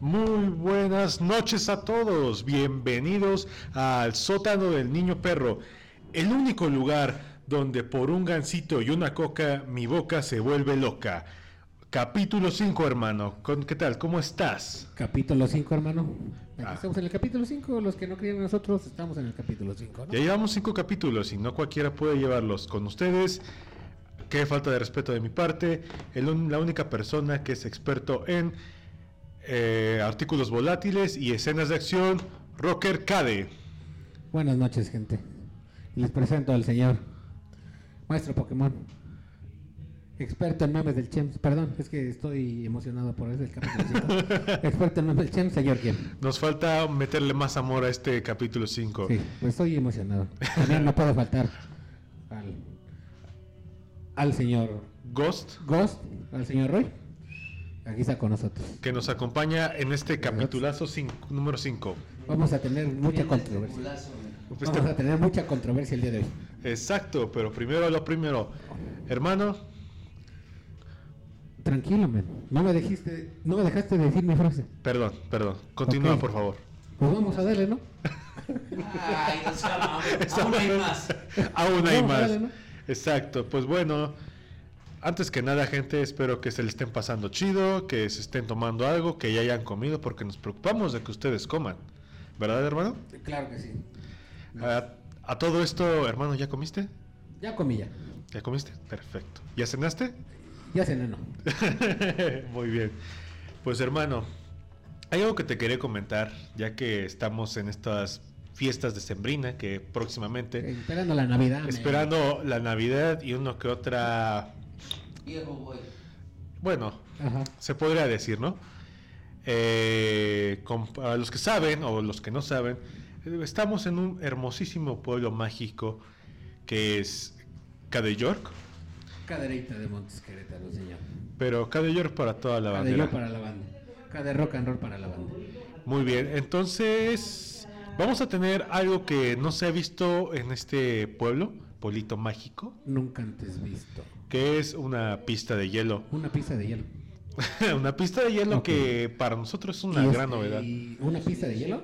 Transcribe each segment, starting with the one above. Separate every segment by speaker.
Speaker 1: Muy buenas noches a todos. Bienvenidos al sótano del niño perro, el único lugar donde por un gancito y una coca mi boca se vuelve loca. Capítulo 5, hermano. ¿Con- ¿Qué tal? ¿Cómo estás?
Speaker 2: Capítulo 5, hermano. Aquí
Speaker 1: Ah.
Speaker 2: Estamos en el capítulo 5. Los que no creen en nosotros, estamos en el capítulo 5. ¿no?
Speaker 1: Ya llevamos cinco capítulos y no cualquiera puede llevarlos con ustedes. Qué falta de respeto de mi parte. El un- la única persona que es experto en eh, artículos volátiles y escenas de acción, Rocker Cade.
Speaker 2: Buenas noches, gente. Les presento al señor Maestro Pokémon. Experto en memes del Chems. Perdón, es que estoy emocionado por eso, el capítulo 5. Experto en memes del Chems, señor Kim.
Speaker 1: Nos falta meterle más amor a este capítulo 5.
Speaker 2: Sí, pues estoy emocionado. También no puedo faltar al, al señor
Speaker 1: Ghost,
Speaker 2: Ghost, al señor Roy. Aquí está con nosotros.
Speaker 1: que nos acompaña en este capitulazo cinco- número 5.
Speaker 2: Vamos a tener mucha controversia. Vamos a tener mucha controversia el día de hoy.
Speaker 1: Exacto, pero primero lo primero. Hermano,
Speaker 2: Tranquilo, men. No me dijiste, no me dejaste decir mi frase.
Speaker 1: perdón, perdón. Continúa,
Speaker 2: Ok.
Speaker 1: por favor.
Speaker 2: Pues vamos a darle, ¿no?
Speaker 3: Ay, no sea mamón. Aún hay más.
Speaker 1: Aún hay
Speaker 2: No,
Speaker 1: más.
Speaker 2: dale, ¿no?
Speaker 1: Exacto, pues bueno. Antes que nada, gente, espero que se le estén pasando chido, que se estén tomando algo, que ya hayan comido, porque nos preocupamos de que ustedes coman. ¿Verdad, hermano?
Speaker 2: Claro que sí.
Speaker 1: A, a todo esto, hermano, ¿ya comiste?
Speaker 2: Ya comí ya.
Speaker 1: ¿Ya comiste? Perfecto. ¿Ya cenaste?
Speaker 2: Ya cené, no.
Speaker 1: Muy bien. Pues hermano, hay algo que te quería comentar, ya que estamos en estas fiestas de Sembrina, que próximamente,
Speaker 2: Esperando la Navidad. men.
Speaker 1: esperando la Navidad y uno que otra,
Speaker 3: Viejo, güey.
Speaker 1: bueno,
Speaker 2: Ajá.
Speaker 1: se podría decir, ¿no? Eh, com- a los que saben o los que no saben, eh, estamos en un hermosísimo pueblo mágico que es Cadeyork,
Speaker 2: Cadereita de Montes Querétaro, señor.
Speaker 1: pero Cadeyork para toda la
Speaker 2: Cade yo
Speaker 1: bandera.
Speaker 2: para la banda. Cade rock and roll para la banda.
Speaker 1: Muy bien, entonces vamos a tener algo que no se ha visto en este pueblo, Polito Mágico,
Speaker 2: Nunca antes visto.
Speaker 1: que es una pista de hielo.
Speaker 2: Una pizza de hielo.
Speaker 1: una pista de hielo
Speaker 2: Ok.
Speaker 1: que para nosotros es una
Speaker 2: Y
Speaker 1: gran
Speaker 2: este,
Speaker 1: novedad.
Speaker 2: y ¿Una pizza de hielo?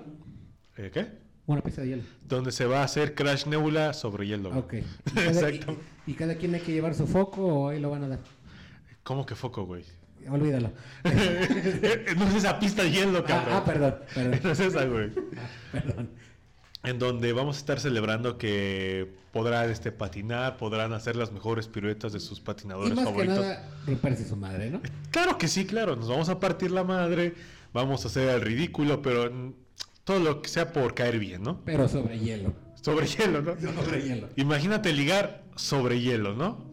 Speaker 1: ¿Eh, ¿Qué?
Speaker 2: Una pizza de hielo.
Speaker 1: Donde se va a hacer Crash Nebula sobre hielo.
Speaker 2: Ok.
Speaker 1: güey.
Speaker 2: Y cada-
Speaker 1: Exacto.
Speaker 2: Y, y cada quien hay que llevar su foco o ahí lo van a dar.
Speaker 1: ¿Cómo que foco, güey?
Speaker 2: Olvídalo.
Speaker 1: no es esa pista de hielo, cabrón.
Speaker 2: Ah, ah, perdón, perdón. Ah,
Speaker 1: No es esa, güey.
Speaker 2: Perdón.
Speaker 1: en donde vamos a estar celebrando que podrán este, patinar, podrán hacer las mejores piruetas de sus
Speaker 2: Y
Speaker 1: patinadores
Speaker 2: más que
Speaker 1: favoritos.
Speaker 2: nada, romperse su madre, ¿no?
Speaker 1: Claro que sí, claro, nos vamos a partir la madre, vamos a hacer el ridículo, pero mm, todo lo que sea por caer bien, ¿no?
Speaker 2: Pero sobre hielo.
Speaker 1: Sobre hielo, ¿no?
Speaker 2: Sobre hielo.
Speaker 1: Imagínate ligar sobre hielo, ¿no?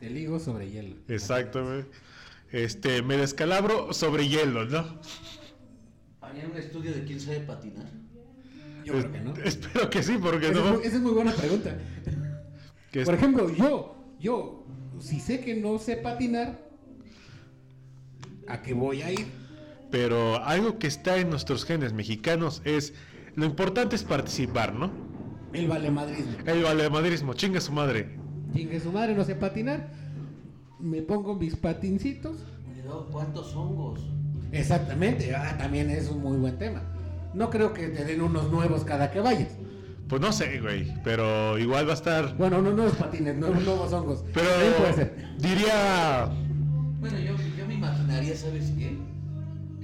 Speaker 2: Te ligo sobre hielo.
Speaker 1: Exacto, güey. Este, me descalabro sobre hielo, ¿no?
Speaker 3: ¿Había un estudio de quién sabe patinar?
Speaker 2: Yo creo que no. Esa
Speaker 1: Espero que sí, porque
Speaker 2: es,
Speaker 1: no.
Speaker 2: muy, esa es muy buena pregunta.
Speaker 1: que es-
Speaker 2: Por ejemplo, yo, yo, si sé que no sé patinar, ¿a qué voy a ir?
Speaker 1: Pero algo que está en nuestros genes mexicanos es lo importante es participar, ¿no?
Speaker 2: El valemadrismo.
Speaker 1: El valemadrismo, chinga su madre.
Speaker 2: Chingue su madre, no sé patinar. Me pongo mis patincitos.
Speaker 3: Cuidado, ¿cuántos hongos?
Speaker 2: Exactamente. Ah, también es un muy buen tema. No creo que te den unos nuevos cada que vayas.
Speaker 1: Pues no sé, güey, pero igual va a estar.
Speaker 2: Bueno, no nuevos patines, no nuevos hongos.
Speaker 1: Pero
Speaker 2: También puede ser.
Speaker 1: diría
Speaker 3: Bueno, yo, yo me imaginaría, ¿sabes qué?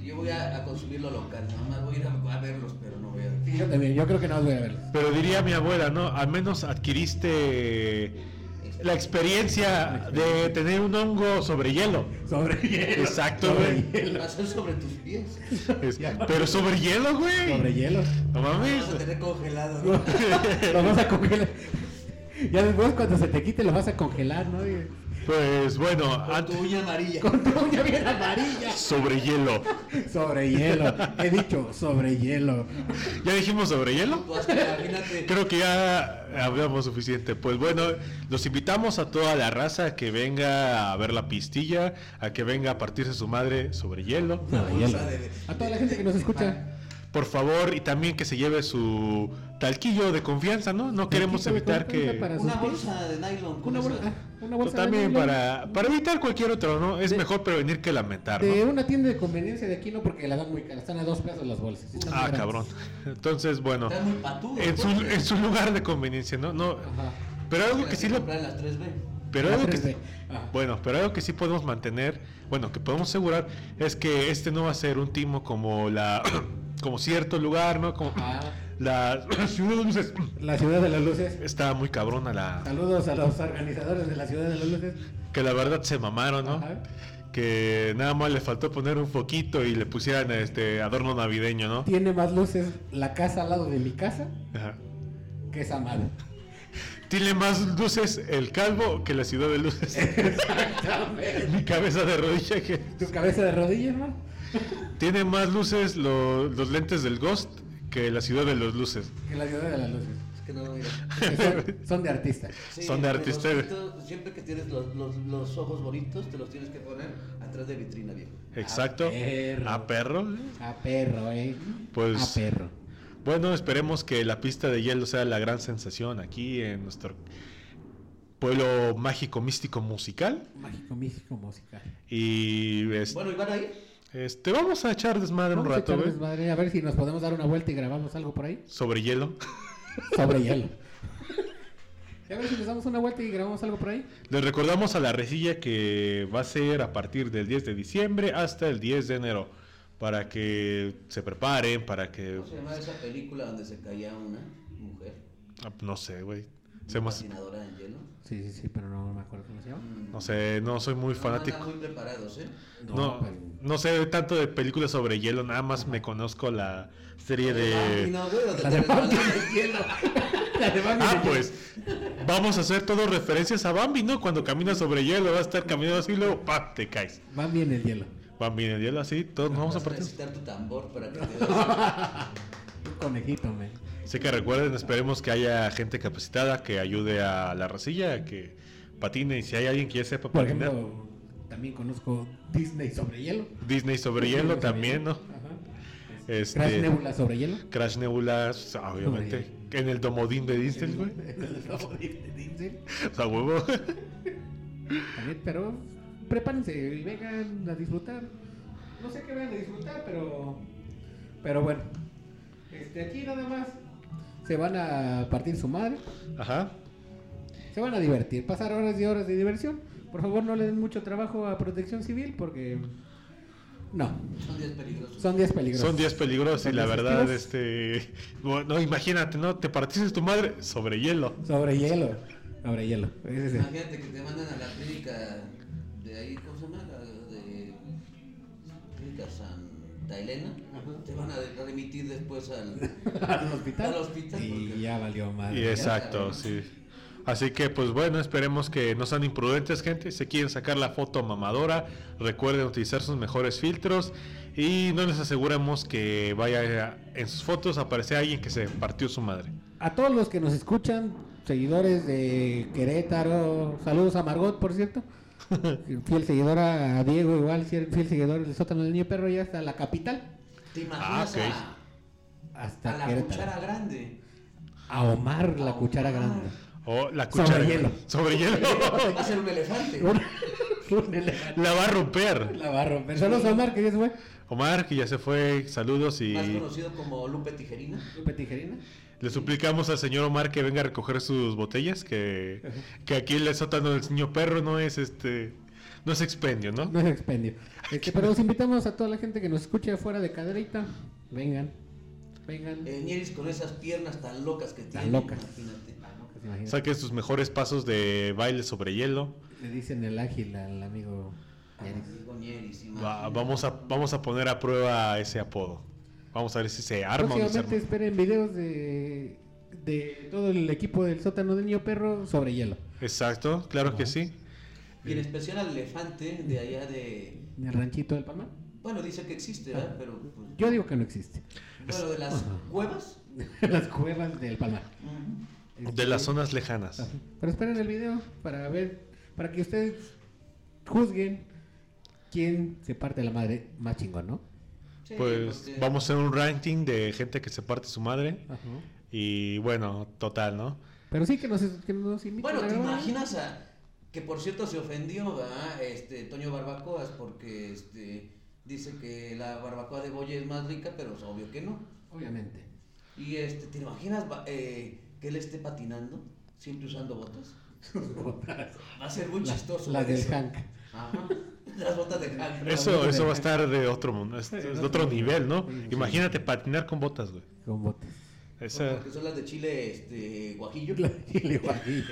Speaker 3: Yo voy a, a consumir lo local, nada más voy a ir a, a verlos, pero no voy a
Speaker 2: Sí, yo también, yo creo que no voy a verlos.
Speaker 1: Pero diría mi abuela, ¿no? Al menos adquiriste la experiencia de tener un hongo sobre hielo.
Speaker 2: Sobre hielo.
Speaker 1: Exacto,
Speaker 2: sobre
Speaker 1: güey.
Speaker 2: hielo.
Speaker 3: Va a ser sobre tus pies.
Speaker 1: Es- Pero sobre hielo,
Speaker 2: Sobre
Speaker 1: güey.
Speaker 2: hielo.
Speaker 1: No mames.
Speaker 3: Vas a tener congelado. ¿no?
Speaker 2: lo vas a congelar. Ya después cuando se te quite lo vas a congelar, ¿no? Y-
Speaker 1: Pues bueno,
Speaker 3: Con tu
Speaker 1: antes-
Speaker 3: uña amarilla.
Speaker 2: Con tu uña bien amarilla.
Speaker 1: sobre hielo.
Speaker 2: Sobre hielo. He dicho sobre hielo.
Speaker 1: ¿Ya dijimos sobre hielo?
Speaker 3: Tú hasta imagínate.
Speaker 1: Creo que ya hablamos suficiente. Pues bueno, los invitamos a toda la raza a que venga a ver la pistilla, a que venga a partirse su madre sobre hielo.
Speaker 3: Una
Speaker 2: Sobre
Speaker 3: bolsa
Speaker 2: hielo.
Speaker 3: de-
Speaker 2: A toda la gente que nos escucha.
Speaker 1: por favor, y también que se lleve su talquillo de confianza, ¿no? No queremos
Speaker 2: Talquito de
Speaker 1: evitar
Speaker 2: confianza
Speaker 1: que... Pues
Speaker 2: para
Speaker 3: Una
Speaker 2: sus
Speaker 3: bolsa de nylon. con
Speaker 2: Una
Speaker 3: eso.
Speaker 2: bolsa, ah, una bolsa de
Speaker 1: también
Speaker 2: nylon.
Speaker 1: para, para evitar cualquier otro, ¿no? Es
Speaker 2: De-
Speaker 1: mejor prevenir que lamentar,
Speaker 2: De
Speaker 1: ¿no?
Speaker 2: una tienda de conveniencia de aquí no, porque la dan muy cara. Están a dos pesos las bolsas. están
Speaker 1: Ah,
Speaker 2: muy grandes.
Speaker 1: cabrón. Entonces, bueno,
Speaker 3: Están muy patudos.
Speaker 1: en su, en su lugar de conveniencia, ¿no? no
Speaker 2: Ajá.
Speaker 1: pero algo que sí le...
Speaker 3: comprar en las 3B.
Speaker 1: Pero
Speaker 2: La
Speaker 1: algo que...
Speaker 2: 3D. Ajá.
Speaker 1: Bueno, pero algo que sí podemos mantener, bueno, que podemos asegurar es que este no va a ser un timo como la como cierto lugar, ¿no? Como
Speaker 2: Ah.
Speaker 1: la ciudad de luces
Speaker 2: La ciudad de las luces.
Speaker 1: está muy cabrona la
Speaker 2: Saludos a los organizadores de la ciudad de las luces.
Speaker 1: que la verdad se mamaron, ¿no?
Speaker 2: Ajá.
Speaker 1: Que nada más le faltó poner un foquito y le pusieran este adorno navideño, ¿no?
Speaker 2: Tiene más luces la casa al lado de mi casa
Speaker 1: Ajá.
Speaker 2: que esa madre.
Speaker 1: Tiene más luces el calvo que la ciudad de luces. Mi cabeza de rodilla que
Speaker 2: Tu cabeza de rodillas, hermano.
Speaker 1: tiene más luces lo- los lentes del Ghost que la ciudad de los luces.
Speaker 2: Que la ciudad de las luces.
Speaker 3: Es que no lo veo.
Speaker 2: Que son, son de artista.
Speaker 3: Sí,
Speaker 1: Son de
Speaker 3: pero
Speaker 1: artista,
Speaker 3: los
Speaker 1: güey.
Speaker 3: ojitos, Siempre que tienes los, los, los ojos bonitos, te los tienes que poner atrás de vitrina, viejo.
Speaker 1: Exacto.
Speaker 2: A perro.
Speaker 1: A perro.
Speaker 2: A perro, eh.
Speaker 1: Pues-
Speaker 2: A perro.
Speaker 1: Bueno, esperemos que la pista de hielo sea la gran sensación aquí en nuestro pueblo mágico, místico, musical.
Speaker 2: Mágico, místico, musical.
Speaker 1: Y es-
Speaker 3: Bueno, ¿y van a ir?
Speaker 1: este, vamos a echar desmadre un
Speaker 2: Vamos a
Speaker 1: rato, ¿eh?
Speaker 2: echar
Speaker 1: güey,
Speaker 2: desmadre, a ver si nos podemos dar una vuelta y grabamos algo por ahí.
Speaker 1: Sobre hielo.
Speaker 2: Sobre hielo. Y a ver si nos damos una vuelta y grabamos algo por ahí.
Speaker 1: Les recordamos a la resilla que va a ser a partir del 10 de diciembre hasta el 10 de enero. Para que se preparen, para que.
Speaker 3: ¿Cómo se llama esa película donde se caía una mujer?
Speaker 1: ah, No sé, güey. Se
Speaker 3: Una
Speaker 1: me-
Speaker 3: patinadora en hielo.
Speaker 2: Sí, sí, sí, pero no me acuerdo cómo se llama.
Speaker 3: Mm,
Speaker 1: No sé, no soy muy
Speaker 3: no,
Speaker 1: fanático.
Speaker 3: No, están muy preparados, ¿eh?
Speaker 1: No, no sé tanto de películas sobre hielo, nada más me conozco la serie
Speaker 3: Ah, y
Speaker 1: de...
Speaker 3: no, güey, donde
Speaker 2: La
Speaker 3: te
Speaker 2: de
Speaker 3: resbalas
Speaker 2: Bambi.
Speaker 3: en el hielo.
Speaker 2: La de Bambi
Speaker 1: Ah,
Speaker 2: de-
Speaker 1: pues vamos a hacer todos referencias a Bambi, ¿no? Cuando caminas sobre hielo, vas a estar caminando así y luego ¡pa! te caes.
Speaker 2: Bambi en el hielo.
Speaker 1: Bambi en el hielo así, todos nos vamos a
Speaker 3: Vas a
Speaker 1: partir.
Speaker 3: necesitar tu tambor para que te des-
Speaker 2: Un conejito, me.
Speaker 1: Así que recuerden, esperemos que haya gente capacitada que ayude a la racilla, a que patine. Y si hay alguien que ya sepa
Speaker 2: Por
Speaker 1: patinar,
Speaker 2: ejemplo, también conozco Disney sobre hielo.
Speaker 1: Disney sobre hielo también, ¿no?
Speaker 2: Ajá.
Speaker 1: Este-
Speaker 2: Crash Nebula sobre hielo.
Speaker 1: Crash Nebula, obviamente. En el domodín de Disney, güey.
Speaker 2: También,
Speaker 1: O sea, huevo.
Speaker 2: pero prepárense y vengan a disfrutar. No sé qué vengan a disfrutar, pero. Pero bueno. Este, aquí nada más. Se van a partir su madre.
Speaker 1: Ajá.
Speaker 2: Se van a divertir. Pasar horas y horas de diversión. Por favor, no le den mucho trabajo a protección civil porque. No.
Speaker 3: Son días peligrosos.
Speaker 2: Son días peligrosos.
Speaker 1: Son días peligrosos y
Speaker 2: Son
Speaker 1: la
Speaker 2: días
Speaker 1: verdad,
Speaker 2: festivos.
Speaker 1: este. Bueno, imagínate, ¿no? Te partiste tu madre sobre hielo.
Speaker 2: Sobre hielo. Sobre hielo. Ese es el-
Speaker 3: Imagínate que te mandan a la clínica de ahí, ¿cómo se llama? La de clínica Santa Elena. Te van a remitir después al...
Speaker 2: al hospital.
Speaker 3: Al hospital,
Speaker 2: Y
Speaker 3: porque-
Speaker 2: ya valió madre.
Speaker 1: Y exacto, sí. Así que, pues bueno, esperemos que no sean imprudentes, gente. Si quieren sacar la foto mamadora, recuerden utilizar sus mejores filtros. Y no les aseguramos que vaya a- en sus fotos a aparecer alguien que se partió su madre.
Speaker 2: A todos los que nos escuchan, seguidores de Querétaro, saludos a Margot, por cierto. Fiel seguidora a Diego, igual, fiel fiel seguidor del sótano del niño perro, ya hasta la capital.
Speaker 3: ¿Te
Speaker 1: Ah,
Speaker 3: imaginas
Speaker 1: ok.
Speaker 3: a,
Speaker 2: Hasta
Speaker 3: a la
Speaker 2: Querétaro.
Speaker 3: cuchara grande?
Speaker 2: A Omar, la
Speaker 3: A
Speaker 2: cuchara
Speaker 3: Omar.
Speaker 2: grande.
Speaker 1: O la
Speaker 2: Sobre
Speaker 1: cuchara.
Speaker 2: hielo.
Speaker 1: Sobre hielo.
Speaker 3: Va a ser un elefante.
Speaker 2: Un- un elefante.
Speaker 1: la va a romper.
Speaker 2: la va a romper. Saludos a Omar, que ya se fue.
Speaker 1: Omar, que ya se fue, saludos y.
Speaker 3: Más conocido como Lupe Tijerina.
Speaker 2: Lupe Tijerina.
Speaker 1: Le suplicamos al señor Omar que venga a recoger sus botellas, que, que aquí el sótano del niño perro no es este no es expendio, ¿no?
Speaker 2: No es expendio. Este, pero los invitamos a toda la gente que nos escuche afuera de Caderita. Vengan. Vengan.
Speaker 3: Eh, Nieris con esas piernas tan locas que tiene.
Speaker 2: Tan locas.
Speaker 3: Imagínate.
Speaker 2: Pues imagínate.
Speaker 1: Saquen sus mejores pasos de baile sobre hielo.
Speaker 2: Le dicen el ágil al amigo Yaris.
Speaker 3: Amigo Nieris,
Speaker 2: Ah.
Speaker 1: Va-
Speaker 3: imagínate.
Speaker 1: vamos, a, vamos a poner a prueba ese apodo. Vamos a ver si se arma o no se
Speaker 2: Próximamente
Speaker 1: arma.
Speaker 2: esperen videos de, de todo el equipo del sótano del niño perro sobre hielo.
Speaker 1: Exacto, claro
Speaker 2: Ah,
Speaker 1: que sí.
Speaker 3: Y en especial al elefante de allá de.
Speaker 2: En el ranchito del Palma.
Speaker 3: Bueno, dice que existe, ¿verdad? Pero. pues,
Speaker 2: Ah. Yo digo que no existe.
Speaker 3: bueno, de las cuevas.
Speaker 2: Las cuevas del Palma. este,
Speaker 1: De las zonas lejanas.
Speaker 2: Pero esperen el video para ver, para que ustedes juzguen quién se parte la madre más chingón, ¿no?
Speaker 3: Sí,
Speaker 1: pues
Speaker 3: porque-
Speaker 1: vamos a hacer un ranking de gente que se parte su madre.
Speaker 2: Ajá.
Speaker 1: Y bueno, total, ¿no?
Speaker 2: Pero sí que nos, que nos inviten
Speaker 3: Bueno,
Speaker 2: a
Speaker 3: ¿te
Speaker 2: grabar.
Speaker 3: imaginas a- que por cierto se ofendió ¿verdad? este Toño Barbacoas porque este dice que la barbacoa de Boya es más rica, pero es obvio que no.
Speaker 2: Obviamente.
Speaker 3: Y este, ¿te imaginas ba- eh, que él esté patinando, siempre usando botas? Va a ser muy chistoso.
Speaker 2: La del
Speaker 3: eso.
Speaker 2: Hank.
Speaker 3: Ajá. Las botas de Hank.
Speaker 1: Eso, eso va a estar de otro mundo, es, es de otro nivel, ¿no?
Speaker 2: Sí, sí.
Speaker 1: Imagínate patinar con botas, güey.
Speaker 2: Con botas.
Speaker 1: Esa-
Speaker 3: Que son las de Chile, este, guajillo.
Speaker 2: Chile guajillo.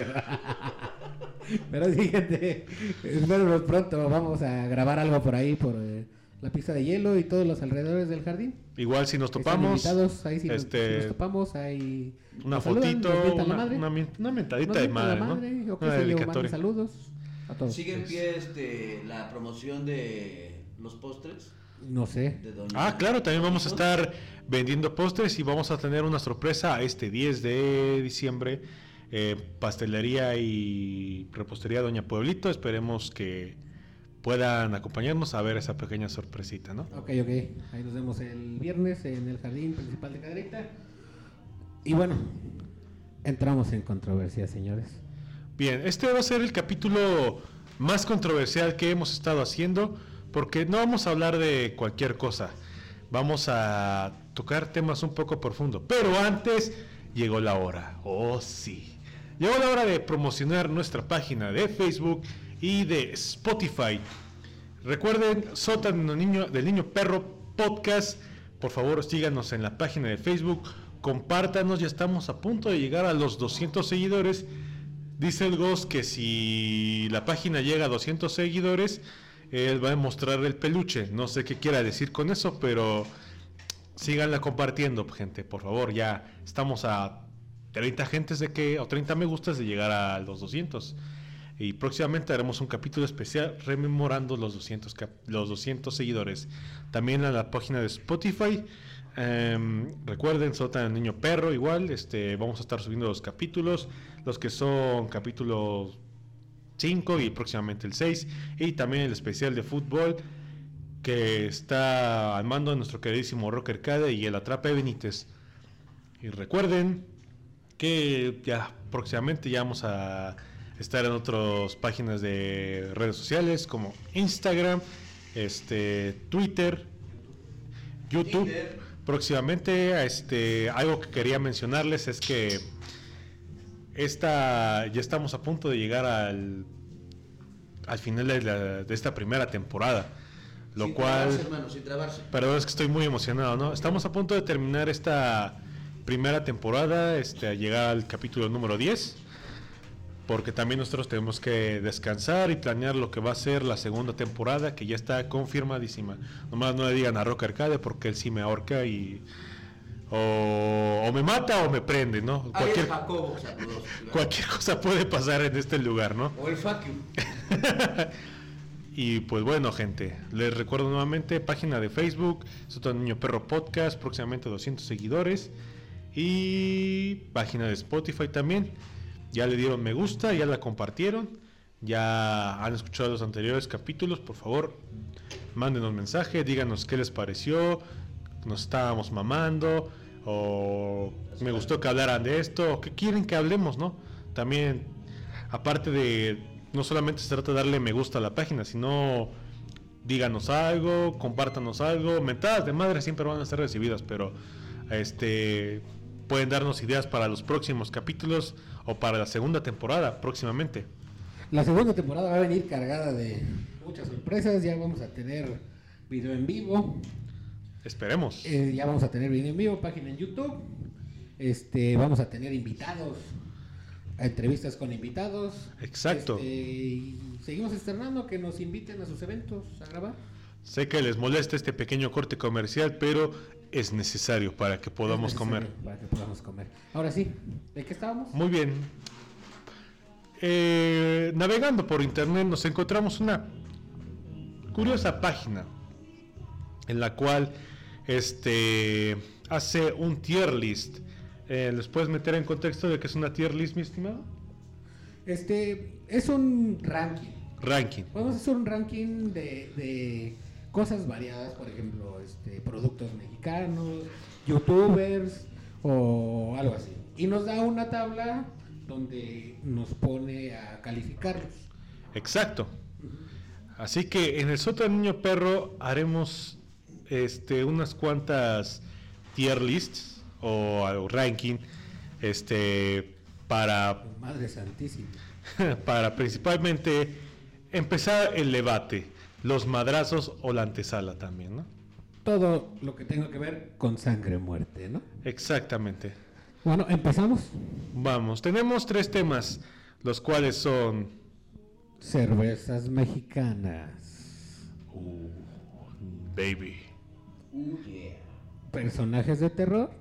Speaker 2: Pero sí, gente. Espérenos pronto. Vamos a grabar algo por ahí, por eh, la pista de hielo y todos los alrededores del jardín.
Speaker 1: Igual si nos
Speaker 2: Están
Speaker 1: topamos,
Speaker 2: invitados, ahí si, nos-
Speaker 1: este,
Speaker 2: si nos topamos, ahí
Speaker 1: una
Speaker 2: nos saludan,
Speaker 1: fotito,
Speaker 2: nos mientan la
Speaker 1: una,
Speaker 2: madre.
Speaker 1: una mien- una mentadita
Speaker 2: Nos
Speaker 1: de
Speaker 2: mientan
Speaker 1: madre,
Speaker 2: la
Speaker 1: ¿no?
Speaker 2: madre, o qué
Speaker 1: Una
Speaker 2: sé yo, mandan
Speaker 1: dedicatoria.
Speaker 2: saludos a todos. Pues,
Speaker 3: Sigue en pie este, la promoción de los postres
Speaker 2: No sé.
Speaker 3: de Doña.
Speaker 1: Ah, claro, también vamos a estar vendiendo postres y vamos a tener una sorpresa este 10 de diciembre. eh, pastelería y repostería Doña Pueblito. Esperemos que puedan acompañarnos a ver esa pequeña sorpresita, ¿no?
Speaker 2: Ok, ok. Ahí nos vemos el viernes en el jardín principal de Caderita. Y bueno, entramos en controversia, señores.
Speaker 1: Bien, este va a ser el capítulo más controversial que hemos estado haciendo, porque no vamos a hablar de cualquier cosa. Vamos a tocar temas un poco profundos. Pero antes llegó la hora. Oh, sí. Llegó la hora de promocionar nuestra página de Facebook y de Spotify. Recuerden, Sótano niño, del Niño Perro Podcast. Por favor, síganos en la página de Facebook. Compártanos, ya estamos a punto de llegar a los 200 seguidores. Dice el Ghost que si la página llega a 200 seguidores, él va a mostrar el peluche. No sé qué quiera decir con eso, pero síganla compartiendo, gente. Por favor, ya estamos a 30 gentes de que, o 30 me gustas de llegar a los 200. Y próximamente haremos un capítulo especial rememorando los 200, cap- los 200 seguidores. También a la página de Spotify. Em, recuerden, Sota el Niño Perro, igual. Este, vamos a estar subiendo los capítulos. Los que son capítulos 5 y próximamente el 6. Y también el especial de fútbol que está al mando de nuestro queridísimo Rocker Cade y el Atrape Benítez. Y recuerden que ya próximamente ya vamos a estar en otras páginas de redes sociales como Instagram, este, Twitter, YouTube.
Speaker 3: Tinder.
Speaker 1: Próximamente, este, algo que quería mencionarles es que esta ya estamos a punto de llegar al al final de, la- de esta primera temporada, lo
Speaker 3: Sin
Speaker 1: cual
Speaker 3: trabarse, hermano, sin trabarse.
Speaker 1: Perdón, es que estoy muy emocionado, ¿no? Estamos a punto de terminar esta primera temporada, este, a llegar al capítulo número 10, porque también nosotros tenemos que descansar y planear lo que va a ser la segunda temporada, que ya está confirmadísima. Nomás no le digan a Rock Arcade porque él sí me ahorca y... O, o me mata o me prende, ¿no?
Speaker 3: Ahí el
Speaker 1: Cualquier,
Speaker 3: Jacobo, saludos.
Speaker 1: cualquier cosa puede pasar en este lugar, ¿no?
Speaker 3: O el Facu.
Speaker 1: Y pues bueno, gente, les recuerdo nuevamente página de Facebook, Soto Niño Perro Podcast, próximamente 200 seguidores y página de Spotify también. Ya le dieron me gusta, ya la compartieron, ya han escuchado los anteriores capítulos, por favor, mándenos mensaje, díganos qué les pareció, nos estábamos mamando o me gustó que hablaran de esto, o qué quieren que hablemos, ¿no? También aparte de no solamente se trata de darle me gusta a la página, sino díganos algo, compártanos algo, mentadas de madre siempre van a ser recibidas, pero este pueden darnos ideas para los próximos capítulos o para la segunda temporada próximamente.
Speaker 2: La segunda temporada va a venir cargada de muchas sorpresas. Ya vamos a tener video en vivo.
Speaker 1: Esperemos.
Speaker 2: eh, ya vamos a tener video en vivo, página en YouTube. Este, vamos a tener invitados. a Entrevistas con invitados.
Speaker 1: Exacto.
Speaker 2: Este, y seguimos externando que nos inviten a sus eventos a grabar.
Speaker 1: Sé que les molesta este pequeño corte comercial, pero es necesario para que podamos
Speaker 2: Es
Speaker 1: comer.
Speaker 2: necesario Este, Para que podamos comer. Ahora sí, ¿de qué estábamos?
Speaker 1: Muy bien. Eh, navegando por internet nos encontramos una curiosa página en la cual este hace un tier list. Eh, ¿Les puedes meter en contexto de que es una tier list, mi estimado?
Speaker 2: Este es un ranking.
Speaker 1: Ranking.
Speaker 2: Podemos hacer un ranking de, de cosas variadas, por ejemplo, este, productos mexicanos, youtubers o algo así. Y nos da una tabla donde nos pone a calificarlos.
Speaker 1: Exacto. Así que en el sótano niño perro haremos este unas cuantas tier lists o, o ranking este para
Speaker 2: Oh, Madre santísima.
Speaker 1: para principalmente empezar el debate, los madrazos o la antesala también, ¿no?
Speaker 2: Todo lo que tenga que ver con sangre muerte, ¿no?
Speaker 1: Exactamente.
Speaker 2: Bueno, empezamos.
Speaker 1: Vamos, tenemos tres temas, los cuales son
Speaker 2: Cervezas mexicanas.
Speaker 1: uh, Baby.
Speaker 3: Uh, yeah.
Speaker 2: Personajes de terror.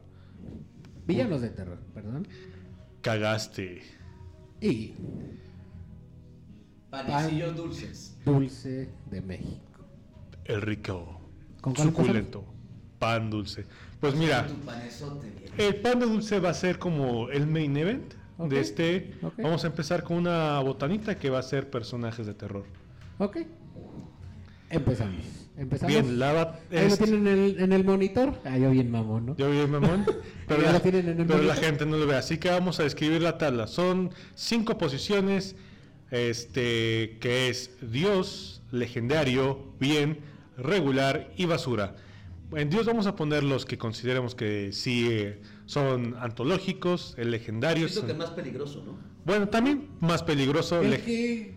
Speaker 2: Villanos de terror, perdón.
Speaker 1: Cagaste.
Speaker 2: Y
Speaker 3: Panecillos dulces.
Speaker 2: dulce de México.
Speaker 1: El rico.
Speaker 2: ¿Con cuál
Speaker 1: suculento. Pan dulce. Pues mira, Eh,
Speaker 3: Tu panezote, bien.
Speaker 1: el pan de dulce va a ser como el main event
Speaker 2: Ok,
Speaker 1: de este.
Speaker 2: ok.
Speaker 1: Vamos a empezar con una botanita que va a ser personajes de terror.
Speaker 2: Ok. Empezamos. Empezamos.
Speaker 1: Bien, la va-
Speaker 2: Ahí lo
Speaker 1: este-
Speaker 2: tienen en el, en el monitor. Ah, yo bien mamón, ¿no?
Speaker 1: Yo vi el mamón, pero,
Speaker 2: Ya
Speaker 1: la,
Speaker 2: lo tienen en el
Speaker 1: pero la
Speaker 2: monitor.
Speaker 1: gente no lo ve. Así que vamos a describir la tabla. Son cinco posiciones, este, que es Dios, legendario, bien, regular y basura. En Dios vamos a poner los que consideremos que sí eh, son antológicos, el legendario.
Speaker 3: Siento
Speaker 1: son-
Speaker 3: que es más peligroso, ¿no?
Speaker 1: Bueno, también más peligroso.
Speaker 2: El
Speaker 1: leg-
Speaker 2: que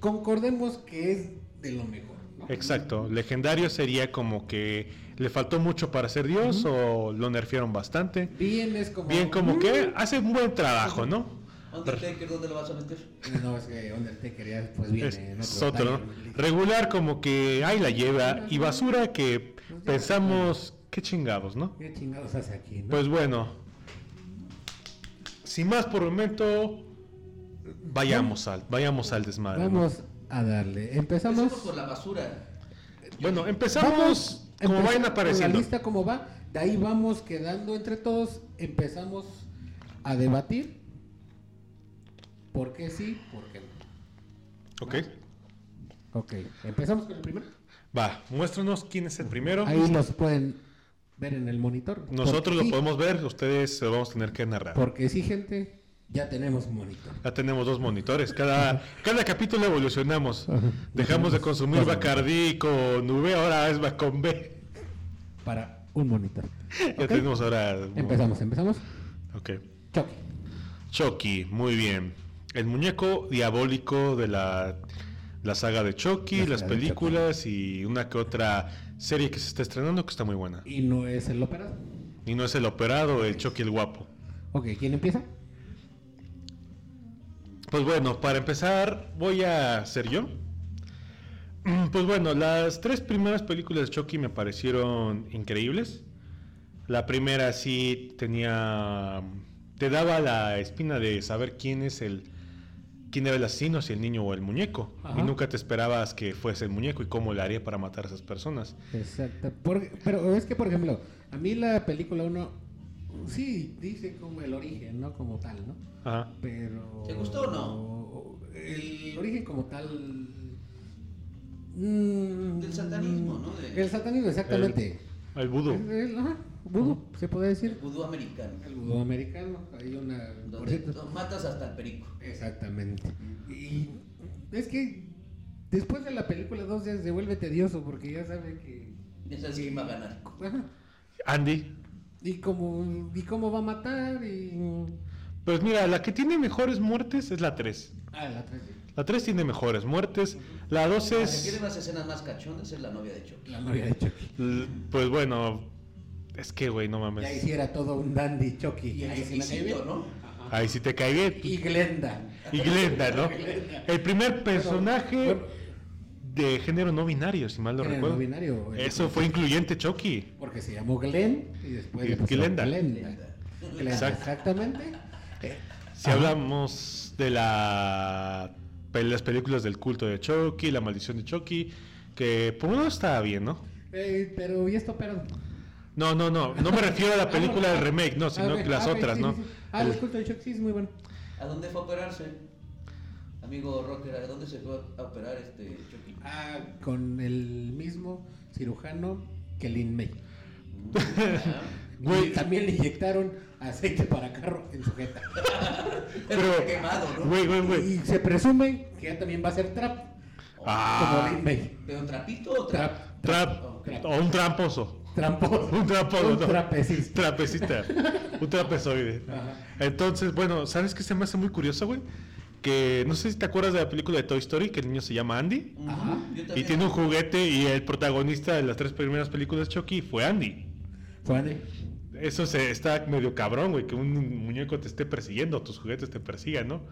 Speaker 2: concordemos que es de lo mejor. ¿no?
Speaker 1: Exacto, legendario sería como que le faltó mucho para ser Dios o lo nerfearon bastante.
Speaker 2: Bien es como.
Speaker 1: Bien, como que hace un buen trabajo, ¿no?
Speaker 3: Undertaker, ¿dónde lo vas a meter?
Speaker 2: Mm. No, es que Undertaker ya pues viene
Speaker 1: Es-
Speaker 2: en
Speaker 1: es
Speaker 2: otro
Speaker 1: otro,
Speaker 2: taller,
Speaker 1: ¿no?
Speaker 2: ¿no?
Speaker 1: Regular como que ahí la lleva y basura que pensamos, qué chingados, ¿no?
Speaker 2: ¿Qué chingados hace aquí, no?
Speaker 1: Pues bueno, sin más por el momento, vayamos al, vayamos al desmadre. ¿no?
Speaker 2: Vamos a darle. Empezamos.
Speaker 3: Empecemos por la basura.
Speaker 1: Bueno, empezamos como
Speaker 2: empezar
Speaker 1: vayan
Speaker 2: con
Speaker 1: apareciendo.
Speaker 2: La lista como va. De ahí vamos quedando entre todos. Empezamos a debatir. ¿Por qué sí? ¿Por qué no?
Speaker 1: Ok,
Speaker 2: Ok. Empezamos con el primero.
Speaker 1: va, muéstranos quién es el primero.
Speaker 2: Ahí los pueden ver en el monitor.
Speaker 1: Nosotros
Speaker 2: Porque
Speaker 1: lo
Speaker 2: sí,
Speaker 1: podemos ver, ustedes lo vamos a tener que narrar.
Speaker 2: Porque sí, gente. Ya tenemos monitor.
Speaker 1: Ya tenemos dos monitores. Cada, cada capítulo evolucionamos. Dejamos de consumir Bacardí con V, ahora es Ba- con B.
Speaker 2: Para un monitor.
Speaker 1: Ya
Speaker 2: Ok,
Speaker 1: tenemos ahora.
Speaker 2: Empezamos, empezamos.
Speaker 1: Ok.
Speaker 2: Chucky.
Speaker 1: Chucky, muy bien. El muñeco diabólico de la, la saga de Chucky,
Speaker 2: La
Speaker 1: las
Speaker 2: saga de
Speaker 1: películas y una que otra serie que se está estrenando que está muy buena.
Speaker 2: Y no es el operado.
Speaker 1: Y no es el operado, el Chucky el guapo.
Speaker 2: Ok, ¿quién empieza?
Speaker 1: Pues bueno, para empezar, voy a ser yo. Mm, Pues bueno, las tres primeras películas de Chucky me parecieron increíbles. La primera sí tenía. Te daba la espina de saber quién es el. quién era el asesino, si el niño o el muñeco.
Speaker 2: Ajá.
Speaker 1: Y nunca te esperabas que fuese el muñeco y cómo le haría para matar a esas personas.
Speaker 2: Exacto. Por- pero es que, por ejemplo, a mí la película 1 sí dice como el origen, ¿no? Como tal, ¿no?
Speaker 1: Ajá.
Speaker 2: Pero.
Speaker 3: ¿Te gustó o
Speaker 2: El origen como tal. mm,
Speaker 3: Del satanismo, ¿no? De-
Speaker 2: El satanismo, exactamente.
Speaker 1: El vudú.
Speaker 2: El, el- ajá, vudú, se puede
Speaker 3: El
Speaker 2: decir.
Speaker 3: vudú americano.
Speaker 2: El vudú americano. Hay una. por
Speaker 3: Donde
Speaker 2: cierto-
Speaker 3: to- matas hasta el perico.
Speaker 2: Exactamente. Y es que después de la película 2 ya se vuelve tedioso porque ya saben que.
Speaker 3: Esa sí va a ganar.
Speaker 2: Ajá.
Speaker 1: Andy.
Speaker 2: Y cómo, y cómo va a matar y...
Speaker 1: Pues mira, la que tiene mejores muertes es la 3.
Speaker 2: Ah, la 3
Speaker 1: La 3 tiene mejores muertes. La 2
Speaker 3: La
Speaker 1: es.
Speaker 3: que tiene unas escenas más cachondas es la novia de Chucky.
Speaker 2: La novia de Chucky.
Speaker 1: L- Pues bueno, es que, güey, no mames.
Speaker 2: Ya hiciera todo un dandy Chucky.
Speaker 3: Y el
Speaker 2: Ahí sí la
Speaker 3: exquisito,
Speaker 2: llevé.
Speaker 3: ¿no?
Speaker 1: Ahí sí te cagué.
Speaker 2: Y Glenda.
Speaker 1: Y Glenda, ¿no? El primer personaje
Speaker 2: bueno.
Speaker 1: de género no binario, si mal no
Speaker 2: Era el
Speaker 1: recuerdo.
Speaker 2: no binario, el-
Speaker 1: Eso fue incluyente, Chucky.
Speaker 2: Porque se llamó Glenn y después...
Speaker 1: Y
Speaker 2: le pusieron
Speaker 1: Glenda.
Speaker 2: Glenda. Glenda,
Speaker 1: Exacto.
Speaker 2: Exactamente. Eh,
Speaker 1: Si hablamos de la pe- las películas del culto de Chucky, la maldición de Chucky, que por uno está bien, ¿no?
Speaker 2: eh, pero ya está operado.
Speaker 1: No, no, no, no me refiero a la película
Speaker 2: del
Speaker 1: del remake, no, sino que las otras, ¿no?
Speaker 2: Ah,
Speaker 1: El-
Speaker 2: el culto de Chucky sí es muy bueno.
Speaker 3: ¿A dónde fue a operarse? Amigo Rocker, ¿a dónde se fue a operar este Chucky?
Speaker 2: Ah, con el mismo cirujano que Lin May.
Speaker 3: Ah.
Speaker 1: Güey.
Speaker 2: Y también le inyectaron aceite para carro en su jeta.
Speaker 1: Pero-
Speaker 3: Pero quemado, ¿no?
Speaker 1: Güey, güey, Ah, güey.
Speaker 2: Y se presume que ya también va a ser trap.
Speaker 1: Ah.
Speaker 2: Como Lin May.
Speaker 3: ¿Pero trapito o trap?
Speaker 2: Trap.
Speaker 1: Trap.
Speaker 3: Oh,
Speaker 2: crap.
Speaker 1: O un tramposo.
Speaker 2: Tramposo.
Speaker 1: Un tramposo.
Speaker 2: Un
Speaker 1: ¿no?
Speaker 2: trapecista.
Speaker 1: Trapecista. Un trapezoide.
Speaker 2: Ajá.
Speaker 1: Entonces, bueno, ¿sabes qué se me hace muy curioso, güey? Que no sé si te acuerdas de la película de Toy Story, que el niño se llama Andy.
Speaker 3: Ujú,
Speaker 2: Ajá.
Speaker 3: yo también.
Speaker 1: Y tiene un juguete y el protagonista de las tres primeras películas Chucky fue Andy.
Speaker 2: Fue Andy.
Speaker 1: Eso se está medio cabrón, güey, que un muñeco te esté persiguiendo, tus juguetes te persigan, ¿no?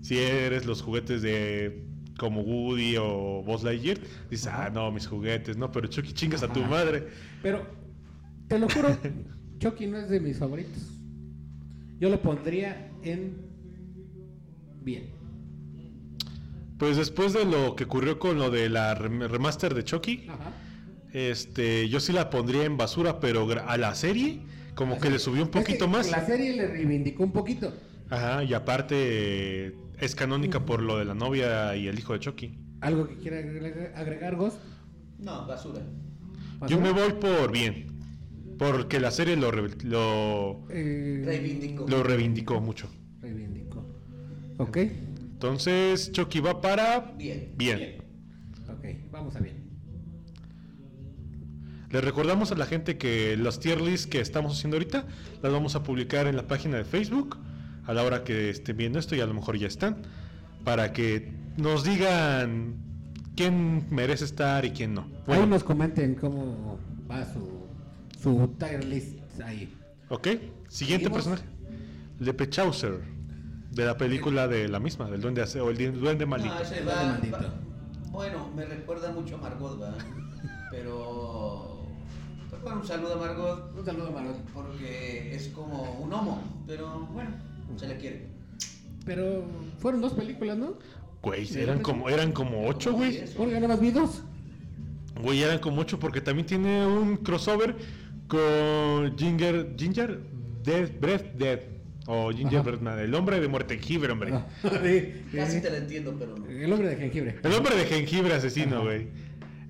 Speaker 1: Si eres los juguetes de como Woody o Buzz Lightyear, dices, ah, no, mis juguetes, no, pero Chucky chingas a tu
Speaker 2: Ajá.
Speaker 1: madre.
Speaker 2: Pero, te lo juro, Chucky no es de mis favoritos. Yo lo pondría en. Bien.
Speaker 1: Pues después de lo que ocurrió con lo de la rem- remaster de Chucky,
Speaker 2: Ajá.
Speaker 1: este, yo sí la pondría en basura, pero gra- a la serie como que le subió un
Speaker 2: Es que
Speaker 1: poquito más.
Speaker 2: La serie le reivindicó un poquito.
Speaker 1: Ajá, y aparte eh, es canónica por lo de la novia y el hijo de Chucky.
Speaker 2: Algo que quiera agregar, agregar Ghost.
Speaker 3: No, basura.
Speaker 2: ¿Ah,
Speaker 1: Yo me voy por bien. Porque la serie lo, re- lo,
Speaker 2: Eh,
Speaker 3: Reivindico.
Speaker 1: lo reivindicó mucho.
Speaker 2: reivindicó. Ok.
Speaker 1: Entonces, Chucky va para
Speaker 3: Bien.
Speaker 1: bien.
Speaker 2: Ok, vamos a bien.
Speaker 1: Les recordamos a la gente que las tier lists que estamos haciendo ahorita las vamos a publicar en la página de Facebook a la hora que estén viendo esto y a lo mejor ya están. Para que nos digan quién merece estar y quién no.
Speaker 2: Ahí
Speaker 1: Bueno,
Speaker 2: nos comenten cómo va su, su tier list ahí.
Speaker 1: ok. Siguiente
Speaker 2: ¿Seguimos?
Speaker 1: personaje. Lepechauser. De la película de la misma, del duende, Ace- o el di- duende maldito.
Speaker 3: No, ese
Speaker 2: Dale,
Speaker 3: va-
Speaker 2: maldito.
Speaker 3: va- Bueno, me recuerda mucho a Margot, ¿va? Pero. pero bueno, un saludo a Margot.
Speaker 2: Un saludo, Margot.
Speaker 3: Porque es como un homo, pero bueno, se le quiere.
Speaker 2: Pero fueron dos películas, ¿no?
Speaker 1: Güey,
Speaker 3: pues,
Speaker 1: eran como, eran como ocho, güey.
Speaker 3: Eso.
Speaker 2: Porque nada más vi dos.
Speaker 1: Güey, eran como ocho porque también tiene un crossover con Ginger, Ginger Dead, Breath Dead. O Ginger
Speaker 2: Ajá.
Speaker 1: Breath Man, el hombre de muerte jengibre, hombre.
Speaker 2: Ah, sí,
Speaker 3: Casi
Speaker 2: sí.
Speaker 3: te la entiendo, pero no.
Speaker 2: El hombre de jengibre.
Speaker 1: El hombre de jengibre asesino,
Speaker 2: Ajá.
Speaker 1: güey.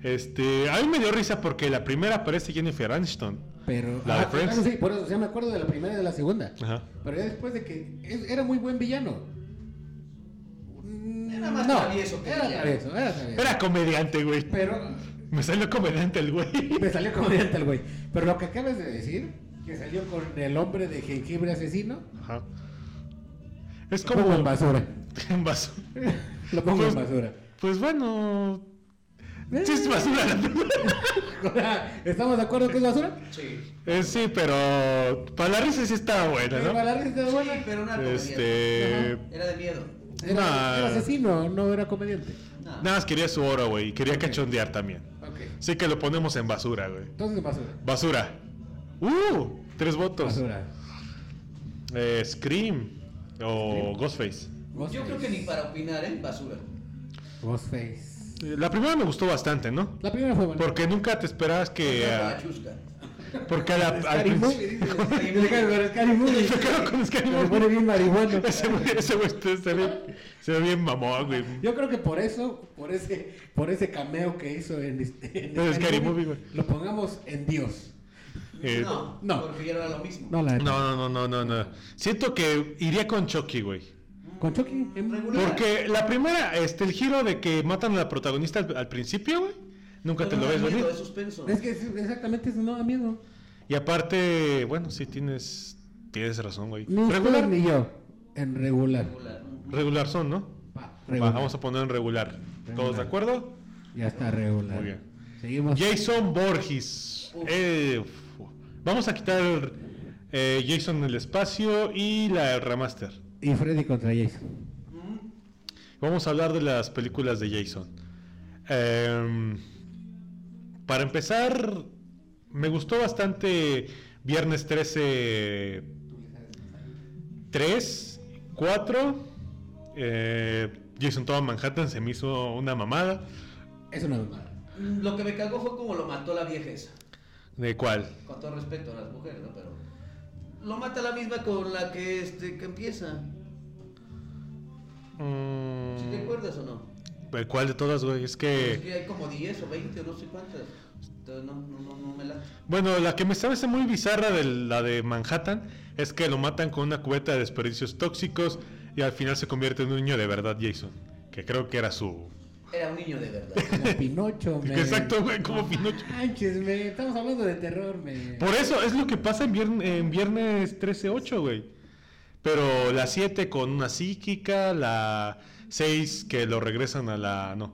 Speaker 1: Este, a mí me dio risa porque la primera aparece Jennifer Aniston.
Speaker 2: Pero.
Speaker 1: La de
Speaker 2: ah,
Speaker 1: Friends.
Speaker 2: claro, sí, por eso, ya me acuerdo de la primera y de la segunda.
Speaker 1: Ajá.
Speaker 2: Pero ya después de que. es- era muy buen villano. Mm,
Speaker 3: Era más travieso que
Speaker 2: Era
Speaker 3: villano.
Speaker 2: travieso, era travieso.
Speaker 1: Era comediante, güey.
Speaker 2: Pero.
Speaker 1: Me salió comediante el güey.
Speaker 2: Me salió comediante el güey. Pero lo que acabas de decir, que salió con el hombre de jengibre asesino.
Speaker 1: Ajá. Es
Speaker 2: Como en
Speaker 1: como
Speaker 2: basura.
Speaker 1: en vaso.
Speaker 2: Lo pongo
Speaker 1: Pues-
Speaker 2: en basura.
Speaker 1: Pues bueno.
Speaker 2: Eh.
Speaker 1: Sí, es basura la película.
Speaker 2: ¿Estamos de acuerdo que es basura?
Speaker 3: Sí.
Speaker 1: Eh, sí, pero para la risa sí estaba buena,
Speaker 2: Pero
Speaker 1: ¿no?
Speaker 2: para la risa,
Speaker 3: Bueno,
Speaker 2: bueno,
Speaker 3: pero una comedia.
Speaker 1: Este,
Speaker 3: Era de miedo.
Speaker 2: Era,
Speaker 1: Nah.
Speaker 2: era asesino, no era comediante.
Speaker 3: No.
Speaker 1: nada más quería su oro, güey, y quería cachondear también.
Speaker 2: Ok.
Speaker 1: Así que lo ponemos en basura, güey.
Speaker 2: Entonces basura.
Speaker 1: Basura. ¡Uh! Tres votos.
Speaker 2: Basura.
Speaker 1: Eh, Scream o Ghostface.
Speaker 3: Yo creo que ni para opinar, ¿eh? Basura.
Speaker 2: Ghostface.
Speaker 1: Eh, La primera me gustó bastante, ¿no?
Speaker 2: La primera fue buena.
Speaker 1: Porque nunca te esperabas que...
Speaker 3: Otra
Speaker 1: ah,
Speaker 3: chusca.
Speaker 1: porque a la, al
Speaker 2: Scary Movie,
Speaker 1: principio...
Speaker 2: dice. Scary Movie. Scary Movie.
Speaker 1: Me quedo con Scary
Speaker 2: Se
Speaker 1: Movie.
Speaker 2: pone bien marihuana.
Speaker 1: Ese güey ese güey se- se ve, se ve bien mamón, güey.
Speaker 2: Yo creo que por eso, por ese, por ese cameo que hizo en, este- en
Speaker 1: En Scary Movie, güey.
Speaker 2: lo pongamos en Dios.
Speaker 1: Eh,
Speaker 3: no,
Speaker 2: no.
Speaker 3: porque ya era lo mismo.
Speaker 2: No, la
Speaker 1: No, no, no, no, no, no. Siento que iría con Chucky, güey.
Speaker 2: Con Chucky. en-
Speaker 3: Regular.
Speaker 1: Porque la primera, este, el giro de que matan a la protagonista al, al principio, güey, nunca te
Speaker 3: No,
Speaker 1: lo
Speaker 3: no,
Speaker 1: ves
Speaker 3: no,
Speaker 1: venir.
Speaker 3: Es suspenso.
Speaker 2: Es que es- exactamente eso no da miedo.
Speaker 1: Y aparte, bueno, sí tienes, tienes razón, güey.
Speaker 2: Ni ustedes
Speaker 1: Regular,
Speaker 2: ni yo. En regular.
Speaker 3: Regular.
Speaker 1: regular son, ¿no?
Speaker 2: Va,
Speaker 1: Va,
Speaker 2: regular.
Speaker 1: vamos a poner en regular. ¿Todos de
Speaker 2: Regular.
Speaker 1: acuerdo?
Speaker 2: Ya está regular.
Speaker 1: Muy bien.
Speaker 2: Seguimos.
Speaker 1: Jason Borges.
Speaker 3: Uf.
Speaker 1: Eh, uf. vamos a quitar eh, Jason en el espacio y la remaster.
Speaker 2: Y Freddy contra Jason.
Speaker 3: Ujú.
Speaker 1: Vamos a hablar de las películas de Jason. Em, para empezar, me gustó bastante Viernes 13 3, 4. eh, Jason Toma Manhattan se me hizo una mamada.
Speaker 2: Es una mamada.
Speaker 3: Mm, Lo que me cagó fue como lo mató la vieja esa.
Speaker 1: ¿De cuál?
Speaker 3: Con todo respeto a las mujeres, ¿no? Pero. Lo mata la misma con la que, este, que empieza.
Speaker 1: Mm,
Speaker 3: ¿Sí te acuerdas o no?
Speaker 1: ¿el ¿Cuál de todas, güey? Es
Speaker 3: Es
Speaker 1: que.
Speaker 3: que hay como 10 o 20 o no sé cuántas. Entonces no, no, no, no me late.
Speaker 1: Bueno, la que me parece muy bizarra de la de Manhattan es que lo matan con una cubeta de desperdicios tóxicos y al final se convierte en un niño de verdad, Jason. Que creo que era su.
Speaker 3: Era un niño de verdad.
Speaker 2: Como Pinocho, men.
Speaker 1: Exacto, güey, como Pinocho.
Speaker 2: Manches, men, Estamos hablando de terror, men.
Speaker 1: Por eso es lo que pasa en, viern- en viernes 13-8, güey. Pero la 7 con una psíquica, la 6 que lo regresan a la. No.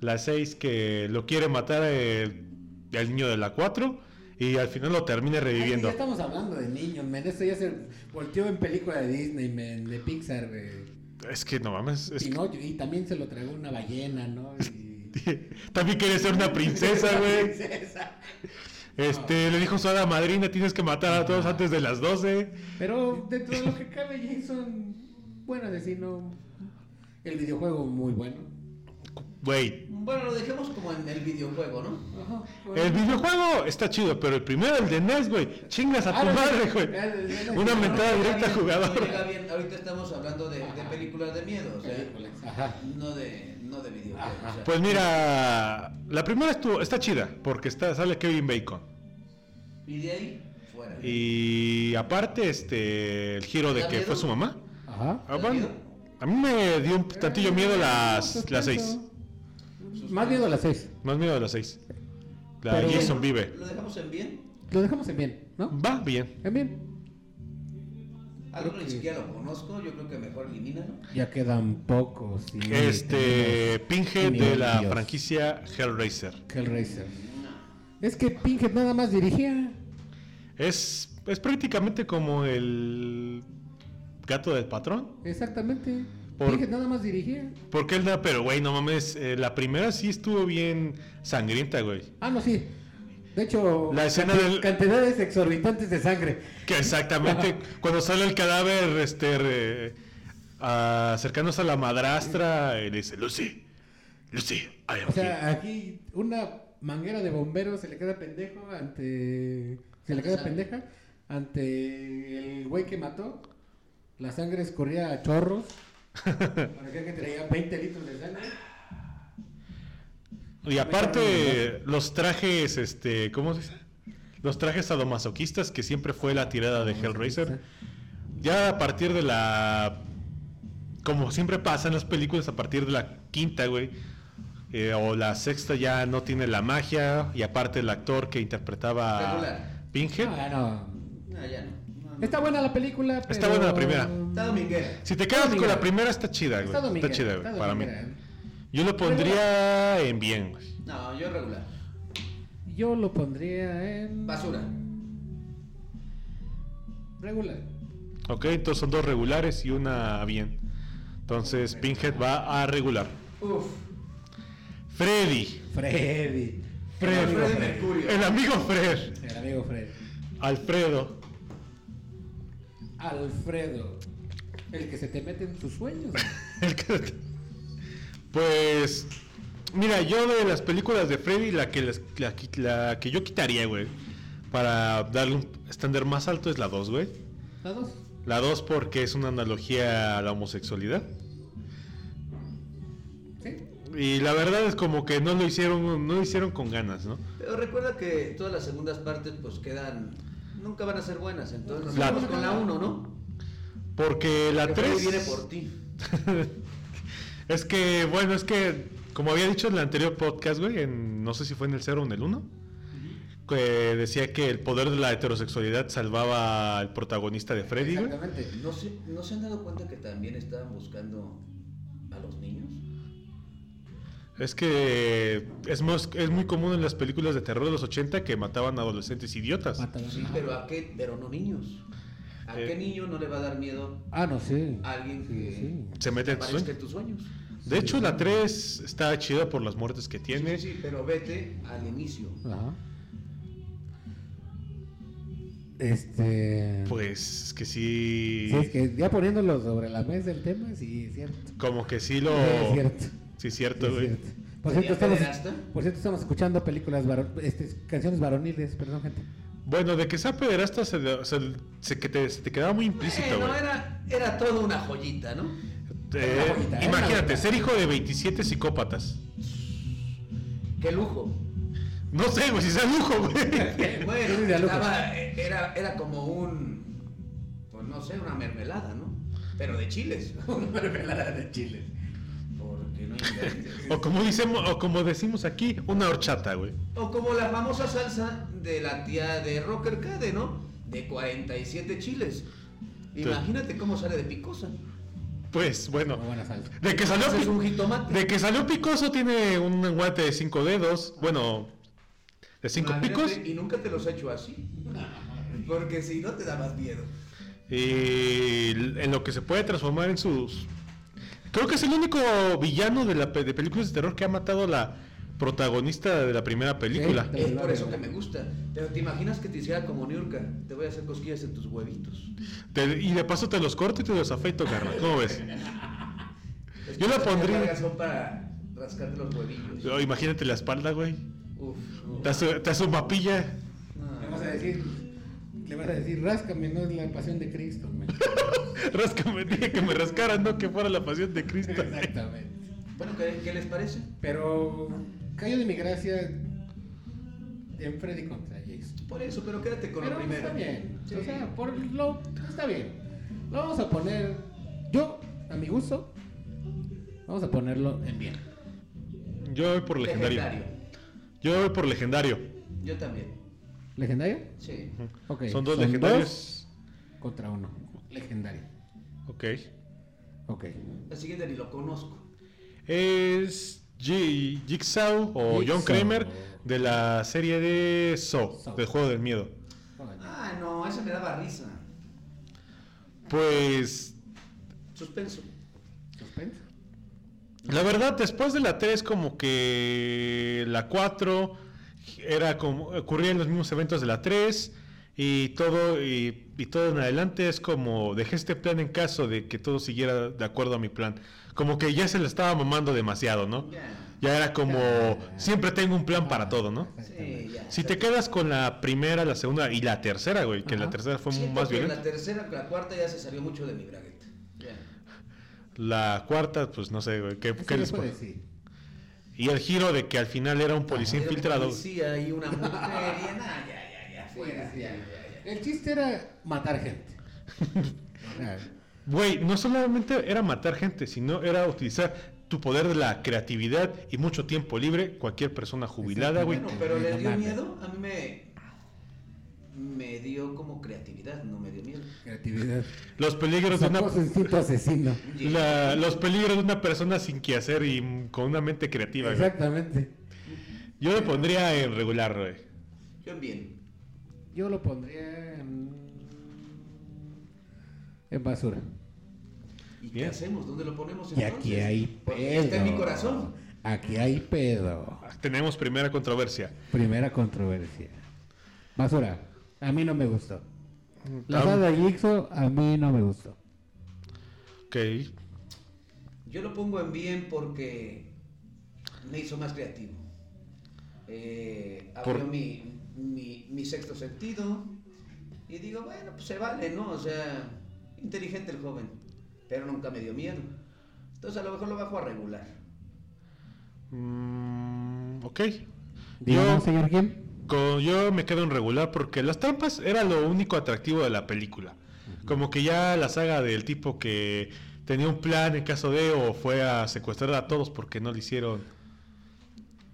Speaker 1: La 6 que lo quiere matar el, el niño de la 4 y al final lo termina
Speaker 2: Ay, sí,
Speaker 1: reviviendo.
Speaker 2: ya estamos hablando de niños, men. Esto ya se volteó en película de Disney, men. De Pixar, güey.
Speaker 1: Es que no mames. es que-
Speaker 2: Pinocho. Y también se lo tragó una ballena, ¿no? Y...
Speaker 1: También quiere ser una princesa,
Speaker 2: Una
Speaker 1: güey.
Speaker 2: princesa.
Speaker 1: Este, le dijo su hada madrina, tienes que matar a todos antes de las 12.
Speaker 2: Pero dentro de lo que cabe, Jason, buen asesino. El videojuego muy bueno.
Speaker 1: Güey,
Speaker 3: Bueno, lo dejemos como en el videojuego, ¿no?
Speaker 2: Ajá, bueno.
Speaker 1: el videojuego está chido, pero el primero, el de NES, güey, chingas a tu
Speaker 2: Ah, no,
Speaker 1: madre, güey.
Speaker 2: el de NES.
Speaker 1: Una
Speaker 2: No,
Speaker 1: mentada
Speaker 2: no,
Speaker 1: directa al jugador.
Speaker 3: Oiga, bien, ahorita estamos hablando de, de películas de miedo, o sea,
Speaker 2: Películas, ajá.
Speaker 3: no de, no de videojuegos.
Speaker 2: Ajá.
Speaker 3: o sea.
Speaker 1: Pues mira, la primera estuvo, está chida, porque está, sale Kevin Bacon.
Speaker 3: y de ahí, fuera.
Speaker 1: Y aparte, este, el giro de
Speaker 3: ¿Da
Speaker 1: que
Speaker 3: miedo?
Speaker 1: fue su mamá.
Speaker 2: Ajá.
Speaker 1: Ah,
Speaker 3: ¿Da
Speaker 1: bueno,
Speaker 3: miedo?
Speaker 1: a mí me dio un tantillo miedo las,
Speaker 2: pues,
Speaker 1: las seis.
Speaker 2: Más miedo las seis.
Speaker 1: Más miedo de las seis. La
Speaker 2: Pero-
Speaker 1: de Jason vive.
Speaker 3: ¿Lo dejamos en bien?
Speaker 2: Lo dejamos en bien, ¿no?
Speaker 1: Va bien.
Speaker 2: En bien.
Speaker 3: Algo
Speaker 2: Creo
Speaker 3: ni
Speaker 2: que-
Speaker 3: siquiera lo conozco, yo creo que mejor elimínalo.
Speaker 2: Ya quedan pocos. y
Speaker 1: Este, Pinhead de la
Speaker 2: Dios.
Speaker 1: franquicia Hellraiser.
Speaker 2: tenemos Hellraiser. Es que Pinhead nada más dirigía.
Speaker 1: Es, es prácticamente como el gato del patrón.
Speaker 2: Exactamente.
Speaker 1: Por-
Speaker 2: Pinhead nada más dirigía.
Speaker 1: Porque él da, pero güey, no mames, eh, la primera sí estuvo bien sangrienta, güey.
Speaker 2: Ah, no, sí. De hecho,
Speaker 1: La escena del-
Speaker 2: cantidades exorbitantes de sangre.
Speaker 1: Que exactamente, cuando sale el cadáver, este, re- a- acercándose a la madrastra, y le dice, Lucy, Lucy, I am
Speaker 2: O sea,
Speaker 1: here".
Speaker 2: aquí una manguera de bomberos se le queda pendejo ante. Se le queda
Speaker 3: Sangre.
Speaker 2: pendeja ante el güey que mató. La sangre escorría a chorros. Parecía que traía 20 litros de sangre.
Speaker 1: Y aparte, los trajes, este, ¿cómo se dice? Los trajes sadomasoquistas, que siempre fue la tirada de Hellraiser. Ya a partir de la. Como siempre pasa en las películas, a partir de la quinta, güey. eh, o la sexta ya no tiene la magia. Y aparte el actor que interpretaba
Speaker 3: Regular.
Speaker 1: a Pinhead.
Speaker 2: Ah, no.
Speaker 3: No, ya no. No, no.
Speaker 2: Está buena la película. Pero...
Speaker 1: Está buena la primera.
Speaker 3: Está dominguera.
Speaker 1: Si te quedas con
Speaker 2: dominguera.
Speaker 1: la primera, está chida, güey.
Speaker 2: Está
Speaker 1: Está,
Speaker 2: dominguera,
Speaker 1: chida,
Speaker 2: está
Speaker 1: güey, para mí.
Speaker 2: dominguera.
Speaker 1: Yo lo pondría en bien, güey.
Speaker 3: No, yo regular.
Speaker 2: Yo lo pondría en.
Speaker 3: Basura.
Speaker 2: Regular.
Speaker 1: Ok, entonces son dos regulares y una bien. Entonces Pinhead va a regular.
Speaker 3: Uf.
Speaker 1: Freddy.
Speaker 2: Freddy.
Speaker 1: Fred.
Speaker 2: El amigo
Speaker 3: Freddy Mercurio.
Speaker 1: El amigo Fred.
Speaker 2: Fred. El amigo Fred.
Speaker 1: Alfredo.
Speaker 2: Alfredo. El que se te mete en tus sueños.
Speaker 1: El que- Pues. Mira, yo de las películas de Freddy, la que, les- la, qui- la que yo quitaría, güey, para darle un estándar más alto es la 2, güey.
Speaker 2: La dos.
Speaker 1: La 2 porque es una analogía a la homosexualidad.
Speaker 2: Sí.
Speaker 1: Y la verdad es como que no lo hicieron, no lo hicieron con ganas, ¿no?
Speaker 3: Pero recuerda que todas las segundas partes pues quedan... Nunca van a ser buenas, entonces nos
Speaker 1: La-
Speaker 3: vamos con la 1, ¿no?
Speaker 1: Porque la
Speaker 3: Que Freddy
Speaker 1: 3...
Speaker 3: viene por ti.
Speaker 1: es que, bueno, es que, como había dicho en el anterior podcast, güey, en- no sé si fue en el 0 o en el 1, que decía que el poder de la heterosexualidad salvaba al protagonista de Freddy, güey.
Speaker 2: Exactamente.
Speaker 3: ¿No se, ¿No se han dado cuenta que también estaban buscando a los niños?
Speaker 1: Es que es, más- es muy común en las películas de terror de los 80 que mataban a adolescentes idiotas.
Speaker 2: Mátalo.
Speaker 3: Sí, pero ¿a qué? Pero no niños. ¿A
Speaker 1: Eh.
Speaker 3: qué niño no le va a dar miedo
Speaker 2: Ah, no, sí.
Speaker 3: a alguien que
Speaker 2: Sí, sí.
Speaker 1: Se mete en tus
Speaker 3: aparezca en
Speaker 1: sueños.
Speaker 3: tus sueños?
Speaker 1: De hecho, la 3 está chida por las muertes que tiene.
Speaker 3: Sí, sí, sí, pero vete al inicio.
Speaker 2: Ajá. Este.
Speaker 1: Pues es que sí...
Speaker 2: Sí, es que ya poniéndolo sobre la mesa el tema, sí, es cierto.
Speaker 1: Como que sí lo...
Speaker 2: Sí, es cierto.
Speaker 1: Sí, es
Speaker 2: Sí,
Speaker 1: cierto,
Speaker 2: es
Speaker 1: güey.
Speaker 2: cierto. Por
Speaker 3: ¿Sería
Speaker 2: cierto, estamos,
Speaker 3: pederasta?
Speaker 2: por cierto, estamos escuchando películas, varo- este, canciones varoniles, perdón, gente.
Speaker 1: Bueno, de que sea pederasta
Speaker 3: Eh,
Speaker 1: se, se- se- que te, se te quedaba muy implícito,
Speaker 3: Bueno,
Speaker 1: güey.
Speaker 3: era, era toda una joyita, ¿no?
Speaker 1: Eh,
Speaker 2: Una joyita, ¿eh?
Speaker 1: imagínate,
Speaker 2: Una
Speaker 1: ser hijo de 27 psicópatas.
Speaker 3: ¡Qué lujo!
Speaker 1: No sé, güey, si sea lujo, güey.
Speaker 3: Eh,
Speaker 2: Yo diría
Speaker 3: Bueno,
Speaker 2: lujo.
Speaker 3: estaba, eh, era, era como un, pues no sé, una mermelada, ¿no? Pero de chiles, una mermelada de chiles. Porque no inventes.
Speaker 1: O como, dicemos, o como decimos aquí, una horchata, güey.
Speaker 3: O como la famosa salsa de la tía de Rocker Cade, ¿no? De 47 chiles. Imagínate cómo sale de picosa.
Speaker 1: Pues bueno.
Speaker 2: Muy buena salsa.
Speaker 1: De que salió,
Speaker 3: Es
Speaker 1: pi-
Speaker 3: un jitomate.
Speaker 1: de que salió picoso tiene un guante de cinco dedos. Bueno, de cinco
Speaker 3: Imagínate,
Speaker 1: picos.
Speaker 3: Y nunca te los he hecho así. Porque si no te da más miedo.
Speaker 1: Y en lo que se puede transformar en sus... Creo que es el único villano de, la pe- de películas de terror que ha matado a la protagonista de la primera película.
Speaker 2: Sí.
Speaker 3: Es por eso que me gusta. Pero te imaginas que te hiciera como Niurka. Te voy a hacer cosquillas en tus huevitos.
Speaker 1: Te- y de paso te los corto y te los afeito, carnal. ¿Cómo ves?
Speaker 3: Es
Speaker 1: Yo
Speaker 3: que
Speaker 1: la
Speaker 3: las
Speaker 1: pondría-
Speaker 3: largas Son para rascarte los huevillos.
Speaker 1: Oh, imagínate la espalda, güey.
Speaker 3: Uf, uf.
Speaker 1: Te hace, te hace un mapilla.
Speaker 2: Le
Speaker 3: Ah.
Speaker 2: vas a decir, le vas a decir, ráscame, no es la pasión de Cristo, men".
Speaker 1: Ráscame, dije que me rascaran, no que fuera la pasión de Cristo.
Speaker 2: Exactamente.
Speaker 3: Bueno, ¿qué, qué les parece?
Speaker 2: Pero cayó de mi gracia en Freddy contra Jason.
Speaker 3: Por eso, pero quédate con
Speaker 2: Pero
Speaker 3: lo primero.
Speaker 2: está bien.
Speaker 3: Sí.
Speaker 2: O sea, por lo está bien. Lo vamos a poner yo a mi gusto. Vamos a ponerlo en bien.
Speaker 1: Yo voy por legendario.
Speaker 3: Legendario.
Speaker 1: Yo voy por legendario.
Speaker 3: Yo también.
Speaker 2: ¿Legendario?
Speaker 3: Sí.
Speaker 2: Ok.
Speaker 1: Son dos legendarios.
Speaker 2: dos contra uno. Legendario.
Speaker 1: Ok.
Speaker 2: Ok.
Speaker 3: La siguiente ni lo conozco.
Speaker 1: Es Ji- Jigsaw o John
Speaker 2: Oh, Jigsaw.
Speaker 1: Kramer de la serie de Saw,
Speaker 2: Saw.
Speaker 1: del juego del miedo.
Speaker 2: Pónganle.
Speaker 3: Ah, no, esa me daba risa.
Speaker 1: Pues
Speaker 3: Suspenso.
Speaker 2: Suspenso.
Speaker 1: La verdad, después de la 3, como que la 4 era como ocurrían los mismos eventos de la 3 y todo y, y todo en adelante es como dejé este plan en caso de que todo siguiera de acuerdo a mi plan. Como que ya se le estaba mamando demasiado, ¿no?
Speaker 3: Ya.
Speaker 1: Ya era como
Speaker 2: Ya.
Speaker 1: siempre tengo un plan para todo, ¿no?
Speaker 2: Exactamente.
Speaker 3: Sí, ya.
Speaker 1: Si te quedas con la primera, la segunda y la tercera, güey, que la
Speaker 2: Ajá.
Speaker 1: tercera fue
Speaker 3: Siento
Speaker 1: más
Speaker 3: que
Speaker 1: violenta.
Speaker 3: La tercera, la cuarta ya se salió mucho de mi bragueta. Ya.
Speaker 1: La cuarta, pues no sé, güey, ¿qué,
Speaker 2: Así
Speaker 1: qué
Speaker 2: le
Speaker 1: les
Speaker 2: puedo
Speaker 1: puedo-
Speaker 2: decir.
Speaker 1: Y el giro de que al final era un policía
Speaker 3: Era un
Speaker 1: infiltrado.
Speaker 3: Policía y una mujer. y nada, ya, ya, ya. Fuera.
Speaker 2: Sí, sí,
Speaker 3: ya,
Speaker 2: sí.
Speaker 3: ya, ya.
Speaker 2: El chiste era matar gente. O sea,
Speaker 1: Güey, no solamente era matar gente, sino era utilizar tu poder de la creatividad y mucho tiempo libre, cualquier persona jubilada, güey.
Speaker 3: Bueno, pero
Speaker 2: no
Speaker 3: les dio
Speaker 2: mames.
Speaker 3: miedo. A mí me. Me dio como creatividad, no me dio miedo.
Speaker 2: creatividad.
Speaker 1: Los peligros de una
Speaker 2: Sacó su instinto asesino.
Speaker 1: la- los peligros de una persona sin que hacer y mm, con una mente creativa, güey.
Speaker 2: Exactamente.
Speaker 1: Yo lo pondría en regular, güey.
Speaker 3: Yo bien.
Speaker 2: Yo lo pondría en, en basura.
Speaker 3: ¿Y
Speaker 1: Bien.
Speaker 3: qué hacemos? ¿Dónde lo ponemos
Speaker 2: Y
Speaker 3: entonces?
Speaker 2: aquí hay
Speaker 3: Porque
Speaker 2: pedo.
Speaker 3: está en mi corazón.
Speaker 2: Aquí hay pedo.
Speaker 1: Tenemos primera controversia.
Speaker 2: Primera controversia. Basura. A mí no me gustó. La
Speaker 1: Tam-
Speaker 2: saga de Jigsaw a mí no me gustó.
Speaker 1: Ok.
Speaker 3: Yo lo pongo en bien porque me hizo más creativo. Eh, abrió
Speaker 1: Por-
Speaker 3: mi, mi- mi sexto sentido y digo, bueno, pues se vale, ¿no? O sea, inteligente el joven, pero nunca me dio miedo. Entonces a lo mejor lo bajo a regular.
Speaker 1: Mm, ok.
Speaker 2: Dígame,
Speaker 1: Yo-
Speaker 2: señor Gil.
Speaker 1: Con- yo me quedo en regular porque las trampas era lo único atractivo de la película. Como que ya la saga del tipo que tenía un plan en caso de o fue a secuestrar a todos porque no lo hicieron.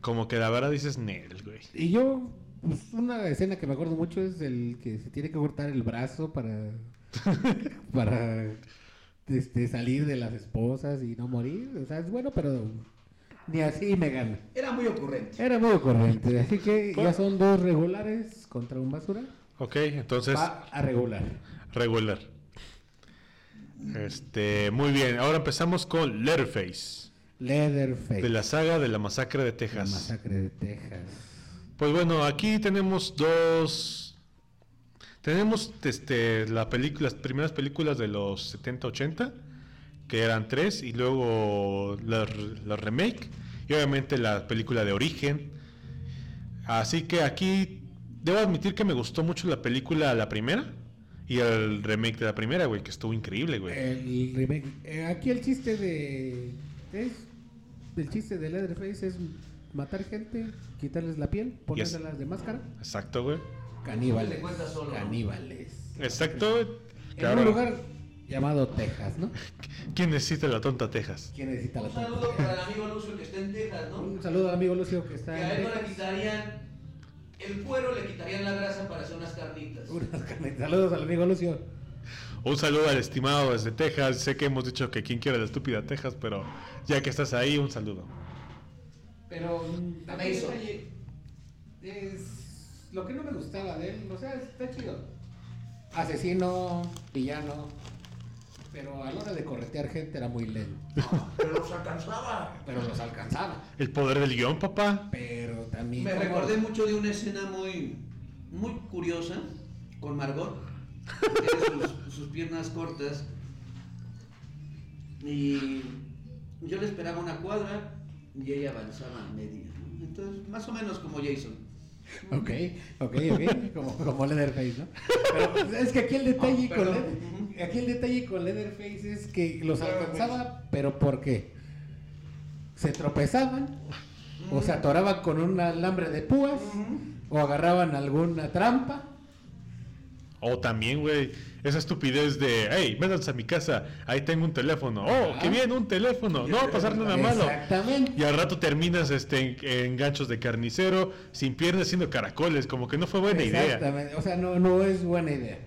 Speaker 1: Como que la verdad dices Nel, güey.
Speaker 2: Y yo, pues, una escena que me acuerdo mucho es el que se tiene que cortar el brazo para, para este, salir de las esposas y no morir. O sea, es bueno, pero ni así me gana.
Speaker 3: Era muy ocurrente.
Speaker 2: Era muy corriente, así que
Speaker 1: Fue-
Speaker 2: ya son dos regulares contra un basura.
Speaker 1: Ok, entonces
Speaker 2: Va a regular.
Speaker 1: regular. Este, muy bien. Ahora empezamos con Leatherface
Speaker 2: Leatherface.
Speaker 1: de la saga de la masacre de
Speaker 2: La
Speaker 1: Texas.
Speaker 2: masacre de Texas.
Speaker 1: Pues bueno, aquí tenemos dos. Tenemos este, la película, las primeras películas de los 70-80, que eran tres, y luego la, r- la remake, y obviamente la película de origen. Así que aquí debo admitir que me gustó mucho la película, la primera, Y el remake de la primera, güey, que estuvo increíble, güey.
Speaker 2: El remake. eh, aquí el chiste de. Es, el chiste de Leatherface es matar gente, quitarles la piel, ponérselas de máscara.
Speaker 1: Exacto, güey.
Speaker 2: Caníbales.
Speaker 3: Te cuentas solo.
Speaker 2: Caníbales.
Speaker 1: Exacto.
Speaker 2: En
Speaker 1: Que ahora-
Speaker 2: un lugar llamado Texas, ¿no?
Speaker 1: ¿Quién necesita la tonta Texas?
Speaker 2: ¿Quién necesita la
Speaker 3: Un saludo para el amigo Lucio que está en Texas, ¿no?
Speaker 2: Un saludo al amigo Lucio que
Speaker 3: Que
Speaker 2: está
Speaker 3: a él
Speaker 2: en
Speaker 3: no le
Speaker 2: Texas.
Speaker 3: quitarían el cuero, le quitarían la grasa para hacer unas carnitas.
Speaker 2: Unas carnes. Saludos al amigo Lucio.
Speaker 1: Un saludo al estimado desde Texas. Sé que hemos dicho que quien quiera la estúpida Texas, pero ya que estás ahí, un saludo.
Speaker 2: Pero mm, también
Speaker 3: Mason.
Speaker 2: detalle, es lo que no me gustaba de él, o sea, está chido. Asesino, villano, pero a la hora de corretear gente era muy lento,
Speaker 3: Pero los alcanzaba.
Speaker 2: pero los alcanzaba.
Speaker 1: El poder del guión, papá.
Speaker 2: Pero también
Speaker 3: Me
Speaker 2: como-
Speaker 3: recordé mucho de una escena muy, muy curiosa con Margot. que tiene sus, sus piernas cortas. Y yo le esperaba una cuadra y ella avanzaba a media. ¿no? Entonces, más o menos como Jason.
Speaker 2: Ok, ok, ok, como, como Leatherface, ¿no? Pero es que aquí el detalle
Speaker 3: Ah,
Speaker 2: con
Speaker 3: perdón.
Speaker 2: Leather- aquí el detalle con Leatherface es que los alcanzaba, pero ¿por qué? Se tropezaban o se atoraban con un alambre de púas o agarraban alguna trampa.
Speaker 1: O también, güey, esa estupidez de, hey, vénganse a mi casa, ahí tengo un teléfono. Oh,
Speaker 2: Ajá.
Speaker 1: qué bien, un teléfono. No va a pasar nada malo.
Speaker 2: Exactamente.
Speaker 1: Y al rato terminas este, en, en ganchos de carnicero, sin piernas, haciendo caracoles. Como que no fue buena idea.
Speaker 2: Exactamente. O sea, no, no es buena idea.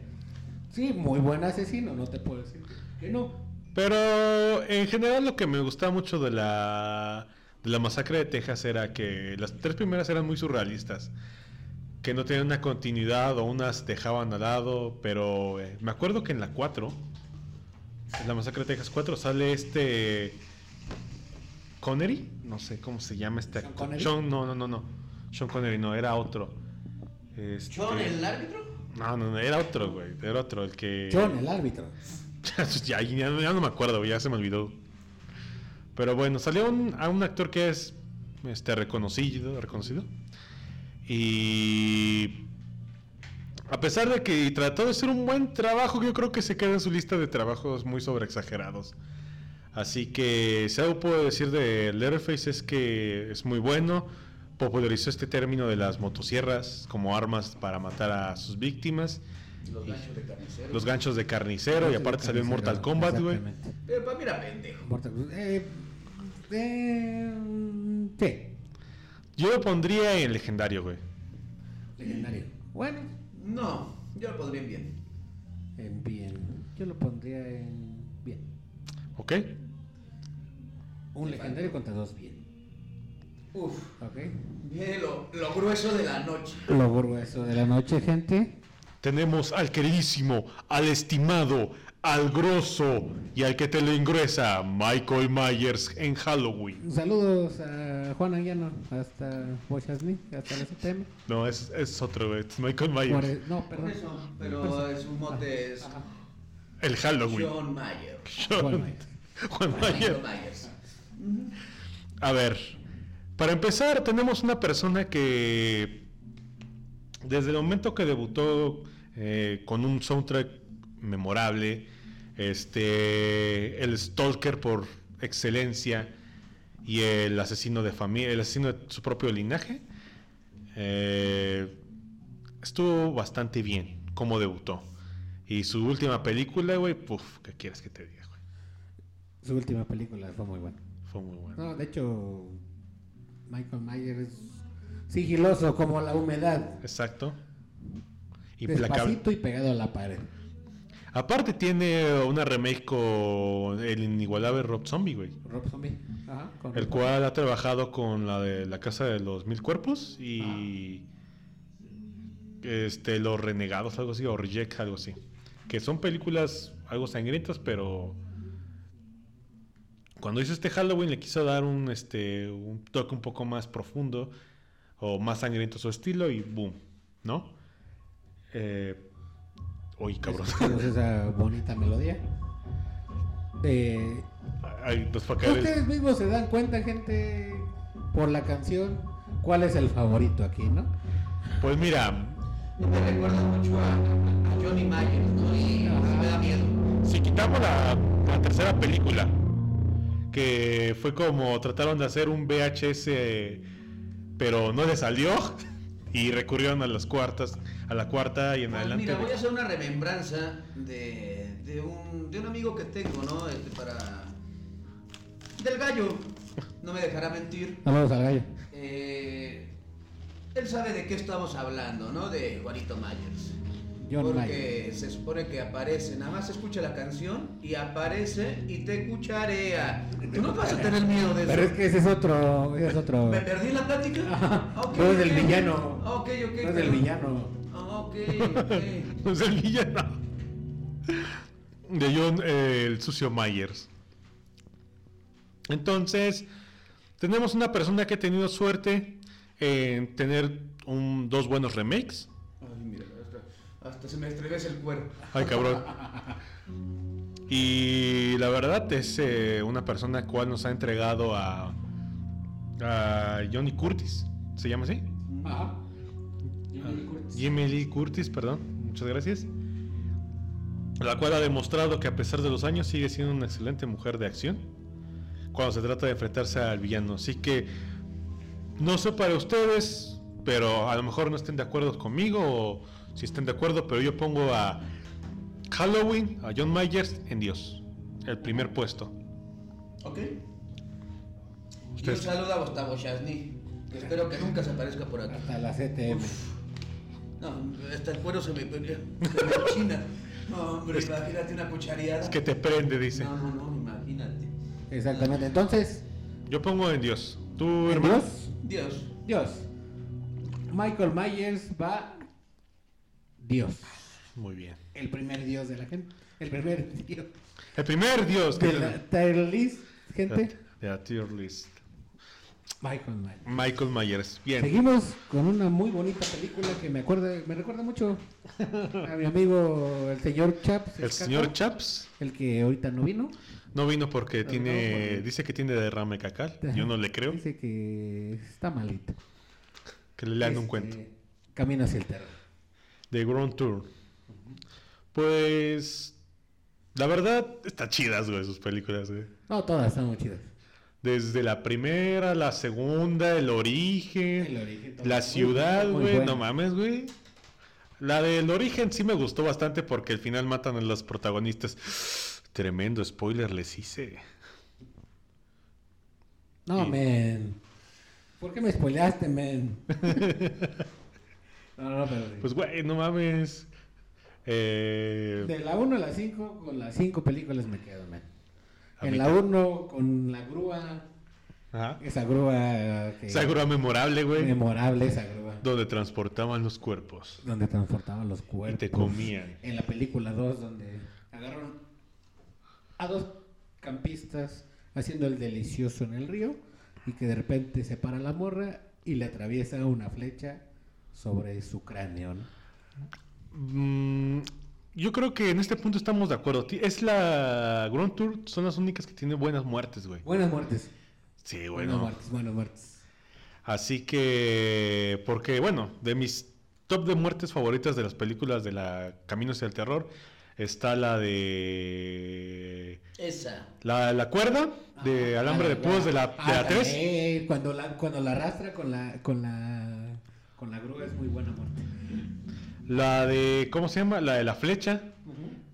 Speaker 2: Sí, muy buen asesino, no te puedo decir que no.
Speaker 1: Pero en general lo que me gustaba mucho de la, de la masacre de Texas era que las tres primeras eran muy surrealistas. Que no tenían una continuidad o unas dejaban al lado. Pero eh, me acuerdo que en la 4, en la masacre de Texas 4, sale este... Connery, no sé cómo se llama este
Speaker 2: ¿Sean
Speaker 1: actor.
Speaker 2: Connery?
Speaker 1: Sean, no, no, no, no. Sean Connery, no, era otro. Este-
Speaker 3: John, el árbitro.
Speaker 1: no, no, no, era otro, güey. Era otro, el que.
Speaker 2: John, el árbitro.
Speaker 1: ya, ya- ya no- ya no me acuerdo, güey, ya se me olvidó. Pero bueno, salió un- a un actor que es este reconocido, reconocido. Y a pesar de que trató de hacer un buen trabajo, yo creo que se queda en su lista de trabajos muy sobreexagerados. Así que si algo puedo decir de Leatherface es que es muy bueno. Popularizó este término de las motosierras como armas para matar a sus víctimas.
Speaker 3: Los ganchos de carnicero.
Speaker 1: Los ganchos de carnicero y aparte salió en Mortal Kombat, güey.
Speaker 2: Exactamente.
Speaker 3: Pero para mí era pendejo.
Speaker 2: Mortal Kombat. Eh, eh, mm, sí,
Speaker 1: Yo lo pondría en legendario, güey.
Speaker 2: legendario. Bueno,
Speaker 3: No, yo lo pondría en bien.
Speaker 2: en bien. Yo lo pondría en bien.
Speaker 1: ¿Ok?
Speaker 2: Un legendario contra dos bien.
Speaker 3: Uf,
Speaker 2: ¿Ok?
Speaker 3: viene Eh, lo, lo grueso de la noche.
Speaker 2: Lo grueso de la noche, gente.
Speaker 1: Tenemos al queridísimo, al estimado, al grosso y al que te lo ingresa, Michael Myers en Halloween.
Speaker 2: Saludos a Juan Anguiano hasta Bochasni, hasta la CTM.
Speaker 1: No, es, es otro, güey. Es Michael
Speaker 2: Por
Speaker 1: Myers.
Speaker 2: el- no,
Speaker 3: Por
Speaker 2: perdón.
Speaker 3: eso, pero es un mote es
Speaker 2: Ajá.
Speaker 1: El Halloween.
Speaker 3: John Mayer.
Speaker 2: Juan
Speaker 1: John-
Speaker 2: Myers.
Speaker 1: Juan Myers.
Speaker 3: John Myers.
Speaker 1: A ver, para empezar tenemos una persona que desde el momento que debutó eh, con un soundtrack memorable, este, el stalker por excelencia y el asesino de familia, el asesino de su propio linaje, eh, estuvo bastante bien como debutó. Y su última película, güey, puf, ¿qué quieres que te diga, güey?
Speaker 2: Su última película fue muy buena.
Speaker 1: Fue muy bueno.
Speaker 2: No, de hecho, Michael Myers es sigiloso como la humedad.
Speaker 1: Exacto. Implacable.
Speaker 2: Despacito y pegado a la pared.
Speaker 1: Aparte tiene una remake con el inigualable Rob Zombie, güey.
Speaker 2: Rob Zombie. Ajá. con
Speaker 1: El
Speaker 2: Rob
Speaker 1: cual ha trabajado con la de la Casa de los Mil Cuerpos y este Los Renegados, algo así, o Reject, algo así. Que son películas algo sangrientas, pero cuando hizo este Halloween le quiso dar un, este, un toque un poco más profundo o más sangriento a su estilo y boom, ¿no? Eh, uy, cabrón.
Speaker 2: Escuchemos esa bonita melodía. Eh,
Speaker 1: Ay, pues, nos fue a caer el-
Speaker 2: Ustedes mismos se dan cuenta, gente, por la canción, cuál es el favorito aquí, ¿no?
Speaker 1: Pues mira,
Speaker 3: Me recuerda mucho a, a Johnny Mayer, ¿no? Y
Speaker 1: quitamos la, la tercera película, que fue como trataron de hacer un VHS, pero no le salió y recurrieron a las cuartas, a la cuarta y en
Speaker 3: Pues
Speaker 1: adelante.
Speaker 3: Mira, voy a hacer una remembranza de, de un, de un amigo que tengo, ¿no? Este, para. Del gallo. No me dejará mentir.
Speaker 2: No vamos al gallo.
Speaker 3: Eh, él sabe de qué estamos hablando, ¿no? De Juanito Myers.
Speaker 2: John
Speaker 3: Porque se supone que aparece, nada más escucha la canción y aparece y te cucharea. Tú no vas a tener miedo de eso.
Speaker 2: Pero es que ese es otro. Ese es otro.
Speaker 3: ¿Me perdí la plática? Ah,
Speaker 2: Ajá.
Speaker 3: Ok,
Speaker 2: No es del
Speaker 3: ok.
Speaker 2: villano.
Speaker 3: Ok, ok.
Speaker 2: No es del
Speaker 3: pero-
Speaker 2: villano.
Speaker 3: Ok, ok.
Speaker 1: No es Pues el villano. De John eh, el sucio Myers. Entonces, tenemos una persona que ha tenido suerte en tener un- dos buenos remakes.
Speaker 3: Ay, mira, hasta, hasta se me estremece el cuerpo.
Speaker 1: Ay, cabrón. Y la verdad es eh, una persona cual nos ha entregado a, a Johnny Curtis. ¿Se llama así?
Speaker 2: Ajá.
Speaker 1: Jimmy Lee Curtis, perdón, muchas gracias. La cual ha demostrado que a pesar de los años sigue siendo una excelente mujer de acción cuando se trata de enfrentarse al villano. Así que no sé para ustedes, pero a lo mejor no estén de acuerdo conmigo o si estén de acuerdo, pero yo pongo a Halloween, a John Myers en Dios, el primer puesto.
Speaker 3: Ok. Y un
Speaker 1: Ustedes-
Speaker 3: saludo a Gustavo Chasny. que Espero que nunca se aparezca por aquí.
Speaker 2: Hasta la CTM.
Speaker 3: No, hasta el cuero se me, se me china. No, hombre, imagínate una cuchareada.
Speaker 1: Es que te prende, dice.
Speaker 3: No, no, no, imagínate.
Speaker 2: Exactamente. Entonces,
Speaker 1: Yo pongo en Dios. ¿Tú, hermano?
Speaker 2: Dios.
Speaker 3: Dios.
Speaker 2: Dios. Michael Myers va. Dios.
Speaker 1: Muy bien.
Speaker 2: El primer Dios de la gente. El primer Dios.
Speaker 1: El primer Dios que
Speaker 2: De la tier list, gente.
Speaker 1: De la tier list.
Speaker 2: Michael Myers.
Speaker 1: Michael Myers. Bien.
Speaker 2: Seguimos con una muy bonita película que me acuerda, me recuerda mucho a mi amigo el señor Chaps.
Speaker 1: El señor Chaps
Speaker 2: El que ahorita no vino.
Speaker 1: no vino porque
Speaker 2: No,
Speaker 1: tiene,
Speaker 2: no, porque-
Speaker 1: dice que tiene derrame cacal. Yo no le creo.
Speaker 2: Dice que está malito.
Speaker 1: Que le lean un
Speaker 2: Este,
Speaker 1: cuento.
Speaker 2: Camino hacia el terror.
Speaker 1: De Ground Tour. Pues, la verdad, está chidas, güey, sus películas, güey.
Speaker 2: No, todas están muy chidas.
Speaker 1: Desde la primera, la segunda, el origen,
Speaker 2: El origen, todo.
Speaker 1: la
Speaker 2: Muy
Speaker 1: ciudad,
Speaker 2: buena, muy
Speaker 1: güey,
Speaker 2: buena.
Speaker 1: no mames, güey. La del origen sí me gustó bastante porque al final matan a los protagonistas. Tremendo spoiler les hice.
Speaker 2: No,
Speaker 1: Y-
Speaker 2: men. ¿Por qué me spoileaste, men? no, no, pero.
Speaker 1: Pues, güey, no mames. Eh,
Speaker 2: de la 1 a la 5, con las 5 películas me quedo, men.
Speaker 1: A mí
Speaker 2: En la 1, con la grúa.
Speaker 1: ajá.
Speaker 2: Esa grúa. Que,
Speaker 1: Esa grúa memorable, güey.
Speaker 2: Memorable esa grúa.
Speaker 1: Donde transportaban los cuerpos.
Speaker 2: Donde transportaban los cuerpos.
Speaker 1: Y te comían.
Speaker 2: En la película 2, donde agarraron a dos campistas haciendo el delicioso en el río y que de repente se para la morra y le atraviesa una flecha sobre su cráneo. ¿no?
Speaker 1: Mm, yo creo que en este punto estamos de acuerdo. Ti- Es la Grand Tour, son las únicas que tienen buenas muertes, güey.
Speaker 2: Buenas muertes.
Speaker 1: Sí,
Speaker 2: Buenas
Speaker 1: bueno.
Speaker 2: muertes, buenas muertes.
Speaker 1: Así que, porque, bueno, de mis top de muertes favoritas de las películas de la Camino hacia el Terror, está la de...
Speaker 3: Esa.
Speaker 1: La, la cuerda de
Speaker 2: Ah,
Speaker 1: alambre de
Speaker 2: la-
Speaker 1: púas de la, de
Speaker 2: ah,
Speaker 1: la 3.
Speaker 2: también, Cuando la, cuando la arrastra con la, con la con la grúa es muy buena muerte.
Speaker 1: La de, ¿cómo se llama? La de la flecha,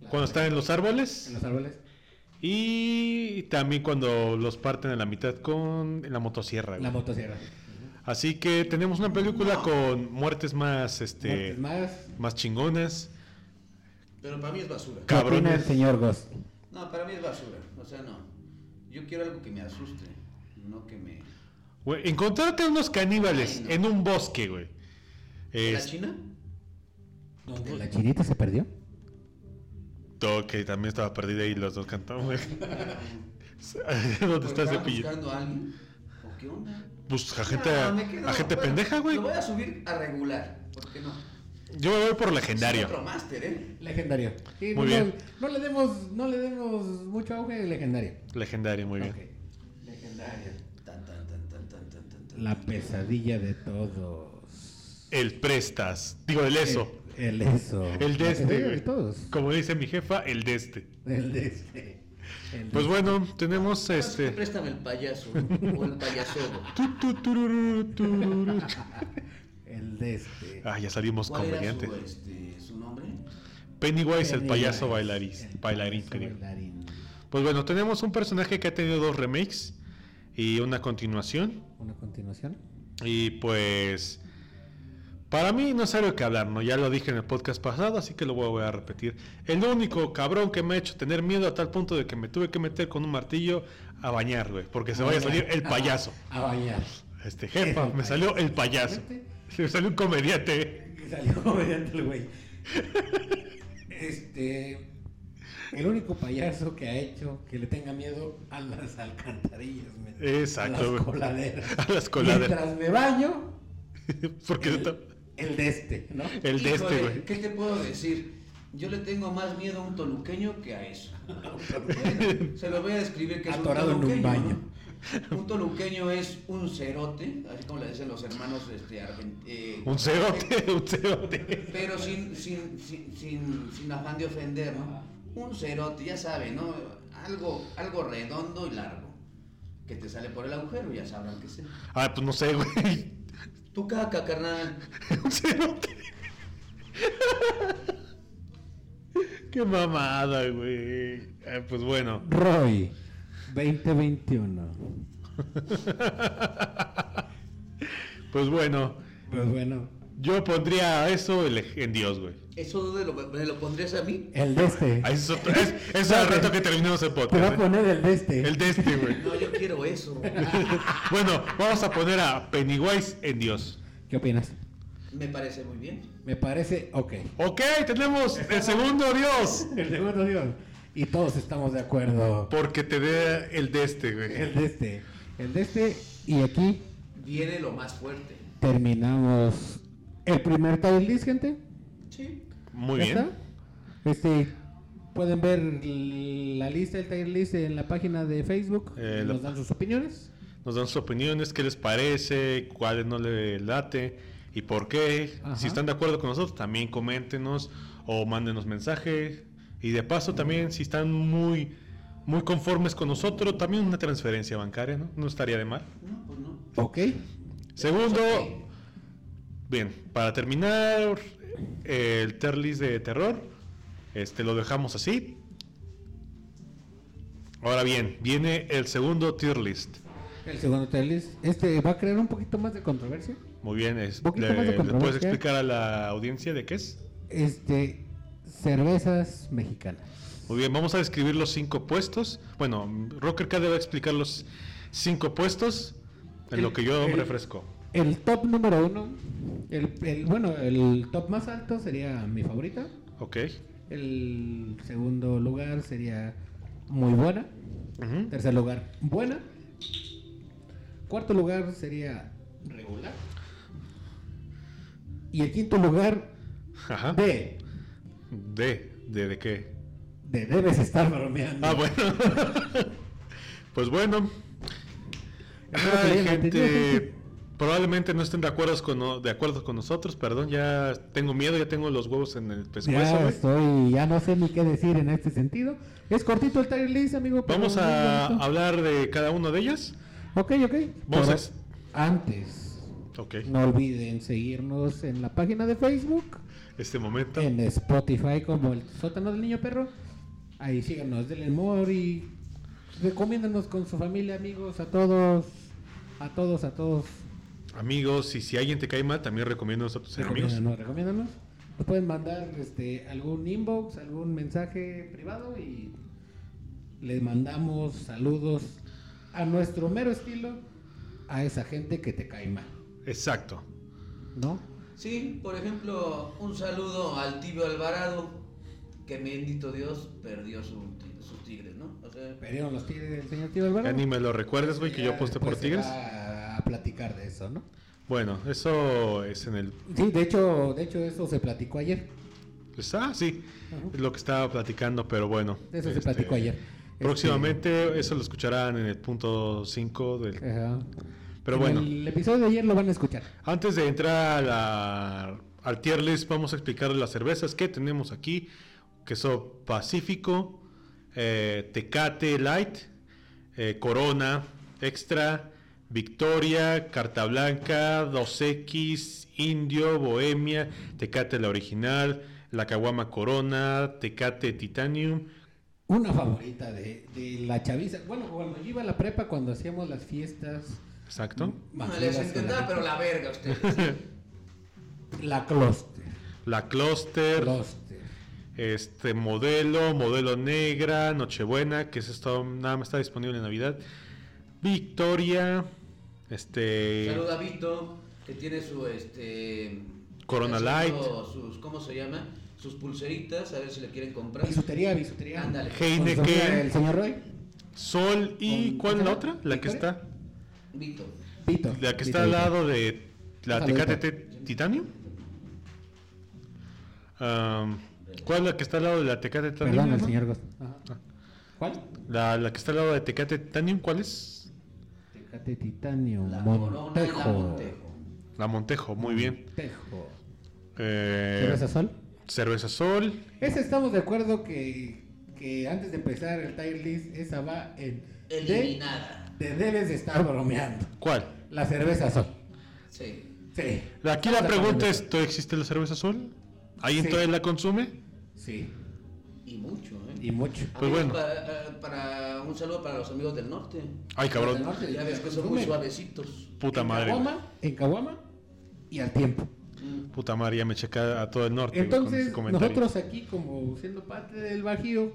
Speaker 2: La-
Speaker 1: cuando están en los
Speaker 2: en
Speaker 1: árboles.
Speaker 2: los árboles.
Speaker 1: Y también cuando los parten a la mitad con la motosierra. güey.
Speaker 2: La motosierra.
Speaker 1: Así que tenemos una película con muertes más, este,
Speaker 2: Muertes más.
Speaker 1: más chingones.
Speaker 3: Pero para mí es basura.
Speaker 1: Ca- Cabrones.
Speaker 2: ¿Qué opina el señor Ghost.
Speaker 3: No, para mí es basura. O sea, no. Yo quiero algo que me asuste. No que me.
Speaker 1: Güey, encontrarte a unos caníbales
Speaker 3: Ay, no.
Speaker 1: en un bosque, güey.
Speaker 3: ¿La
Speaker 1: Es-
Speaker 3: China?
Speaker 2: ¿Donde la chinita se perdió?
Speaker 1: todo que también estaba perdida y los dos cantamos. güey. ¿Dónde está
Speaker 3: ¿Estaban
Speaker 1: ese pillo?
Speaker 3: buscando a alguien? ¿O qué onda?
Speaker 1: Pues a gente,
Speaker 3: No, me quedo-
Speaker 1: a gente
Speaker 3: bueno,
Speaker 1: pendeja, güey.
Speaker 3: Lo voy a subir a regular. ¿Por qué no?
Speaker 1: Yo me voy por
Speaker 3: Es
Speaker 1: legendario.
Speaker 3: otro máster, ¿eh?
Speaker 2: Legendario. Sí,
Speaker 1: Muy
Speaker 2: no,
Speaker 1: bien.
Speaker 2: No, le demos, no le demos mucho auge, legendario.
Speaker 1: Legendario, muy bien.
Speaker 2: Ok. Legendario.
Speaker 3: Tan, tan, tan, tan, tan, tan, tan, tan.
Speaker 2: La pesadilla de todos.
Speaker 1: El prestas. Digo, el eso.
Speaker 2: Eh, El eso.
Speaker 1: El de este, güey.
Speaker 2: Todos.
Speaker 1: Como dice mi jefa, el de este.
Speaker 2: El de este. El
Speaker 1: Pues
Speaker 2: de-
Speaker 1: bueno, tenemos
Speaker 3: Ah, sí,
Speaker 1: este.
Speaker 3: Préstame el payaso o el payaso.
Speaker 1: Tu, tu, tururú, tururú.
Speaker 2: El de este.
Speaker 1: Ah, ya salimos
Speaker 3: ¿Cuál era
Speaker 1: conveniente.
Speaker 3: su, este, su nombre?
Speaker 1: Pennywise, el payaso bailarín.
Speaker 2: El
Speaker 1: Bailarín,
Speaker 2: payaso
Speaker 1: que digo.
Speaker 2: bailarín.
Speaker 1: Pues bueno, tenemos un personaje que ha tenido dos remakes y una continuación.
Speaker 2: Una continuación.
Speaker 1: Y pues. Para mí no es algo que hablar, ¿no? Ya lo dije en el podcast pasado, así que lo voy a repetir. El único cabrón que me ha hecho tener miedo a tal punto de que me tuve que meter con un martillo a bañar, güey. Porque se vaya a salir
Speaker 2: Ah,
Speaker 1: el payaso.
Speaker 2: A bañar.
Speaker 1: Este, jefa,
Speaker 2: El
Speaker 1: me salió el payaso.
Speaker 2: Fíjate.
Speaker 1: Me salió un comediante.
Speaker 2: que salió comediante el güey. Este. El único payaso que ha hecho que le tenga miedo a las alcantarillas, men.
Speaker 1: Exacto,
Speaker 2: A
Speaker 1: güey.
Speaker 2: las coladeras.
Speaker 1: A las coladeras.
Speaker 2: Mientras me baño,
Speaker 1: Porque
Speaker 2: el,
Speaker 1: yo tam-
Speaker 2: el de este, ¿no?
Speaker 1: el de este,
Speaker 3: Híjole,
Speaker 1: güey.
Speaker 3: ¿Qué te puedo decir? Yo le tengo más miedo a un toluqueño que a eso. Se lo voy a describir que es
Speaker 2: Atorado en
Speaker 3: un
Speaker 2: un
Speaker 3: toluqueño.
Speaker 2: baño.
Speaker 3: ¿no? Un toluqueño es un cerote, así como le dicen los hermanos este, argent- eh,
Speaker 1: Un cerote, un cerote.
Speaker 3: Pero sin, sin, sin, sin, sin afán de ofender, ¿no? Un cerote, ya sabe, ¿no? Algo, algo redondo y largo. Que te sale por el agujero, ya sabrán qué es.
Speaker 1: Ah, pues no sé, güey.
Speaker 3: Tu caca, carnal.
Speaker 1: Un cerote. Qué mamada, güey. Eh, pues bueno.
Speaker 2: Roy, 2021.
Speaker 1: Pues bueno.
Speaker 2: Pues bueno,
Speaker 1: Yo pondría eso el- en Dios, güey.
Speaker 3: ¿Eso de lo, me lo pondrías a mí?
Speaker 2: el de este.
Speaker 1: Ah, ese Es, otro- es, ese es el rato que terminamos el
Speaker 2: Te va a
Speaker 1: podcast. ¿eh?
Speaker 2: poner el de este.
Speaker 1: El de este, güey.
Speaker 3: No, yo quiero eso.
Speaker 1: Bueno, vamos a poner a Pennywise en Dios.
Speaker 2: ¿Qué opinas?
Speaker 3: Me parece muy bien.
Speaker 2: Me parece ok.
Speaker 1: Ok, tenemos el segundo Dios.
Speaker 2: El segundo Dios. Y todos estamos de acuerdo.
Speaker 1: Porque te dé el de este, güey.
Speaker 2: El de este. El de este. Y aquí
Speaker 3: Viene lo más fuerte.
Speaker 2: terminamos el primer tier list, gente.
Speaker 3: Sí.
Speaker 1: Muy
Speaker 2: ¿Ya
Speaker 1: bien.
Speaker 2: está? Este. Pueden ver la lista, el tier list en la página de Facebook.
Speaker 1: Eh,
Speaker 2: nos
Speaker 1: la-
Speaker 2: dan sus opiniones.
Speaker 1: Nos dan sus opiniones, qué les parece, cuáles no les late y por qué.
Speaker 2: Ajá.
Speaker 1: Si están de acuerdo con nosotros, también coméntenos o mándenos mensaje. Y de paso también, si están muy, muy conformes con nosotros, también una transferencia bancaria, ¿no? No estaría de mal.
Speaker 3: No, pues no.
Speaker 2: Ok.
Speaker 1: Segundo,
Speaker 3: Ok.
Speaker 1: bien, para terminar el tier list de terror, este lo dejamos así. Ahora bien, viene el segundo tier list.
Speaker 2: El segundo tier list. Este va a crear un poquito más de controversia.
Speaker 1: Muy bien, es,
Speaker 2: Poquito
Speaker 1: le-
Speaker 2: más de
Speaker 1: ¿le puedes
Speaker 2: controversia.
Speaker 1: explicar a la audiencia de qué es?
Speaker 2: Este. Cervezas mexicanas.
Speaker 1: Muy bien, vamos a describir los cinco puestos. Bueno, Rocker K debe explicar los cinco puestos en
Speaker 2: El-
Speaker 1: lo que yo
Speaker 2: el- eh,
Speaker 1: refresco.
Speaker 2: El top número uno. El, el- bueno, el top más alto sería mi favorita.
Speaker 1: Ok.
Speaker 2: El segundo lugar sería muy buena.
Speaker 1: Ujú.
Speaker 2: Tercer lugar, buena. Cuarto lugar sería regular. Y el quinto lugar,
Speaker 1: Ajá.
Speaker 2: de.
Speaker 1: De, de, de qué.
Speaker 2: De debes estar bromeando.
Speaker 1: Ah, bueno. pues bueno.
Speaker 2: Espero que
Speaker 1: Ay,
Speaker 2: hayan
Speaker 1: gente.
Speaker 2: entendido.
Speaker 1: Probablemente no estén de acuerdo con, no- de acuerdo con nosotros, perdón, ya tengo miedo, ya tengo los huevos en el pescuezo.
Speaker 2: Ya
Speaker 1: güey.
Speaker 2: estoy, ya no sé ni qué decir en este sentido. Es cortito el tier list, amigo. pero
Speaker 1: Vamos
Speaker 2: muy
Speaker 1: a
Speaker 2: bonito.
Speaker 1: hablar de cada una de ellas.
Speaker 2: Ok, ok.
Speaker 1: Vamos a-
Speaker 2: Pero Antes,
Speaker 1: Ok,
Speaker 2: no olviden seguirnos en la página de Facebook.
Speaker 1: este momento.
Speaker 2: en Spotify como el sótano del niño perro. Ahí síganos, denle amor y recomiéndanos con su familia, amigos, a todos, a todos, a todos.
Speaker 1: Amigos, y si alguien te cae mal, también recomiendo a tus enemigos.
Speaker 2: Recomiéndanos, recomiéndanos. Nos pueden mandar este, algún inbox, algún mensaje privado y les mandamos saludos a nuestro mero estilo a esa gente que te cae mal,
Speaker 1: Exacto.
Speaker 2: ¿no?
Speaker 3: Sí, por ejemplo, un saludo al tibio Alvarado, que bendito Dios perdió su ti- sus tigres, ¿no? O sea,
Speaker 2: Perdieron los tigres del señor Tío Alvarado.
Speaker 1: Ya ni me lo recuerdes, güey, que yo
Speaker 2: Ya
Speaker 1: aposté por
Speaker 2: después
Speaker 1: Tigres.
Speaker 2: se va A platicar de eso, ¿no?
Speaker 1: Bueno, eso es en el.
Speaker 2: Sí, de hecho, de hecho eso se platicó ayer.
Speaker 1: pues, ah, sí,
Speaker 2: Ajá.
Speaker 1: es lo que estaba platicando, pero bueno.
Speaker 2: De Eso
Speaker 1: este,
Speaker 2: se platicó ayer. Este,
Speaker 1: Próximamente eso lo escucharán en el punto 5 del...
Speaker 2: Este, ajá.
Speaker 1: Pero
Speaker 2: En
Speaker 1: bueno,
Speaker 2: El episodio de ayer lo van a escuchar.
Speaker 1: antes de entrar a la, al tier list vamos a explicarle las cervezas que tenemos aquí, que son Pacífico, eh, Tecate Light, eh, Corona, Extra, Victoria, Carta Blanca, 2X, Indio, Bohemia, Tecate la original, la Caguama Corona, Tecate Titanium.
Speaker 2: Una favorita de, de la chaviza. Bueno, cuando yo iba a la prepa, cuando hacíamos las fiestas.
Speaker 1: Exacto.
Speaker 2: Mm.
Speaker 3: No
Speaker 2: masivas
Speaker 3: les
Speaker 2: con
Speaker 3: intentaba,
Speaker 2: la-
Speaker 3: pero la verga ustedes.
Speaker 2: La Cluster.
Speaker 1: La Cluster,
Speaker 2: Cluster.
Speaker 1: este modelo, modelo negra, Nochebuena, que es esto, nada más está disponible en Navidad. Victoria, este
Speaker 3: Saluda a Vito, que tiene su este.
Speaker 1: Corona
Speaker 3: está haciendo
Speaker 1: Light.
Speaker 3: Sus, ¿Cómo se llama? Sus pulseritas, a ver si le quieren comprar.
Speaker 2: Bisutería, bisutería.
Speaker 3: Ándale.
Speaker 2: Con su amiga, El
Speaker 1: Heineken,
Speaker 2: señor Roy.
Speaker 1: Sol y
Speaker 2: Con-
Speaker 1: ¿cuál es la
Speaker 2: ¿cómo se
Speaker 1: otra?
Speaker 2: llama?
Speaker 1: La que
Speaker 2: ¿Victoria?
Speaker 1: está
Speaker 3: Vito.
Speaker 2: Vito.
Speaker 1: la que
Speaker 2: Vito,
Speaker 1: está al
Speaker 2: Vito.
Speaker 1: lado de la
Speaker 2: Saludita.
Speaker 1: Tecate Te- Titanium. Am, ¿Cuál es la que está al lado de la Tecate Titanium?
Speaker 2: Perdón, el
Speaker 1: hermano?
Speaker 2: señor Ghost. Ajá. ¿Cuál?
Speaker 1: La, la que está al lado de Tecate Titanium, ¿cuál es?
Speaker 2: Tecate Titanio.
Speaker 3: La Corona y la
Speaker 2: Montejo.
Speaker 3: Montejo.
Speaker 1: La Montejo, muy bien.
Speaker 2: Montejo.
Speaker 1: Eh,
Speaker 2: ¿Cerveza Sol?
Speaker 1: Cerveza Sol.
Speaker 2: Ese estamos de acuerdo que, que antes de empezar el tier list, esa va en. de-
Speaker 3: Eliminada.
Speaker 2: Te debes de estar bromeando.
Speaker 1: ¿Cuál?
Speaker 2: La cerveza Sol.
Speaker 3: Sí.
Speaker 2: Sí.
Speaker 1: Aquí la pregunta es, ¿todavía existe la cerveza Sol? ¿Alguien
Speaker 2: Sí.
Speaker 1: todavía la consume?
Speaker 2: Sí.
Speaker 3: Y mucho, ¿eh?
Speaker 2: Y mucho.
Speaker 1: pues
Speaker 3: Amigos,
Speaker 1: bueno.
Speaker 3: Para, eh, para- un saludo para los amigos del norte.
Speaker 1: Ay, cabrón.
Speaker 2: Los del norte,
Speaker 3: Ya ves que son
Speaker 2: consumen.
Speaker 3: muy suavecitos.
Speaker 1: Puta
Speaker 2: en
Speaker 1: madre. güey.
Speaker 2: Caguama, en Caguama y al tiempo.
Speaker 3: Mm.
Speaker 1: Puta madre, ya me checa a todo el norte. güey, pues, con ese
Speaker 2: Entonces,
Speaker 1: comentario.
Speaker 2: nosotros aquí, como siendo parte del Bajío,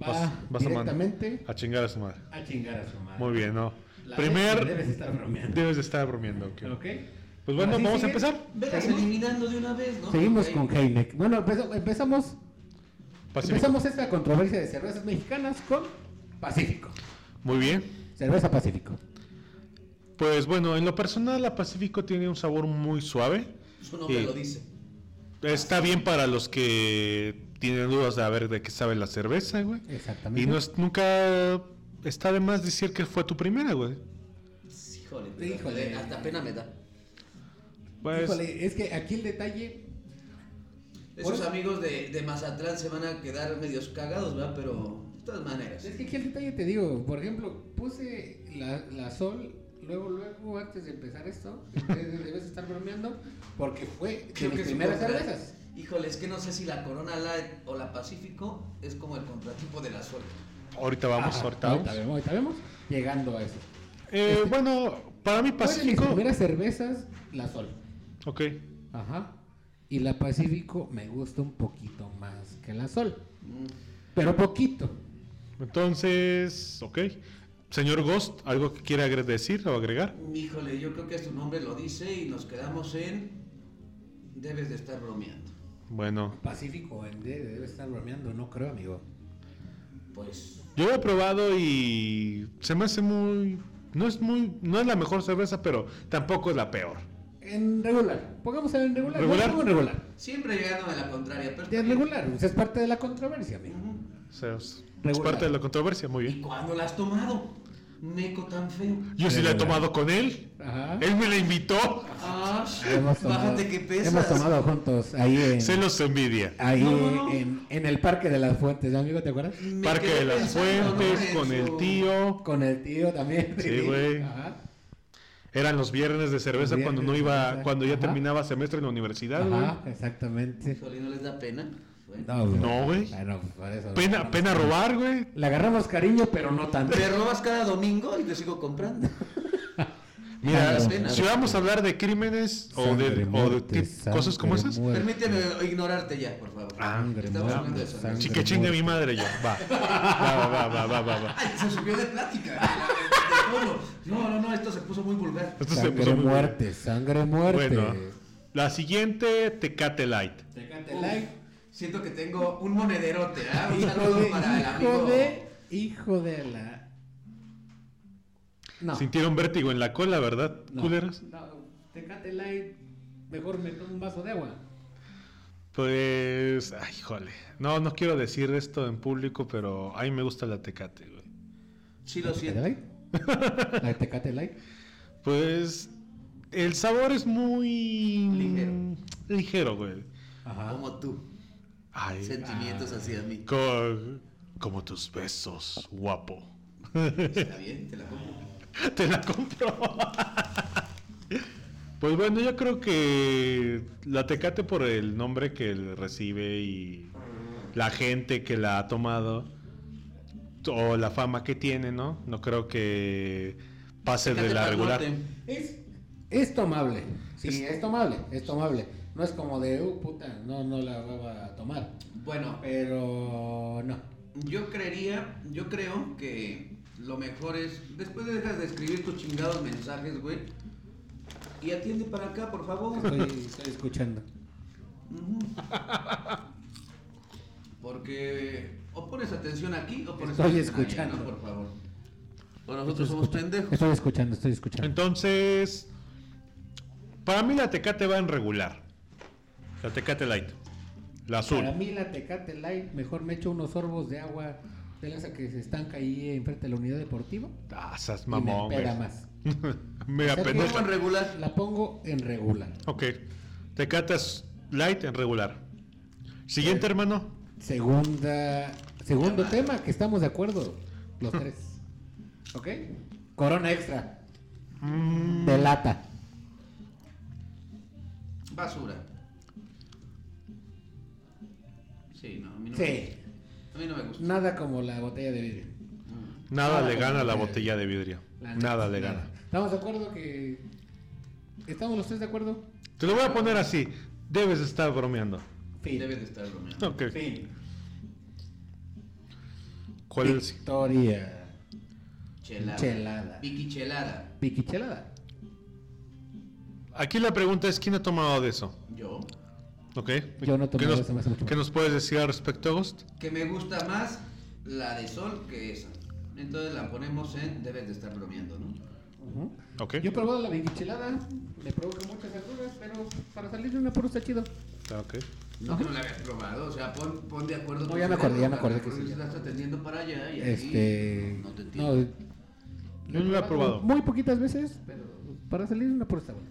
Speaker 2: va
Speaker 1: Vas- vas a mandar.
Speaker 2: directamente
Speaker 1: A chingar a su madre.
Speaker 2: a, chingar a su madre.
Speaker 1: Muy bien, ¿no?
Speaker 2: La neta,
Speaker 1: Primer,
Speaker 2: Debes estar bromeando.
Speaker 1: debes de estar bromeando. ok.
Speaker 2: ¿Ok?
Speaker 1: Pues bueno,
Speaker 2: Así
Speaker 1: vamos a
Speaker 2: sigue.
Speaker 1: empezar.
Speaker 3: Velas eliminando de una vez, ¿no?
Speaker 2: Seguimos
Speaker 3: Ok.
Speaker 2: con Heineken. Bueno, empezó- empezamos,
Speaker 1: Pacífico.
Speaker 2: empezamos esta controversia de cervezas mexicanas con Pacífico.
Speaker 1: Muy bien.
Speaker 2: Cerveza Pacífico.
Speaker 1: Pues bueno, en lo personal, la Pacífico tiene un sabor muy suave.
Speaker 3: Su nombre
Speaker 1: Sí.
Speaker 3: lo dice.
Speaker 1: Está bien para los que tienen dudas de a ver de qué sabe la cerveza, güey.
Speaker 2: Exactamente.
Speaker 1: Y no es, nunca está de más decir que fue tu primera, güey.
Speaker 3: Híjole, pero eh,
Speaker 2: Híjole.
Speaker 3: hasta pena me da.
Speaker 1: Pues,
Speaker 2: Híjole, es que aquí el detalle.
Speaker 3: Esos
Speaker 2: Por-
Speaker 3: amigos de, de Mazatlán se van a quedar medios cagados, ¿verdad? Pero de todas maneras.
Speaker 2: Es que aquí el detalle te digo, por ejemplo, puse la, la sol. Luego, luego, antes de empezar esto, ustedes debes estar bromeando, porque fue de
Speaker 3: Creo
Speaker 2: mis
Speaker 3: que su
Speaker 2: primeras
Speaker 3: contra-
Speaker 2: cervezas.
Speaker 3: Híjole, es que no sé si la Corona Light o la Pacífico es como el contratipo de la suerte.
Speaker 1: ahorita vamos,
Speaker 2: Ajá,
Speaker 1: ahorita
Speaker 2: ahorita
Speaker 1: vamos.
Speaker 2: vemos, ahorita vemos, llegando a eso.
Speaker 1: Eh, bueno, para mí
Speaker 2: Fue de mis
Speaker 1: Pacífico.
Speaker 2: primeras cervezas, la sol.
Speaker 1: Ok.
Speaker 2: Ajá. Y la Pacífico me gusta un poquito más que la Sol.
Speaker 3: Mm.
Speaker 2: Pero poquito.
Speaker 1: Entonces, ok. Señor Ghost, ¿algo que quiera agre- decir o agregar?
Speaker 3: Híjole, yo creo que su nombre lo dice y nos quedamos en. Debes de estar bromeando.
Speaker 1: Bueno,
Speaker 2: Pacífico en D debe estar bromeando, no creo, amigo.
Speaker 3: Pues.
Speaker 1: Yo lo he probado y se me hace muy no es muy no es la mejor cerveza, pero tampoco es la peor.
Speaker 2: En regular. Pongamos en regular.
Speaker 1: ¿Regular?
Speaker 2: No, en regular.
Speaker 3: Siempre llegándome a la contraria, pero.
Speaker 2: Ya en regular. pues es parte de la controversia, amigo.
Speaker 3: Ujú.
Speaker 1: O sea, es, es
Speaker 2: Regular.
Speaker 1: parte de la controversia, muy
Speaker 3: ¿Y
Speaker 1: bien.
Speaker 3: cuándo la has tomado? Meco tan feo.
Speaker 1: Yo sí la he
Speaker 2: Regular. Ah.
Speaker 1: tomado con él.
Speaker 2: Ajá.
Speaker 1: Él me la invitó.
Speaker 3: Ah,
Speaker 2: Hemos tomado-
Speaker 3: bájate que pesas.
Speaker 2: Hemos tomado juntos ahí en,
Speaker 1: Se los envidia.
Speaker 2: ahí
Speaker 3: No, no, no.
Speaker 2: En, en el Parque de las Fuentes, ¿no, amigo? ¿Te acuerdas?
Speaker 3: Me
Speaker 1: Parque
Speaker 3: quedé
Speaker 1: de las
Speaker 3: pensando, ¿no?
Speaker 1: Fuentes
Speaker 3: En
Speaker 1: con el
Speaker 3: su-
Speaker 1: tío.
Speaker 2: Con el tío también.
Speaker 1: Sí, güey.
Speaker 2: Ajá.
Speaker 1: Eran los viernes de cerveza
Speaker 2: Viernes
Speaker 1: cuando no
Speaker 2: de
Speaker 1: iba
Speaker 2: cerveza.
Speaker 1: cuando ya
Speaker 2: Ajá.
Speaker 1: terminaba semestre en la universidad,
Speaker 2: Ajá,
Speaker 1: güey.
Speaker 2: exactamente.
Speaker 3: Híjole, ¿no les da pena? Bueno.
Speaker 1: No, güey.
Speaker 2: Bueno, por eso.
Speaker 1: Pena pena robar, güey.
Speaker 2: Le agarramos cariño, pero no tanto.
Speaker 3: Te robas cada domingo y te sigo comprando.
Speaker 1: Mira,
Speaker 2: Sangre,
Speaker 3: pena.
Speaker 1: si vamos a hablar de crímenes o de,
Speaker 2: Sangre,
Speaker 1: o de
Speaker 2: muerte,
Speaker 1: ti- cosas como
Speaker 2: sangre,
Speaker 1: esas,
Speaker 2: muerte.
Speaker 3: Permíteme ignorarte ya, por favor.
Speaker 1: Ah,
Speaker 2: Sangre,
Speaker 3: Estamos hablando
Speaker 2: muerte,
Speaker 3: de eso. ¿no?
Speaker 2: sangre,
Speaker 1: sí que chingue mi madre yo. Va. Va, va, va, va, va, va.
Speaker 3: Ay, se subió de plática. de tono. No, no, no, esto se puso muy vulgar.
Speaker 2: Pues,
Speaker 1: Esto se puso
Speaker 2: Sangre
Speaker 1: muy bueno.
Speaker 2: muerte, sangre muerte.
Speaker 1: Bueno, la siguiente, Tecate Light.
Speaker 2: Tecate
Speaker 3: Uf,
Speaker 2: Light.
Speaker 3: Siento que tengo un monederote, ¿ah? Un
Speaker 2: Hijo
Speaker 3: saludo
Speaker 2: de,
Speaker 3: para el
Speaker 2: hijo
Speaker 3: amigo.
Speaker 2: de, hijo de la. No.
Speaker 1: Sintieron vértigo en la cola, ¿verdad,
Speaker 2: Ah. no,
Speaker 1: culeras?
Speaker 2: no, Tecate Light, mejor me tomo un vaso de agua.
Speaker 1: Pues, ay, jole. No, no quiero decir esto en público, pero a mí me gusta la Tecate, güey.
Speaker 3: Sí, lo
Speaker 2: ¿Tecate
Speaker 3: siento.
Speaker 2: Light? La de Tecate Light.
Speaker 1: Pues, El sabor es muy.
Speaker 3: Ligero.
Speaker 1: Ligero, güey.
Speaker 2: Ajá.
Speaker 3: Como tú.
Speaker 1: Ay,
Speaker 3: Sentimientos hacia mí.
Speaker 1: co- como tus besos, guapo.
Speaker 3: Está bien, te la compro.
Speaker 1: Te la compro. Pues bueno, yo creo que la Tecate por el nombre que le recibe y la gente que la ha tomado o la fama que tiene, ¿no? No creo que pase de
Speaker 3: Tecate
Speaker 1: la
Speaker 3: Pal
Speaker 1: regular.
Speaker 3: Norte.
Speaker 2: Es, es tomable. Sí, es, tomable, es tomable. No es como de, uh, puta, no, no la voy a tomar.
Speaker 3: Bueno, eh,
Speaker 2: Pero no.
Speaker 3: yo creería, yo creo que lo mejor es, después de dejas de escribir tus chingados mensajes, güey, y atiende para acá, por favor.
Speaker 2: Estoy, estoy escuchando.
Speaker 3: Ujú. Porque o pones atención aquí o pones
Speaker 2: Estoy
Speaker 3: atención allá,
Speaker 2: escuchando.
Speaker 3: ¿no? por favor. O nosotros somos pendejos.
Speaker 2: Estoy escuchando, estoy escuchando.
Speaker 1: Entonces, para mí la Tecate va en regular. La Tecate Light. La azul.
Speaker 2: Para mí la Tecate Light, mejor me echo unos sorbos de agua de las que se estanca ahí enfrente de la unidad deportiva.
Speaker 1: Ah, seas
Speaker 2: y
Speaker 1: mamón,
Speaker 2: me pega
Speaker 1: güey.
Speaker 2: más.
Speaker 1: Me
Speaker 2: O sea que-
Speaker 3: Pongo
Speaker 1: apendeja.
Speaker 3: en regular.
Speaker 2: La pongo en regular.
Speaker 1: Ok. Tecate es light en regular. Siguiente, hermano.
Speaker 2: Segunda, segundo tema que estamos de acuerdo los tres. ¿Ok? Corona extra
Speaker 1: Mm,
Speaker 2: de lata.
Speaker 3: Basura. Sí, no, a mí no,
Speaker 2: Sí,
Speaker 3: a mí no me gusta.
Speaker 2: nada como la botella de vidrio.
Speaker 3: Mm.
Speaker 1: nada
Speaker 2: Nada
Speaker 1: le gana a la
Speaker 2: como-
Speaker 1: botella de vidrio.
Speaker 2: La neta,
Speaker 1: Nada le gana.
Speaker 2: Estamos de acuerdo que estamos los tres de acuerdo.
Speaker 1: Te lo voy a poner así. Debes estar bromeando.
Speaker 2: Fin.
Speaker 3: Debe de estar bromeando.
Speaker 1: Ok.
Speaker 2: Fin.
Speaker 1: ¿Cuál es?
Speaker 2: Victoria.
Speaker 3: Chelada.
Speaker 2: Chelada.
Speaker 3: Vicky Chelada.
Speaker 2: Piquichelada.
Speaker 1: Aquí la pregunta es: ¿quién ha tomado de eso?
Speaker 3: Yo.
Speaker 1: Ok.
Speaker 2: Yo no he
Speaker 1: ¿Qué
Speaker 2: tomado
Speaker 1: nos,
Speaker 2: eso, me hace mucho
Speaker 1: ¿Qué nos puedes decir al respecto, Ghost?
Speaker 3: Que me gusta más la de sol que esa. Entonces la ponemos en debes de estar bromeando, ¿no?
Speaker 2: Ujú.
Speaker 1: Ok.
Speaker 2: Yo he probado la piquichelada. Me provoca muchas verduras, pero para salir de una pura está chido.
Speaker 1: Ok.
Speaker 3: No que no la habías probado, o sea, pon, pon de acuerdo.
Speaker 2: No,
Speaker 3: tu
Speaker 2: ya me acordé,
Speaker 3: cerebro,
Speaker 2: ya me acordé
Speaker 3: porque
Speaker 2: que sí, ya.
Speaker 3: la estás atendiendo para allá y aquí
Speaker 2: Este.
Speaker 3: no te entiendo.
Speaker 1: Yo no la he probado.
Speaker 2: Muy poquitas veces, pero para salir de una pura está bueno.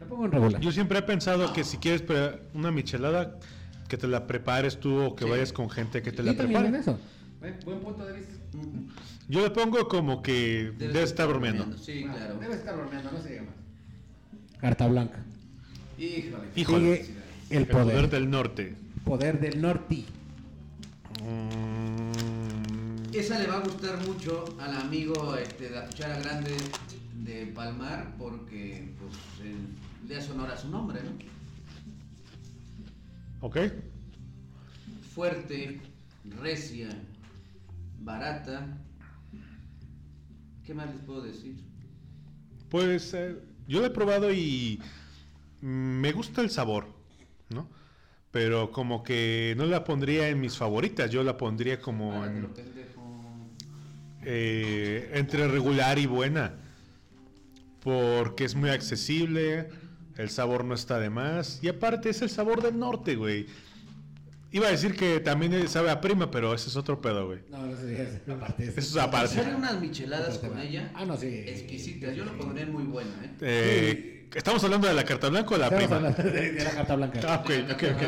Speaker 2: La pongo en regular.
Speaker 1: Yo siempre he pensado que si quieres pre- una michelada, que te la prepares tú o que
Speaker 3: Sí.
Speaker 1: vayas con gente que te
Speaker 2: Y
Speaker 1: la
Speaker 2: también en
Speaker 1: prepare.
Speaker 2: eso. Buen- Buen punto de vista.
Speaker 3: Mm.
Speaker 1: Yo le pongo como que
Speaker 3: Debes
Speaker 1: debe estar bromeando.
Speaker 3: Sí,
Speaker 2: Ah,
Speaker 3: claro.
Speaker 2: Debe estar bromeando, no se diga más. Carta blanca.
Speaker 3: Híjole.
Speaker 1: Híjole.
Speaker 2: Sigue
Speaker 1: El,
Speaker 2: el poder.
Speaker 1: poder del norte.
Speaker 2: Poder del norte.
Speaker 1: Mm,
Speaker 3: Esa le va a gustar mucho al amigo este, de la cuchara grande de Palmar porque pues, eh, le hace honor a su nombre, ¿no?
Speaker 1: ok.
Speaker 3: Fuerte, recia, barata. ¿Qué más les puedo decir?
Speaker 1: Pues eh, yo lo he probado y mm, me gusta el sabor, ¿no? Pero como que no la pondría en mis favoritas, yo la pondría como
Speaker 3: Párate,
Speaker 1: en,
Speaker 3: lo pendejo.
Speaker 1: eh, entre regular y buena. Porque es muy accesible, el sabor no está de más. Y aparte es el sabor del norte, güey. Iba a decir que también sabe a prima, pero ese es otro pedo, güey.
Speaker 2: No, no se diga eso. Aparte.
Speaker 1: Eso es aparte.
Speaker 3: Hacer unas micheladas
Speaker 2: Otro
Speaker 3: con
Speaker 2: tema.
Speaker 3: ella.
Speaker 2: Ah, no, sí.
Speaker 3: Exquisitas. Yo lo pondría muy buena, ¿eh?
Speaker 1: Eh, ¿Estamos hablando de la carta blanca o la
Speaker 2: Estamos
Speaker 1: prima?
Speaker 2: hablando de, de la carta
Speaker 1: Ah,
Speaker 2: blanca.
Speaker 1: ok, ok, ok.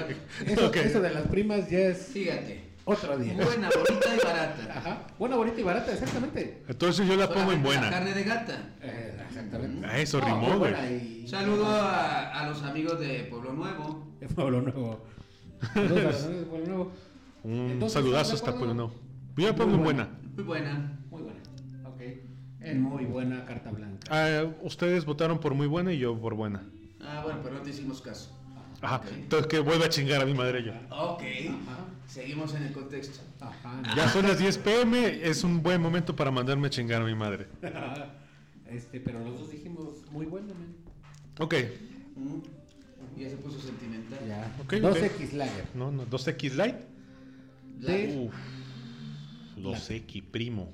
Speaker 2: Eso,
Speaker 1: Ok.
Speaker 2: eso de las primas ya es
Speaker 3: Fíjate.
Speaker 2: otro día.
Speaker 3: Buena, bonita y barata.
Speaker 2: Ajá. Buena, bonita y barata, exactamente.
Speaker 1: Entonces yo la pongo en
Speaker 3: Solamente la
Speaker 1: buena.
Speaker 3: carne de gata.
Speaker 2: Eh, exactamente.
Speaker 1: Ah, eso
Speaker 2: No,
Speaker 1: rimó,
Speaker 2: muy
Speaker 1: güey.
Speaker 2: buena y-
Speaker 3: Saludo a, a los amigos de Pueblo Nuevo.
Speaker 2: De Pueblo Nuevo. Saludos a los amigos de Pueblo Nuevo.
Speaker 1: Un
Speaker 2: Entonces,
Speaker 1: saludazo
Speaker 2: ¿estás de
Speaker 1: hasta Pueblo
Speaker 2: acuerdo?
Speaker 1: Nuevo. Yo la pongo en
Speaker 2: Muy
Speaker 1: buena.
Speaker 3: Muy buena.
Speaker 2: Muy buena. Ok. En muy buena carta blanca.
Speaker 1: Ah, ustedes votaron por muy buena y yo por buena.
Speaker 3: Ah, bueno, pero no te hicimos caso.
Speaker 1: Ajá.
Speaker 3: Ok.
Speaker 1: Entonces que vuelva a chingar a mi madre yo.
Speaker 3: Ok.
Speaker 2: Ajá.
Speaker 3: Seguimos en el contexto.
Speaker 2: Ajá.
Speaker 1: Ya son las 10 pm, es un buen momento para mandarme a chingar a mi madre.
Speaker 2: Este, pero los dos dijimos muy bueno, man.
Speaker 1: Ok.
Speaker 3: Mm. Ya se puso sentimental.
Speaker 2: Ya.
Speaker 1: Ok,
Speaker 2: 2X Lager.
Speaker 1: No, no, 2X Light.
Speaker 3: La-
Speaker 2: Sí.
Speaker 1: Uf. 2X, primo.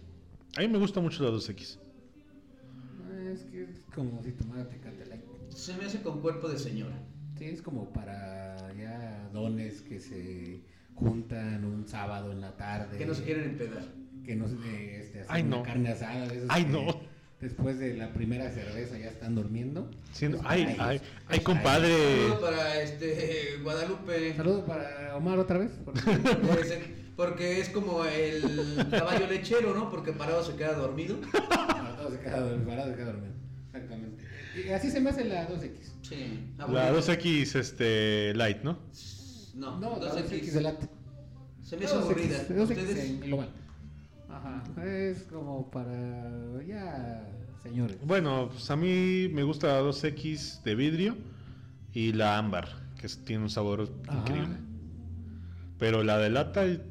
Speaker 1: A mí me gusta mucho la 2X.
Speaker 2: Ah, Es que es como si tomara Tecate Light.
Speaker 3: Se me hace con cuerpo de señora.
Speaker 2: Sí, es como para ya dones que se juntan un sábado en la tarde.
Speaker 3: Que no se quieren empedar.
Speaker 2: Que no se- eh, este, hacer
Speaker 1: Ay,
Speaker 2: una
Speaker 1: no.
Speaker 2: carne asada. de esas
Speaker 1: Ay,
Speaker 2: que
Speaker 1: no.
Speaker 2: Te después de la primera cerveza ya están durmiendo.
Speaker 1: Siendo-
Speaker 2: Pues,
Speaker 1: ay,
Speaker 2: ahí.
Speaker 1: ay, ay, compadre.
Speaker 3: Saludo para este Guadalupe.
Speaker 2: Saludo para Omar otra vez. porque-
Speaker 3: Puede ser, Porque es como el caballo lechero, ¿no? Porque parado se queda dormido.
Speaker 2: Parado se queda dormido, parado se queda dormido. Exactamente. Y así se me hace la 2X.
Speaker 3: Sí.
Speaker 1: La
Speaker 3: Ah, bueno.
Speaker 1: 2X este, Light, ¿no?
Speaker 3: No,
Speaker 2: No, la 2X
Speaker 3: 2X.
Speaker 2: de lata.
Speaker 3: Se me hizo aburrida.
Speaker 2: 2X, 2X
Speaker 3: Ustedes.
Speaker 2: en global. Ajá. Es como para. Ya, señores.
Speaker 1: Bueno, pues a mí me gusta la 2X de vidrio y la ámbar, que es- tiene un sabor
Speaker 2: Ajá.
Speaker 1: increíble. Pero la de lata. y-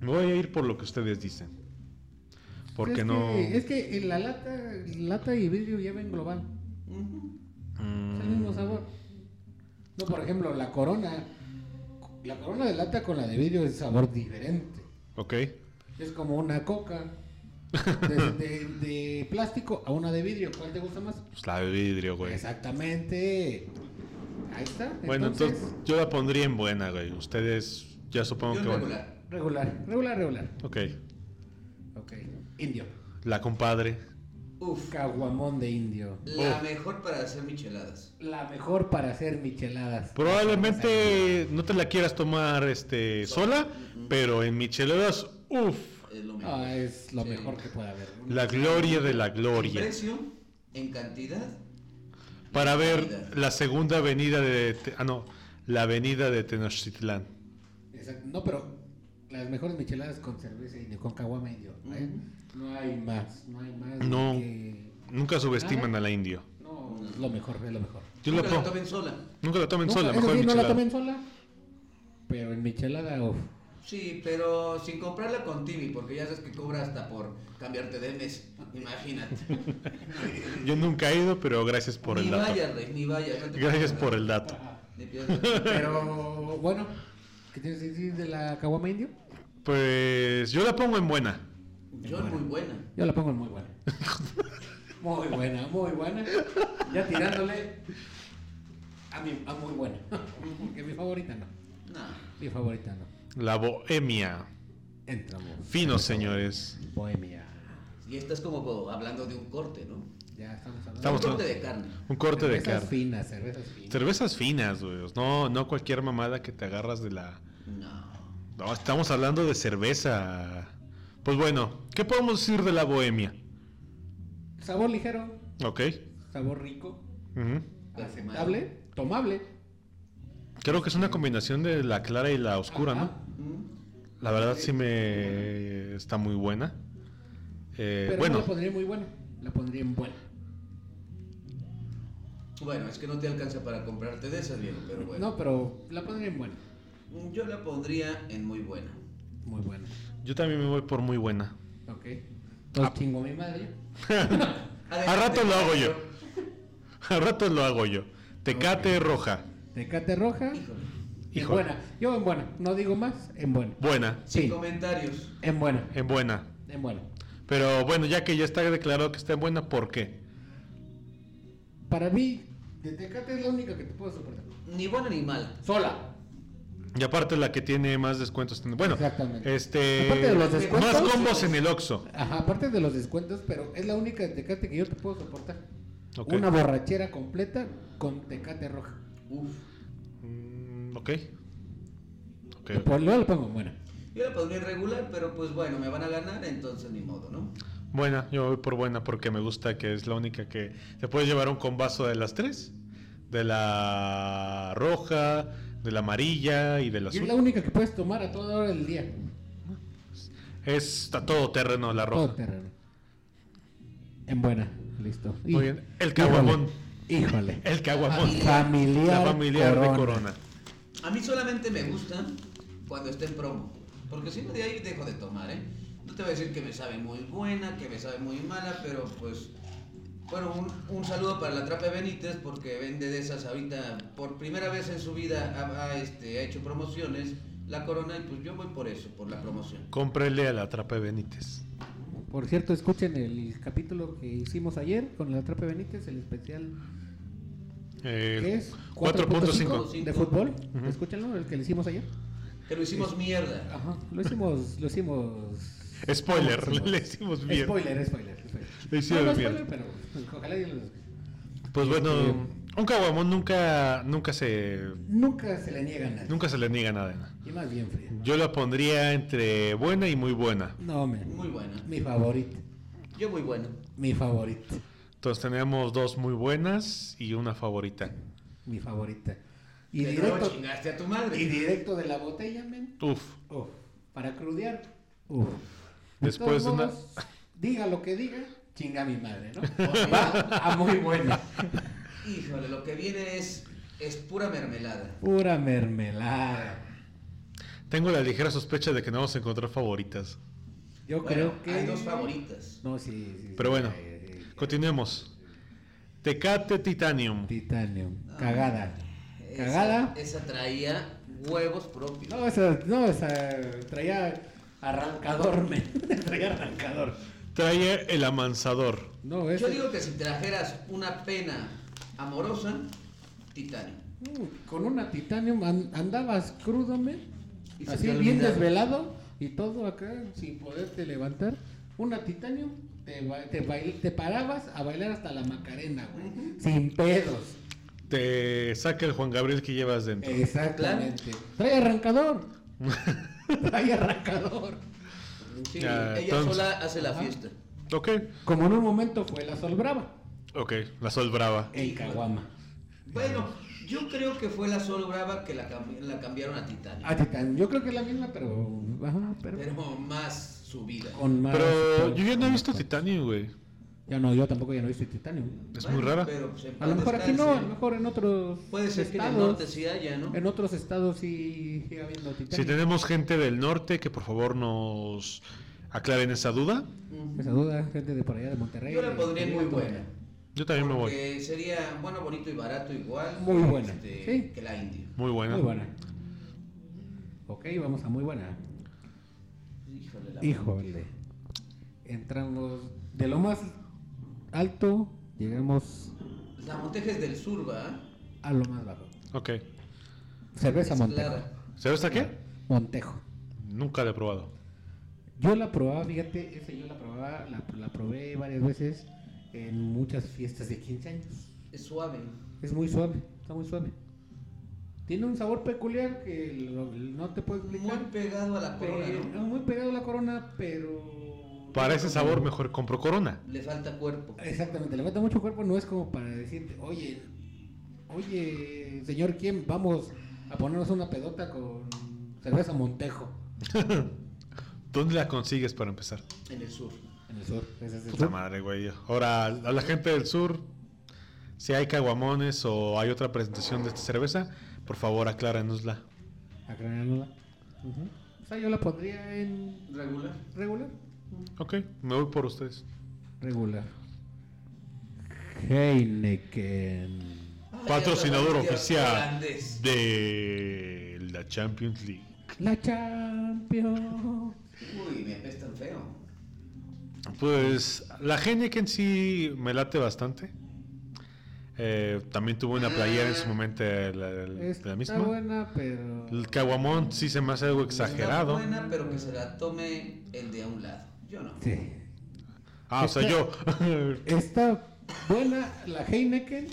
Speaker 1: Me voy a ir por lo que ustedes dicen. Porque
Speaker 2: Pues es
Speaker 1: no.
Speaker 2: Que, es que en la lata, lata y vidrio llevan global.
Speaker 3: Ujú.
Speaker 1: Mm,
Speaker 2: Es el mismo sabor. No, por ejemplo, la corona. La corona de lata con la de vidrio es sabor diferente.
Speaker 1: ok.
Speaker 2: Es como una coca. De, de- de plástico a una de vidrio. ¿Cuál te gusta más?
Speaker 1: Pues la de vidrio, güey.
Speaker 2: Exactamente. Ahí está.
Speaker 1: Bueno, entonces, yo la pondría en buena, güey. Ustedes ya supongo
Speaker 3: Yo
Speaker 1: que
Speaker 3: en
Speaker 1: van.
Speaker 3: regular.
Speaker 2: Regular, regular, regular.
Speaker 1: Ok.
Speaker 2: Ok. Indio.
Speaker 1: La compadre.
Speaker 3: Uf.
Speaker 2: Caguamón de indio.
Speaker 3: La
Speaker 1: Oh.
Speaker 3: mejor para hacer micheladas.
Speaker 2: La mejor para hacer micheladas.
Speaker 1: Probablemente no te la quieras tomar este sola, pero en micheladas, uff,
Speaker 3: Es lo mejor.
Speaker 2: Ah, es lo
Speaker 3: Sí.
Speaker 2: mejor que puede haber.
Speaker 1: la gloria de la
Speaker 3: En
Speaker 1: gloria.
Speaker 3: precio, en cantidad.
Speaker 1: Para ver la segunda avenida de Te- ah no, la avenida de Tenochtitlán.
Speaker 2: Exacto. No, pero las mejores micheladas con cerveza indio, con caguama indio. ¿eh? No hay más, no hay más.
Speaker 1: No.
Speaker 2: que-
Speaker 1: Nunca subestiman a la indio.
Speaker 2: No, es lo mejor, es lo mejor.
Speaker 1: Yo la
Speaker 3: Nunca la
Speaker 1: pongo.
Speaker 3: tomen sola.
Speaker 1: Nunca la tomen
Speaker 2: Nunca-
Speaker 1: sola,
Speaker 2: eso
Speaker 1: mejor
Speaker 2: sí,
Speaker 1: en
Speaker 2: no
Speaker 1: michelada.
Speaker 2: la
Speaker 1: Eh.
Speaker 2: tomen sola, pero en michelada, uff.
Speaker 3: Sí, pero sin comprarla con Tibi, porque ya sabes que cobra hasta por cambiarte de mes. Imagínate.
Speaker 1: Yo nunca he ido, pero gracias por
Speaker 3: ni
Speaker 1: el dato.
Speaker 3: vayas, Rey, ni vayas. no te
Speaker 1: Gracias
Speaker 3: preocupes.
Speaker 1: por el dato.
Speaker 3: Ni pierdas.
Speaker 2: Pero bueno, ¿qué tienes que decir de la caguama indio?
Speaker 1: Pues yo la pongo en buena.
Speaker 3: Yo es muy buena.
Speaker 2: Yo la pongo en muy buena. Muy buena, muy buena. Ya tirándole a, mi, a muy buena. Porque mi favorita no.
Speaker 3: No.
Speaker 2: Mi favorita no.
Speaker 1: La bohemia.
Speaker 2: Entramos.
Speaker 1: Finos, señores.
Speaker 2: Bohemia.
Speaker 3: Y estás como hablando de un corte, ¿no?
Speaker 2: Ya estamos hablando.
Speaker 1: Estamos
Speaker 3: un corte de carne.
Speaker 1: Un corte de
Speaker 2: cervezas
Speaker 1: carne.
Speaker 2: finas, cervezas finas.
Speaker 1: Cervezas finas, güey. No, no cualquier mamada que te agarras de la.
Speaker 3: No.
Speaker 1: No, estamos hablando de cerveza. Pues bueno, ¿qué podemos decir de la bohemia?
Speaker 2: Sabor ligero,
Speaker 1: Ok.
Speaker 2: sabor rico,
Speaker 1: ujú.
Speaker 2: aceptable, tomable.
Speaker 1: Creo que es una combinación de la clara y la oscura, ¿no?
Speaker 2: Ajá.
Speaker 3: Mm.
Speaker 1: La verdad sí me está muy buena. Eh,
Speaker 2: Pero no
Speaker 1: bueno,
Speaker 2: la pondría muy buena. La pondría en buena.
Speaker 3: Bueno, es que no te alcanza para comprarte de esas, viejo, pero bueno. Mm,
Speaker 2: No, pero la pondría en buena.
Speaker 3: Yo la pondría en muy buena.
Speaker 2: Muy buena.
Speaker 1: yo también me voy por muy buena.
Speaker 2: Ok. Entonces
Speaker 1: Ah.
Speaker 2: chingo a mi madre.
Speaker 1: A rato lo hago yo. A rato lo hago yo. Tecate roja.
Speaker 2: Tecate roja.
Speaker 3: Híjole.
Speaker 2: En
Speaker 1: Híjole.
Speaker 2: buena. Yo en buena. No digo más, en buena.
Speaker 1: Buena.
Speaker 2: Sí.
Speaker 3: Sin comentarios.
Speaker 2: En buena.
Speaker 1: En buena.
Speaker 2: En buena.
Speaker 1: Pero bueno, ya que ya está declarado que está en buena, ¿por qué?
Speaker 2: Para mí, de Tecate es la única que te puedo soportar.
Speaker 3: Ni buena ni mala.
Speaker 2: Sola.
Speaker 1: Y aparte la que tiene más descuentos. tiene- Bueno,
Speaker 2: Exactamente.
Speaker 1: este
Speaker 2: Aparte de los descuentos.
Speaker 1: más combos en el Oxxo.
Speaker 2: Ajá, aparte de los descuentos, pero es la única de Tecate que yo te puedo soportar.
Speaker 1: Ok.
Speaker 2: Una borrachera completa con Tecate roja.
Speaker 3: Uf.
Speaker 1: Mm, ok. Ok.
Speaker 2: Y Por Pues, luego la pongo en buena.
Speaker 3: Yo la pondría en regular, pero pues bueno, me van a ganar, entonces ni modo, ¿no?
Speaker 1: Buena, yo voy por buena porque me gusta que es la única que te puedes llevar un combazo de las tres, de la roja, de la amarilla y de la
Speaker 2: Y es
Speaker 1: azul.
Speaker 2: la única que puedes tomar a toda hora del día.
Speaker 1: Es a todo terreno la
Speaker 2: Todo
Speaker 1: roja.
Speaker 2: terreno. En buena. Listo. Y-
Speaker 1: Muy bien. El caguamón.
Speaker 2: Híjole. Híjole.
Speaker 1: El caguamón.
Speaker 2: Familiar.
Speaker 1: La familiar de
Speaker 2: Corona.
Speaker 1: Corona.
Speaker 3: A mí solamente me gusta cuando esté en promo. Porque si no, de ahí dejo de tomar, ¿eh? No te voy a decir que me sabe muy buena, que me sabe muy mala, pero pues. Bueno, un, un saludo para la Trape Benítez porque vende de esas ahorita. Por primera vez en su vida ha, ha, este, ha hecho promociones. La corona, y pues yo voy por eso, por la promoción.
Speaker 1: Cómprele a la Trape Benítez.
Speaker 2: Por cierto, escuchen el capítulo que hicimos ayer con la Trape Benítez, el especial
Speaker 1: Eh,
Speaker 2: que es
Speaker 1: 4.5.
Speaker 2: 4.5 de fútbol.
Speaker 1: Ujú.
Speaker 2: Escúchenlo, el que le hicimos ayer.
Speaker 3: Que lo hicimos mierda.
Speaker 2: Ajá. Lo hicimos, lo hicimos
Speaker 1: Spoiler,
Speaker 2: Sí,
Speaker 1: le hicimos bien.
Speaker 2: Spoiler, spoiler. spoiler.
Speaker 1: Le hicieron
Speaker 2: no, no
Speaker 1: bien.
Speaker 2: spoiler, pero pues, ojalá Dios los-
Speaker 1: Pues
Speaker 2: Este-
Speaker 1: bueno, un caguamón nunca, nunca se,
Speaker 2: Nunca se le niegan nada.
Speaker 1: nunca se le niega nada.
Speaker 2: Y más bien fría.
Speaker 1: Yo la pondría entre buena y muy buena.
Speaker 2: No, man.
Speaker 3: Muy buena.
Speaker 2: Mi favorito.
Speaker 3: Yo muy bueno.
Speaker 2: Mi favorito.
Speaker 1: Entonces tenemos dos muy buenas y una favorita.
Speaker 2: Mi favorita. Y
Speaker 3: Y de nuevo
Speaker 2: directo,
Speaker 3: chingaste a tu
Speaker 2: y
Speaker 3: madre.
Speaker 2: directo de la botella, men.
Speaker 1: Uf,
Speaker 2: Uf. Para crudear. Uf.
Speaker 1: Después
Speaker 2: todos
Speaker 1: de una-
Speaker 2: modos, Diga lo que diga, chinga a mi madre, ¿no? Va a muy buena.
Speaker 3: Híjole, lo que viene es, es pura mermelada.
Speaker 2: Pura mermelada.
Speaker 1: tengo la ligera sospecha de que no vamos a encontrar favoritas.
Speaker 2: Yo
Speaker 3: Bueno,
Speaker 2: creo que.
Speaker 3: Hay dos favoritas.
Speaker 2: No, sí, sí, sí.
Speaker 1: Pero bueno,
Speaker 2: Eh, eh, eh,
Speaker 1: continuemos. Tecate Titanium.
Speaker 2: Titanium. Cagada.
Speaker 3: Esa-
Speaker 2: Cagada.
Speaker 3: Esa, traía huevos propios.
Speaker 2: No, esa, no, esa traía arrancador, men. traía arrancador.
Speaker 1: Trae el amansador.
Speaker 2: No, esa.
Speaker 3: Yo digo que si trajeras una pena amorosa, titanio.
Speaker 2: Mm, Con una Titanium an- andabas crudo, men.
Speaker 3: Y se
Speaker 2: Así
Speaker 3: te
Speaker 2: bien
Speaker 3: olvidaba.
Speaker 2: desvelado y todo acá sin poderte levantar. Una Titanium, te, ba- te, bail- te parabas a bailar hasta la Macarena, güey.
Speaker 3: Ujú.
Speaker 2: Sin pedos.
Speaker 1: Te saca el Juan Gabriel que llevas dentro.
Speaker 2: Exactamente. Trae arrancador. Trae arrancador.
Speaker 3: Sí,
Speaker 1: Ah,
Speaker 3: ella
Speaker 1: entonces-
Speaker 3: sola hace la
Speaker 2: Ajá.
Speaker 3: fiesta.
Speaker 1: Ok,
Speaker 2: Como en un momento fue la Sol Brava.
Speaker 1: ok, la sol brava.
Speaker 2: El Caguama.
Speaker 3: Bueno, yo creo que fue la Sol Brava que la, cambi- la cambiaron a titanio.
Speaker 2: Ah, Titán. Yo creo que es la misma, pero. Ajá, pero.
Speaker 3: Pero más subida.
Speaker 2: con más-
Speaker 1: Pero yo ya no he
Speaker 2: con
Speaker 1: visto
Speaker 2: más-
Speaker 1: Titanium, güey.
Speaker 2: Ya no, yo tampoco ya no he visto Titanium.
Speaker 1: Es
Speaker 3: Bueno,
Speaker 1: muy rara.
Speaker 3: Pero pues, en
Speaker 2: A lo
Speaker 3: paz
Speaker 2: mejor aquí no,
Speaker 3: descanse.
Speaker 2: a lo mejor en otros.
Speaker 3: Puede ser que en el
Speaker 2: estados-
Speaker 3: norte sí haya, ¿no?
Speaker 2: En otros estados sí sigue habiendo
Speaker 1: Si
Speaker 2: Titanium.
Speaker 1: tenemos gente del norte, que por favor nos aclaren esa duda.
Speaker 3: Ujú.
Speaker 2: Esa duda, gente de por allá de Monterrey.
Speaker 3: Yo la
Speaker 2: de-
Speaker 3: pondría
Speaker 2: de-
Speaker 3: muy buena.
Speaker 1: Yo también me voy.
Speaker 3: Que sería bueno, bonito y barato igual. este,
Speaker 2: Muy buena, sí.
Speaker 3: Que la India.
Speaker 1: Muy buena.
Speaker 2: Muy buena. Ok, vamos a muy buena.
Speaker 3: Híjole, la
Speaker 2: Híjole. Entramos de lo más alto, llegamos
Speaker 3: La Monteja es del sur, ¿va?
Speaker 2: a lo más bajo.
Speaker 1: Ok.
Speaker 2: Cerveza
Speaker 3: Es
Speaker 2: Montejo.
Speaker 3: clara.
Speaker 1: ¿Sabes a qué?
Speaker 2: Montejo.
Speaker 1: Nunca la he probado.
Speaker 2: Yo la probaba, fíjate, esa yo la probaba, la, la probé varias veces en muchas fiestas de 15 años.
Speaker 3: Es suave.
Speaker 2: Es muy suave, está muy suave. Tiene un sabor peculiar que lo- no te puedo
Speaker 3: Muy
Speaker 2: explicar.
Speaker 3: pegado a la corona,
Speaker 2: pero-
Speaker 3: ¿no?
Speaker 2: Muy pegado a la corona, pero...
Speaker 1: Para ese sabor mejor compro corona.
Speaker 3: Le falta cuerpo.
Speaker 2: Exactamente, le falta mucho cuerpo, no es como para decirte, oye, oye, señor, ¿quién? Vamos a ponernos una pedota con cerveza Montejo
Speaker 1: ¿Dónde la consigues para empezar?
Speaker 3: En el sur.
Speaker 2: en el sur. Ese es el
Speaker 1: Puta
Speaker 2: sur.
Speaker 1: madre, güey. Ahora, a la gente del sur, si hay caguamones o hay otra presentación de esta cerveza, por favor acláranosla.
Speaker 2: A granulada. Ujú. O sea, yo la pondría en
Speaker 3: Regular.
Speaker 2: regular.
Speaker 1: Ok, me voy por ustedes.
Speaker 2: Regular. Heineken.
Speaker 1: Patrocinador
Speaker 3: Ay, Ah, ya está,
Speaker 1: oficial.
Speaker 3: holandés.
Speaker 1: De la Champions League.
Speaker 2: La Champions.
Speaker 3: Uy, me apestan feo.
Speaker 1: Pues la Heineken sí me late bastante. Eh, también tuvo una playera en su momento de la, de
Speaker 2: Está
Speaker 1: la misma.
Speaker 2: buena, pero.
Speaker 1: El caguamón sí se me hace algo exagerado.
Speaker 3: Está buena, pero que se la tome el de a un lado. Yo no.
Speaker 2: Sí.
Speaker 1: Ah, o sea, yo.
Speaker 2: Está buena la Heineken,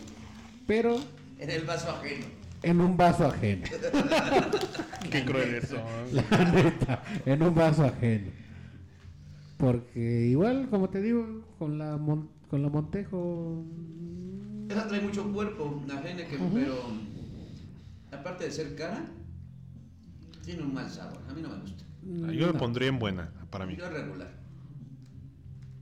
Speaker 2: pero
Speaker 3: En el vaso ajeno.
Speaker 2: en un vaso ajeno.
Speaker 1: Qué cruel eso.
Speaker 2: La neta, en un vaso ajeno. Porque igual, como te digo, con la, Mon- con la Montejo.
Speaker 3: Esa trae mucho cuerpo, la Heineken, pero aparte de ser cara, tiene un mal sabor. A mí no me gusta.
Speaker 1: Ah, Yo
Speaker 2: no.
Speaker 1: me pondría en buena para mí.
Speaker 3: Yo regular.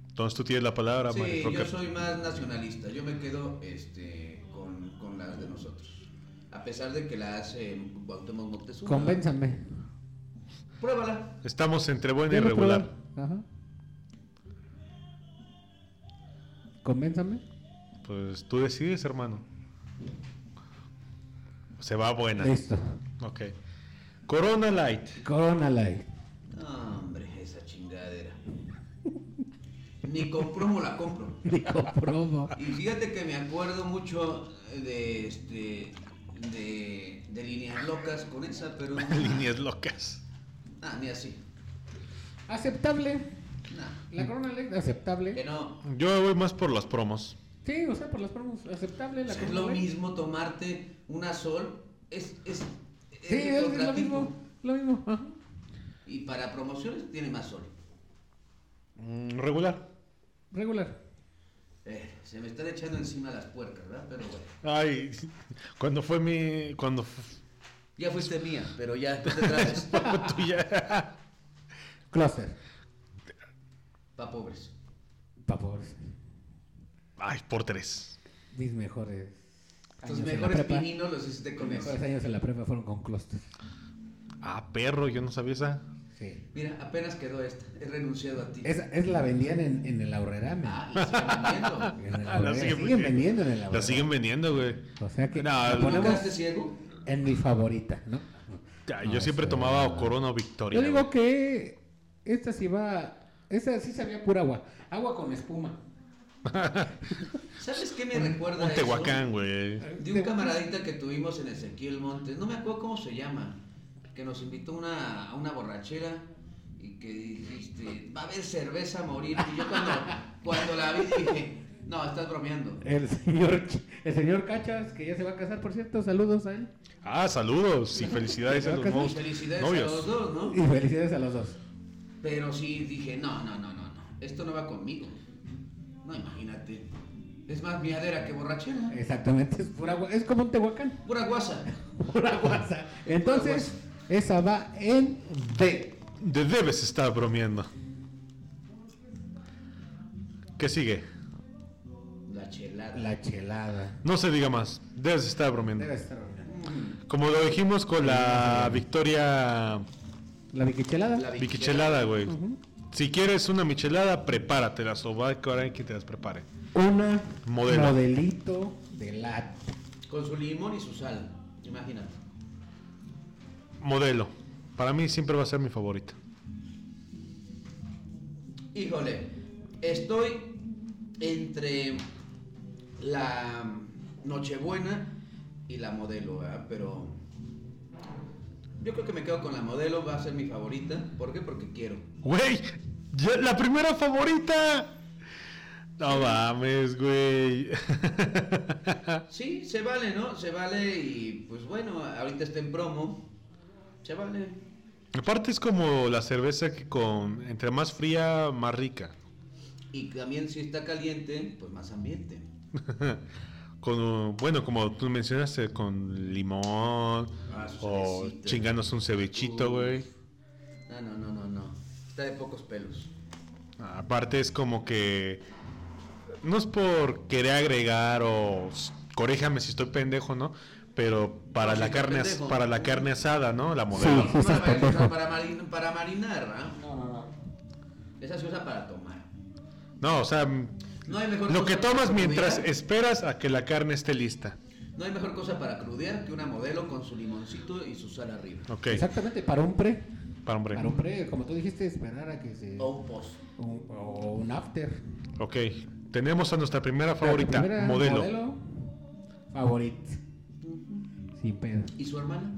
Speaker 1: Entonces tú tienes la palabra,
Speaker 3: Sí, yo
Speaker 1: motherfucker.
Speaker 3: soy más nacionalista. Yo me quedo este, con, con las de nosotros. A pesar de que la hace Cuauhtémoc Moctezuma.
Speaker 2: Convénzame.
Speaker 3: Pruébala.
Speaker 1: Estamos entre buena y
Speaker 2: Quiero
Speaker 1: regular.
Speaker 2: probar. Ajá. Convénzame.
Speaker 1: Pues tú decides, hermano. Se va buena.
Speaker 2: Listo.
Speaker 1: Ok. Corona Light.
Speaker 2: Corona Light.
Speaker 3: No, hombre, esa chingadera. Ni con promo la compro.
Speaker 2: Digo, promo.
Speaker 3: Y fíjate que me acuerdo mucho de este de, de líneas locas con esa, pero
Speaker 1: Líneas locas.
Speaker 3: ah, ni así.
Speaker 2: Aceptable.
Speaker 3: Nah,
Speaker 2: La Corona Light aceptable.
Speaker 3: que no.
Speaker 1: Yo voy más por las promos.
Speaker 2: Sí, o sea, por las promos, aceptable la
Speaker 3: Es
Speaker 2: Corona
Speaker 3: lo
Speaker 2: Light.
Speaker 3: mismo tomarte una sol. Es, es,
Speaker 2: Sí, es, es lo
Speaker 3: otro tipo.
Speaker 2: mismo, lo mismo. ajá.
Speaker 3: Y para promociones tiene más sol.
Speaker 1: Mm, Regular.
Speaker 2: Regular.
Speaker 3: Eh, se me están echando encima las puercas, ¿verdad? Pero bueno.
Speaker 1: Ay, cuando fue mi. Cuando f-
Speaker 3: Ya fuiste mía, pero ya no te traes.
Speaker 1: fue tuya.
Speaker 2: Closer.
Speaker 3: Pa' pobres.
Speaker 2: Pa' pobres.
Speaker 1: Ay, por tres.
Speaker 2: Mis mejores.
Speaker 3: Tus
Speaker 2: años en la
Speaker 3: mejores
Speaker 2: prepa-
Speaker 3: pininos los hiciste con
Speaker 2: Mis
Speaker 3: eso.
Speaker 2: mejores años en la prepa fueron con Cluster.
Speaker 1: Ah, perro, yo no sabía esa.
Speaker 2: Sí.
Speaker 3: Mira, apenas quedó esta. He renunciado a ti.
Speaker 2: Esa, es la vendían en, en el Aurrerame.
Speaker 3: Ah, la estoy vendiendo.
Speaker 2: En el
Speaker 1: La
Speaker 2: Aurrerame.
Speaker 1: siguen
Speaker 2: siguen
Speaker 1: vendiendo.
Speaker 2: vendiendo en el Aurrerame.
Speaker 1: La siguen vendiendo, güey.
Speaker 2: O sea que
Speaker 1: No,
Speaker 2: la
Speaker 1: no.
Speaker 3: ¿Tú
Speaker 2: ponemos
Speaker 3: quedaste ciego?
Speaker 2: en mi favorita, ¿no?
Speaker 1: Ya,
Speaker 2: No,
Speaker 1: yo siempre
Speaker 2: esa-
Speaker 1: tomaba o Corona o Victoria.
Speaker 2: Yo digo
Speaker 1: güey.
Speaker 2: que esta sí va. Esta sí sabía pura agua. Agua con espuma.
Speaker 3: ¿Sabes qué me recuerda
Speaker 1: Un
Speaker 3: eso?
Speaker 1: Tehuacán, güey.
Speaker 3: De un camaradita que tuvimos en Ezequiel Montes, no me acuerdo cómo se llama, que nos invitó una, a una borrachera y que dijiste, va a haber cerveza a morir. Y yo cuando, cuando la vi dije, no, estás bromeando.
Speaker 2: El señor, el señor Cachas, que ya se va a casar, por cierto. Saludos a él.
Speaker 1: Ah, saludos y felicidades a los
Speaker 2: Tehuacán.
Speaker 1: nuevos
Speaker 3: Felicidades a los
Speaker 1: novios.
Speaker 3: dos, ¿no?
Speaker 2: Y felicidades a los dos.
Speaker 3: Pero sí dije, no, no, no, no, no, esto no va conmigo. No, imagínate. Es más miadera que borrachera.
Speaker 2: Exactamente, es pura agua. Es como un Tehuacán.
Speaker 3: Pura guasa.
Speaker 2: Pura guasa. Entonces, esa va en D.
Speaker 1: De debes estar bromeando. ¿Qué sigue?
Speaker 3: La chelada.
Speaker 2: La chelada.
Speaker 1: No se diga más. Debes estar bromeando.
Speaker 2: Debe estar buena.
Speaker 3: Mm,
Speaker 1: Como lo dijimos con la Victoria
Speaker 2: La bicichelada.
Speaker 3: la
Speaker 1: Bichelada, güey.
Speaker 2: Ujú.
Speaker 1: Si quieres una michelada, prepáratelas o va a haber quien te las prepare.
Speaker 2: Una
Speaker 1: Modelo.
Speaker 2: modelito de lat.
Speaker 3: Con su limón y su sal. Imagínate.
Speaker 1: Modelo. Para mí siempre va a ser mi favorita.
Speaker 3: Híjole, estoy entre la Nochebuena y la modelo, ¿verdad? pero yo creo que me quedo con la modelo, va a ser mi favorita. ¿Por qué? Porque quiero.
Speaker 1: Güey, ya- la primera favorita. No mames, güey.
Speaker 3: Sí, se vale, ¿no? Se vale y pues bueno, ahorita está en promo. Se vale.
Speaker 1: Aparte es como la cerveza que con entre más fría, más rica.
Speaker 3: Y también si está caliente, pues más ambiente.
Speaker 1: Con, bueno, como tú mencionaste, con limón
Speaker 3: Ah, su
Speaker 1: o
Speaker 3: cervecita.
Speaker 1: chingándose un cebechito,
Speaker 3: Uf.
Speaker 1: güey.
Speaker 3: No, no, no, no, no. Está de pocos pelos.
Speaker 1: Aparte es como que no es por querer agregar o s- corríjame si estoy pendejo, ¿no? Pero para
Speaker 3: No,
Speaker 1: la
Speaker 3: sí,
Speaker 1: carne as-
Speaker 3: pendejo.
Speaker 1: para la carne asada, ¿no? La modelo.
Speaker 2: Sí,
Speaker 3: No la
Speaker 2: estás
Speaker 3: vayas a usar
Speaker 2: pendejo.
Speaker 3: para, marin- para marinar, ¿verdad?
Speaker 2: No, no, no.
Speaker 3: Esa se usa para tomar.
Speaker 1: No, o sea, m-
Speaker 3: No hay mejor
Speaker 1: lo
Speaker 3: cosa
Speaker 1: que
Speaker 3: para
Speaker 1: tomas mientras
Speaker 3: crudear-
Speaker 1: esperas a que la carne esté lista.
Speaker 3: No hay mejor cosa para crudear que una modelo con su limoncito y su sal arriba.
Speaker 1: Ok,
Speaker 2: Exactamente, para un pre.
Speaker 1: para hombre.
Speaker 2: Para un pre, como tú dijiste, esperar a que se.
Speaker 3: O un post.
Speaker 2: un- o un after.
Speaker 1: Ok, tenemos a nuestra primera
Speaker 2: Pero
Speaker 1: favorita,
Speaker 2: tu primera
Speaker 1: modelo.
Speaker 2: Favorito. Sin pedo.
Speaker 3: ¿Y su hermana?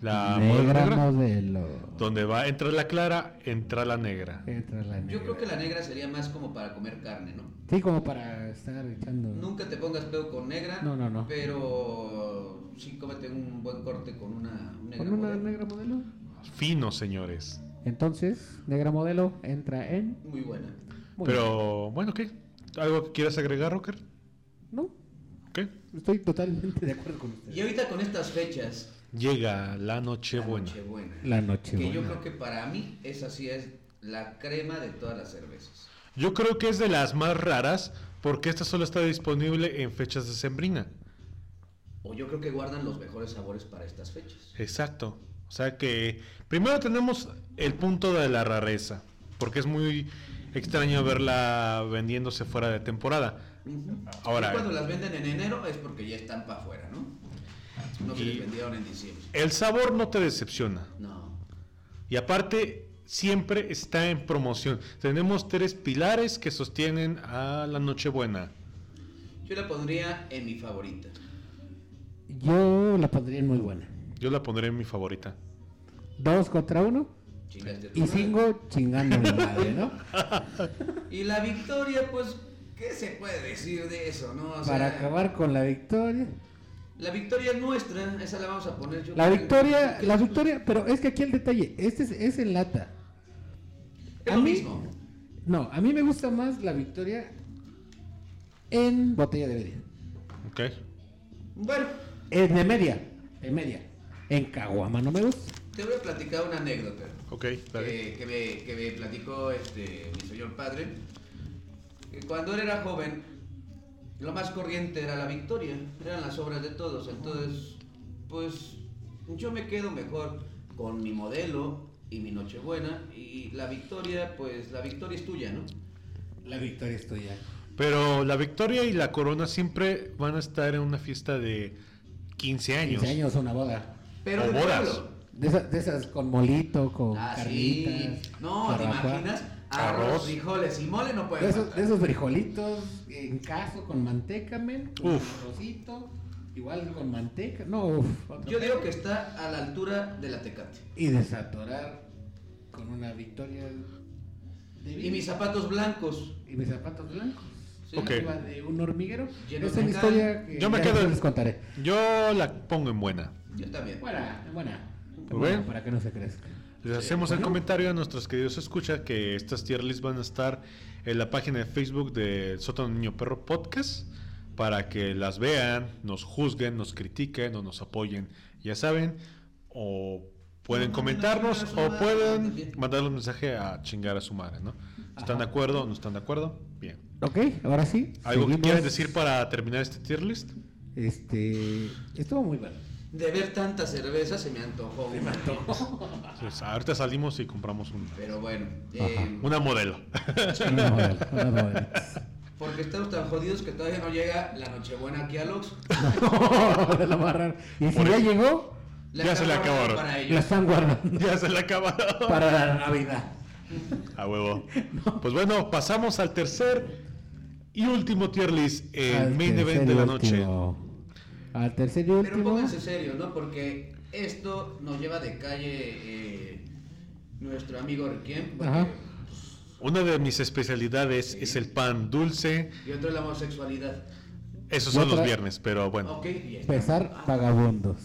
Speaker 1: La modelo
Speaker 2: negra,
Speaker 1: negra,
Speaker 2: modelo.
Speaker 1: donde va entra la clara, entra la negra.
Speaker 2: Entra la negra.
Speaker 3: Yo creo que la negra sería más como para comer carne, ¿no?
Speaker 2: Sí, como para estar echando.
Speaker 3: Nunca te pongas pedo con negra.
Speaker 2: No, no, no.
Speaker 3: Pero sí cómete un buen corte con una negra.
Speaker 2: Con una
Speaker 3: modelo.
Speaker 2: negra modelo.
Speaker 1: Fino, señores.
Speaker 2: Entonces, negra modelo entra en.
Speaker 3: Muy buena.
Speaker 2: Muy
Speaker 1: Pero bueno, ¿qué? ¿Algo que quieras agregar, Rocker?
Speaker 2: bien. No,
Speaker 1: ¿Qué?
Speaker 2: estoy totalmente de acuerdo con
Speaker 3: Y
Speaker 2: usted.
Speaker 3: ahorita con estas fechas.
Speaker 1: Llega la noche
Speaker 3: la
Speaker 1: buena.
Speaker 3: Nochebuena,
Speaker 2: La noche.
Speaker 3: que yo creo que para mí esa sí es la crema de todas las cervezas.
Speaker 1: Yo creo que es de las más raras porque esta solo está disponible en fechas de sembrina.
Speaker 3: O yo creo que guardan los mejores sabores para estas fechas.
Speaker 1: Exacto. O sea que primero tenemos el punto de la rareza, porque es muy extraño verla vendiéndose fuera de temporada.
Speaker 3: Ujú.
Speaker 1: Ahora- eh,
Speaker 3: Y cuando las venden en enero es porque ya están para afuera, ¿no? No se
Speaker 1: Y-
Speaker 3: les vendieron en diciembre.
Speaker 1: El sabor no te decepciona.
Speaker 3: No.
Speaker 1: Y aparte, siempre está en promoción. Tenemos tres pilares que sostienen a la Nochebuena.
Speaker 3: Yo la pondría en mi favorita.
Speaker 2: Yo la pondría en muy buena.
Speaker 1: Yo la pondré en mi favorita.
Speaker 2: Dos contra uno.
Speaker 3: Chingaste tu
Speaker 2: Y
Speaker 3: madre.
Speaker 2: sigo chingando mi madre, ¿no?
Speaker 3: Y la victoria, pues, ¿qué se puede decir de eso, no? O sea,
Speaker 2: Para acabar con la victoria.
Speaker 3: La victoria es nuestra, esa la vamos a poner yo.
Speaker 2: La
Speaker 3: creo.
Speaker 2: victoria,
Speaker 3: Porque
Speaker 2: la
Speaker 3: es-
Speaker 2: victoria, pero es que aquí el detalle, este es, es en lata.
Speaker 3: Es
Speaker 2: a
Speaker 3: lo
Speaker 2: mí-
Speaker 3: mismo.
Speaker 2: No, a mí me gusta más la victoria en botella de media.
Speaker 1: Ok.
Speaker 3: Bueno,
Speaker 2: En de media, en media. En caguama no me gusta.
Speaker 3: te voy a platicar una anécdota
Speaker 1: Ok, dale.
Speaker 3: que, que me, que me platicó este, mi señor padre. Que Cuando él era joven, lo más corriente era la victoria, eran las obras de todos. Entonces, pues yo me quedo mejor con mi modelo y mi Nochebuena y la victoria, pues la victoria es tuya, ¿no?
Speaker 2: La victoria es tuya.
Speaker 1: Pero la victoria y la corona siempre van a estar en una fiesta de 15 años.
Speaker 2: 15 años una boda.
Speaker 3: Pero
Speaker 1: O
Speaker 3: de
Speaker 1: bodas.
Speaker 3: pueblo.
Speaker 2: De esas, de esas con molito, con
Speaker 3: Ah,
Speaker 2: carnitas.
Speaker 3: sí. No, ¿te
Speaker 2: barbacoa.
Speaker 3: imaginas? Arroz,
Speaker 1: Arroz.
Speaker 3: frijoles y mole no puede
Speaker 2: De esos,
Speaker 3: faltar.
Speaker 2: de esos frijolitos en caso con manteca, men. Con
Speaker 1: Uf.
Speaker 2: arrocito, igual con manteca. No, uf, otro
Speaker 3: Yo digo
Speaker 2: pedo.
Speaker 3: que está a la altura de la Tecate.
Speaker 2: Y desatorar con una victoria de
Speaker 3: Y
Speaker 2: vino.
Speaker 3: mis zapatos blancos.
Speaker 2: Y mis zapatos blancos.
Speaker 3: Sí.
Speaker 1: Ok.
Speaker 2: Arriba de un hormiguero.
Speaker 3: Lleno
Speaker 2: Esa
Speaker 3: de
Speaker 2: es una
Speaker 3: cal.
Speaker 2: historia que
Speaker 1: Yo me
Speaker 2: ya
Speaker 1: quedo-
Speaker 2: después les contaré.
Speaker 1: Yo la pongo en buena.
Speaker 3: Yo también.
Speaker 2: Buena, buena.
Speaker 1: Muy
Speaker 2: Buena,
Speaker 1: bien.
Speaker 2: para que no se crezca.
Speaker 1: Les hacemos el
Speaker 2: Bueno.
Speaker 1: comentario a nuestros queridos escucha que estas tier lists van a estar en la página de Facebook de Sótano Niño Perro Podcast para que las vean, nos juzguen, nos critiquen o nos apoyen. Ya saben, o pueden
Speaker 3: No,
Speaker 1: comentarnos
Speaker 3: no, no, no,
Speaker 1: o
Speaker 3: no,
Speaker 1: pueden
Speaker 3: también.
Speaker 1: mandar un mensaje a chingar a su madre, ¿no? ¿Están de
Speaker 2: Ajá.
Speaker 1: acuerdo o no están de acuerdo? Bien.
Speaker 2: Ok, ahora sí.
Speaker 1: ¿Algo que
Speaker 2: seguimos.
Speaker 1: quieran decir para terminar este tier list?
Speaker 2: Este. Estuvo muy bueno.
Speaker 3: De ver tanta cerveza se me antojó. una.
Speaker 1: Pues ahorita salimos y compramos una.
Speaker 3: Pero bueno,
Speaker 2: Ajá.
Speaker 3: eh,
Speaker 1: Una modelo.
Speaker 2: Una novela, una novela.
Speaker 3: porque estamos tan jodidos que todavía no llega la Nochebuena aquí a Lux.
Speaker 2: No, la barra. Y si
Speaker 1: Por
Speaker 2: ya
Speaker 1: eso.
Speaker 2: llegó,
Speaker 1: Ya se la acabaron.
Speaker 3: Para
Speaker 2: la
Speaker 3: ellos.
Speaker 2: están guardando
Speaker 1: ya se la acabaron.
Speaker 2: para la Navidad.
Speaker 1: A huevo. Pues bueno, pasamos al tercer y último tier list
Speaker 2: Al
Speaker 1: en main
Speaker 2: tercer
Speaker 1: event
Speaker 2: y
Speaker 1: de la noche.
Speaker 2: último. Al tercer y último.
Speaker 3: Pero pónganse serio, ¿no? Porque esto nos lleva de calle eh, nuestro amigo Riquien. porque
Speaker 2: Ajá.
Speaker 1: Una de mis especialidades es el pan dulce.
Speaker 3: Y otro es la homosexualidad.
Speaker 1: Esos
Speaker 2: Y
Speaker 1: son los
Speaker 2: otra-
Speaker 1: viernes, pero bueno.
Speaker 3: Ok, bien.
Speaker 2: Pesar
Speaker 3: Ah,
Speaker 2: vagabundos.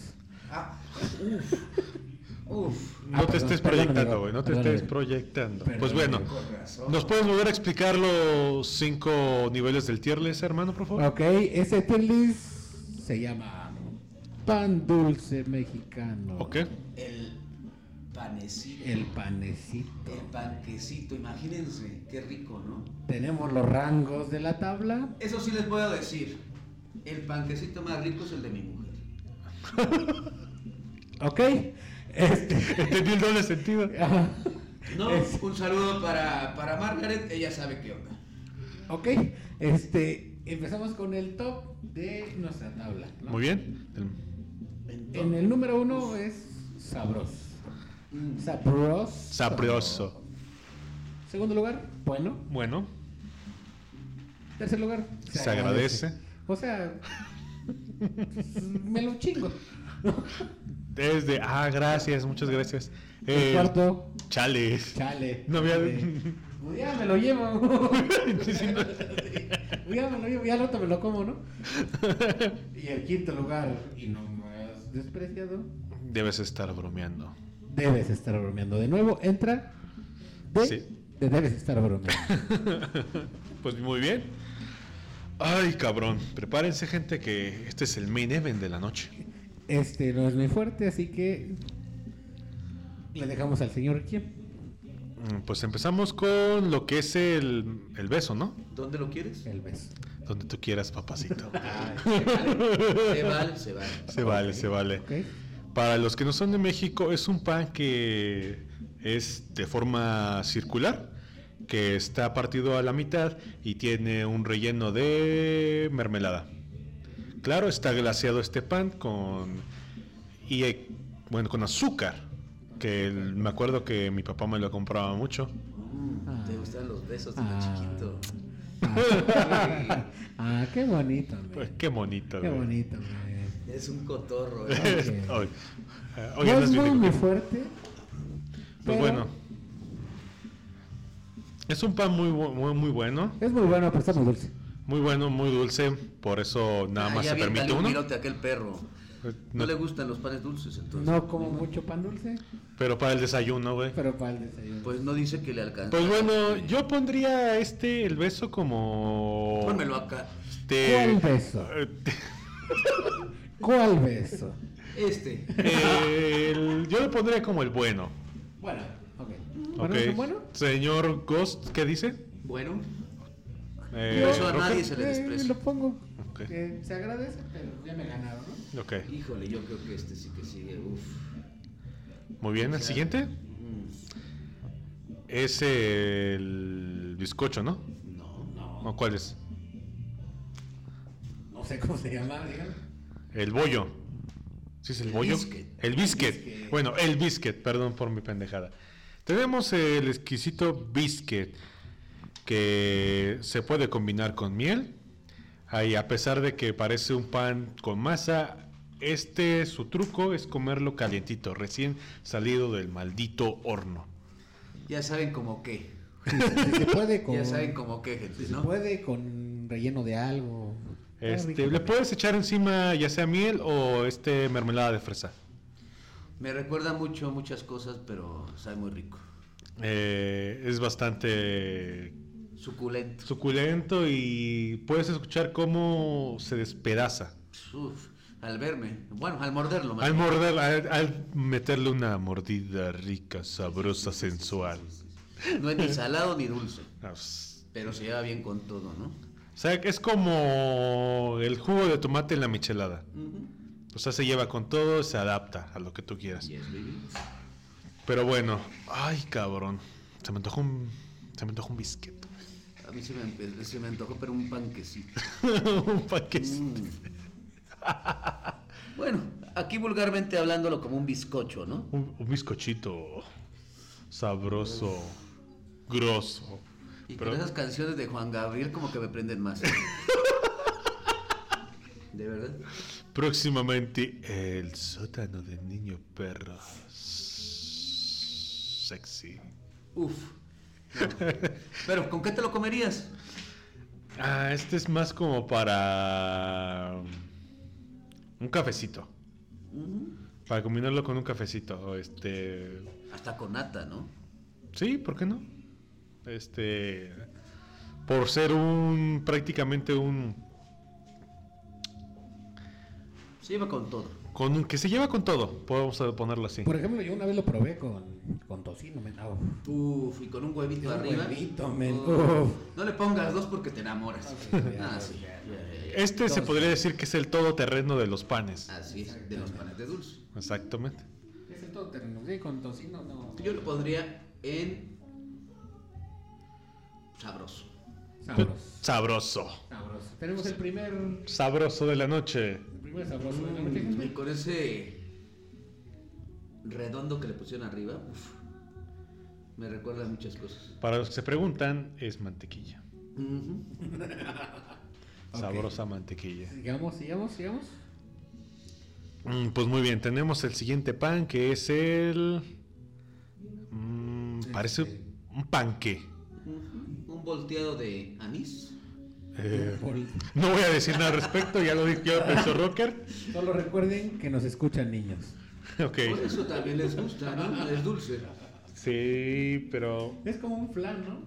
Speaker 3: ah, uf, uf.
Speaker 1: No
Speaker 2: Ah,
Speaker 1: te
Speaker 2: perdón,
Speaker 1: estés
Speaker 2: perdón,
Speaker 1: proyectando,
Speaker 2: amigo.
Speaker 1: güey. No te
Speaker 2: Perdón,
Speaker 1: estés
Speaker 2: amigo.
Speaker 1: proyectando.
Speaker 2: Perdón,
Speaker 1: Pues bueno,
Speaker 2: amigo.
Speaker 3: Con razón.
Speaker 1: ¿nos puedes volver a explicar los cinco niveles del tier list, hermano, por favor?
Speaker 2: Ok, ese tier list se llama Pan Dulce Mexicano.
Speaker 1: Ok.
Speaker 3: El panecito.
Speaker 2: El panecito.
Speaker 3: El panquecito, imagínense, qué rico, ¿no?
Speaker 2: Tenemos los rangos de la tabla.
Speaker 3: Eso sí les puedo decir. El panquecito más rico es el de mi mujer.
Speaker 2: Ok. Este.
Speaker 1: Entendí el doble sentido.
Speaker 2: ajá.
Speaker 3: No,
Speaker 2: Es-
Speaker 3: un saludo para, para Margaret, ella sabe qué onda.
Speaker 2: ok. Este. Empezamos con el top de nuestra tabla. ¿no?
Speaker 1: Muy bien.
Speaker 3: Entonces-
Speaker 2: En el número uno es sabroso.
Speaker 3: Mm,
Speaker 2: Sabroso.
Speaker 1: Sabroso.
Speaker 2: Segundo lugar, bueno.
Speaker 1: Bueno,
Speaker 2: Tercer lugar,
Speaker 1: Se agradece.
Speaker 2: O sea, me lo chingo.
Speaker 1: desde. Ah, gracias, muchas gracias.
Speaker 2: El
Speaker 1: Eh,
Speaker 2: cuarto,
Speaker 1: Chales.
Speaker 2: chale.
Speaker 1: No había-
Speaker 2: Eh, pues ya me lo llevo.
Speaker 1: Sí, sí, no.
Speaker 2: ya me lo llevo, ya al otro me lo como, ¿no? Y el quinto lugar, y no más despreciado.
Speaker 1: Debes estar bromeando.
Speaker 2: Debes estar bromeando. De nuevo, entra. De,
Speaker 1: Sí.
Speaker 2: de debes estar bromeando.
Speaker 1: Pues muy bien. Ay, cabrón. Prepárense, gente, que este es el main event de la noche.
Speaker 2: Este no es muy fuerte, así que. Le dejamos al señor quién?
Speaker 1: Mm, Pues empezamos con lo que es el, el beso, ¿no?
Speaker 3: ¿Dónde lo quieres?
Speaker 2: El beso.
Speaker 1: Donde tú quieras, papacito.
Speaker 3: Ah, se vale, se vale, se vale.
Speaker 1: Se vale, se vale.
Speaker 2: ¿Ok?
Speaker 1: Para los que no son de México, es un pan que es de forma circular, que está partido a la mitad y tiene un relleno de mermelada. Claro, está glaseado este pan con y eh, bueno, con azúcar, que el- me acuerdo que mi papá me lo compraba mucho.
Speaker 3: Mm, Te gustan los besos de
Speaker 2: Ah.
Speaker 3: chiquito.
Speaker 2: Ah, ah, qué bonito, men.
Speaker 1: Pues, qué bonito.
Speaker 2: Qué
Speaker 1: güey.
Speaker 2: bonito, men.
Speaker 3: Es un cotorro, ¿eh?
Speaker 2: Ok.
Speaker 1: Hoy- eh, hoy
Speaker 2: Pues, No
Speaker 1: andas
Speaker 2: es
Speaker 1: bien
Speaker 2: muy,
Speaker 1: de-
Speaker 2: muy fuerte,
Speaker 1: Pues
Speaker 2: Pero
Speaker 1: bueno. Es un pan muy, bu- muy, muy bueno,
Speaker 2: Es muy bueno, pero está muy dulce.
Speaker 1: muy bueno, muy dulce, por eso nada
Speaker 3: Ah,
Speaker 1: más
Speaker 3: ya
Speaker 1: se
Speaker 3: aviéntale
Speaker 1: permite
Speaker 3: un
Speaker 1: uno.
Speaker 3: virote a aquel perro.
Speaker 1: Eh,
Speaker 3: No,
Speaker 1: no,
Speaker 3: le gustan los panes dulces, entonces.
Speaker 2: No como mucho pan dulce,
Speaker 1: pero para el desayuno, güey.
Speaker 2: pero para el desayuno.
Speaker 3: Pues no dice que le alcanza.
Speaker 1: Pues bueno, yo pondría este, el beso como...
Speaker 3: Pónmelo acá.
Speaker 1: Este,
Speaker 3: eh,
Speaker 2: ¿Cuál beso? ¿Cuál beso?
Speaker 3: Este.
Speaker 1: eh, el- yo lo pondría como el bueno.
Speaker 2: Bueno, ok.
Speaker 1: ok.
Speaker 2: ¿Bueno? ¿es un bueno?
Speaker 1: Señor Ghost, ¿qué dice?
Speaker 3: Bueno,
Speaker 1: Eh,
Speaker 3: Por eso a
Speaker 1: ¿Rocker?
Speaker 3: nadie se le
Speaker 2: Eh,
Speaker 3: desprecia.
Speaker 2: lo pongo.
Speaker 1: Ok.
Speaker 2: Eh, se agradece, pero ya me ganaron, ¿no?
Speaker 1: Ok,
Speaker 3: híjole, yo creo que este sí que sigue. Uf.
Speaker 1: muy bien. El siguiente
Speaker 3: Mm,
Speaker 1: es el bizcocho, ¿no?
Speaker 3: No, no.
Speaker 1: ¿O cuál es?
Speaker 2: No sé cómo se llama, dígame.
Speaker 1: El bollo. ¿Sí es el,
Speaker 3: El
Speaker 1: bollo?
Speaker 3: biscuit.
Speaker 1: El biscuit.
Speaker 2: biscuit.
Speaker 1: Bueno, el biscuit, perdón por mi pendejada. Tenemos el exquisito biscuit que se puede combinar con miel. Ahí, a pesar de que parece un pan con masa, este su truco es comerlo calientito, recién salido del maldito horno.
Speaker 3: Ya saben como qué.
Speaker 2: Si se puede con,
Speaker 3: Ya saben como qué, gente,
Speaker 2: si se
Speaker 3: ¿no?
Speaker 2: puede con relleno de algo. Está
Speaker 1: Este,
Speaker 2: Ah, rico
Speaker 1: le
Speaker 2: también.
Speaker 1: puedes echar encima ya sea miel o este mermelada de fresa.
Speaker 3: Me recuerda mucho muchas cosas, pero sabe muy rico.
Speaker 1: Eh, es bastante
Speaker 3: Suculento.
Speaker 1: suculento y puedes escuchar cómo se despedaza.
Speaker 3: Uf, al verme. Bueno, al morderlo. más
Speaker 1: Al
Speaker 3: bien.
Speaker 1: morder, al, al meterle una mordida rica, sabrosa, sensual.
Speaker 3: No es ni salado ni dulce.
Speaker 1: Ah, pues,
Speaker 3: Pero se lleva bien con todo, ¿no?
Speaker 1: O sea, es como el jugo de tomate en la michelada.
Speaker 3: Ujú.
Speaker 1: O sea, se lleva con todo, se adapta a lo que tú quieras.
Speaker 3: Yes, baby.
Speaker 1: Pero bueno, ay cabrón, se me antojó un, se me antojó un biscuit.
Speaker 3: A mí se me, se me antojó, pero un panquecito.
Speaker 1: un paquete.
Speaker 3: Mm. Bueno, aquí vulgarmente hablándolo como un bizcocho, ¿no?
Speaker 1: Un, un bizcochito sabroso, grosso.
Speaker 3: Y
Speaker 1: Pero-
Speaker 3: con esas canciones de Juan Gabriel como que me prenden más. de verdad.
Speaker 1: Próximamente, el sótano del niño perro. Sexy.
Speaker 3: Uf. No. Pero, ¿con qué te lo comerías?
Speaker 1: Ah, este es más como para. mm, Un cafecito.
Speaker 3: Ujú.
Speaker 1: Para combinarlo con un cafecito. o Este.
Speaker 3: Hasta con nata, ¿no?
Speaker 1: Sí, ¿por qué no? Este. Por ser un. prácticamente un.
Speaker 3: Se lleva con todo.
Speaker 1: Con un, que se lleva con todo, podemos ponerlo así.
Speaker 2: Por ejemplo, yo una vez lo probé con, con tocino, me daba.
Speaker 3: Uf, y con un huevito
Speaker 2: Un
Speaker 3: arriba.
Speaker 2: huevito, men.
Speaker 3: Uf.
Speaker 2: Uf.
Speaker 3: No le pongas dos porque te enamoras.
Speaker 2: Ok, ya,
Speaker 3: ah,
Speaker 2: ya,
Speaker 3: sí. ya, ya, ya.
Speaker 1: Este se
Speaker 3: Entonces,
Speaker 1: podría decir que es el todoterreno de los panes.
Speaker 3: Así es, de los panes de dulce.
Speaker 1: Exactamente.
Speaker 2: Es el todoterreno, sí, con tocino no.
Speaker 3: Yo lo pondría en. Sabroso.
Speaker 2: Sabroso.
Speaker 1: Sabroso.
Speaker 2: Sabroso. Tenemos el primer, el
Speaker 1: Sabroso de la noche.
Speaker 2: primer sabroso de la noche,
Speaker 3: Mm, Y
Speaker 2: gente.
Speaker 3: con ese redondo que le pusieron arriba, uf, me recuerda a muchas cosas.
Speaker 1: Para los que se preguntan, es mantequilla.
Speaker 3: Ujú.
Speaker 2: Ok.
Speaker 1: Sabrosa mantequilla.
Speaker 2: Sigamos, sigamos, sigamos.
Speaker 1: Mm, pues muy bien, tenemos el siguiente pan que es el... Mm, parece un panque.
Speaker 3: Ujú. Un volteado de anís.
Speaker 1: Eh,
Speaker 2: Por-
Speaker 1: no voy a decir nada al respecto, ya lo dijo ya lo pensó Rocker.
Speaker 2: Solo recuerden que nos escuchan niños.
Speaker 1: Ok.
Speaker 3: Por eso también les gusta, ¿no? Es dulce.
Speaker 1: Sí, pero...
Speaker 2: Es como un flan, ¿no?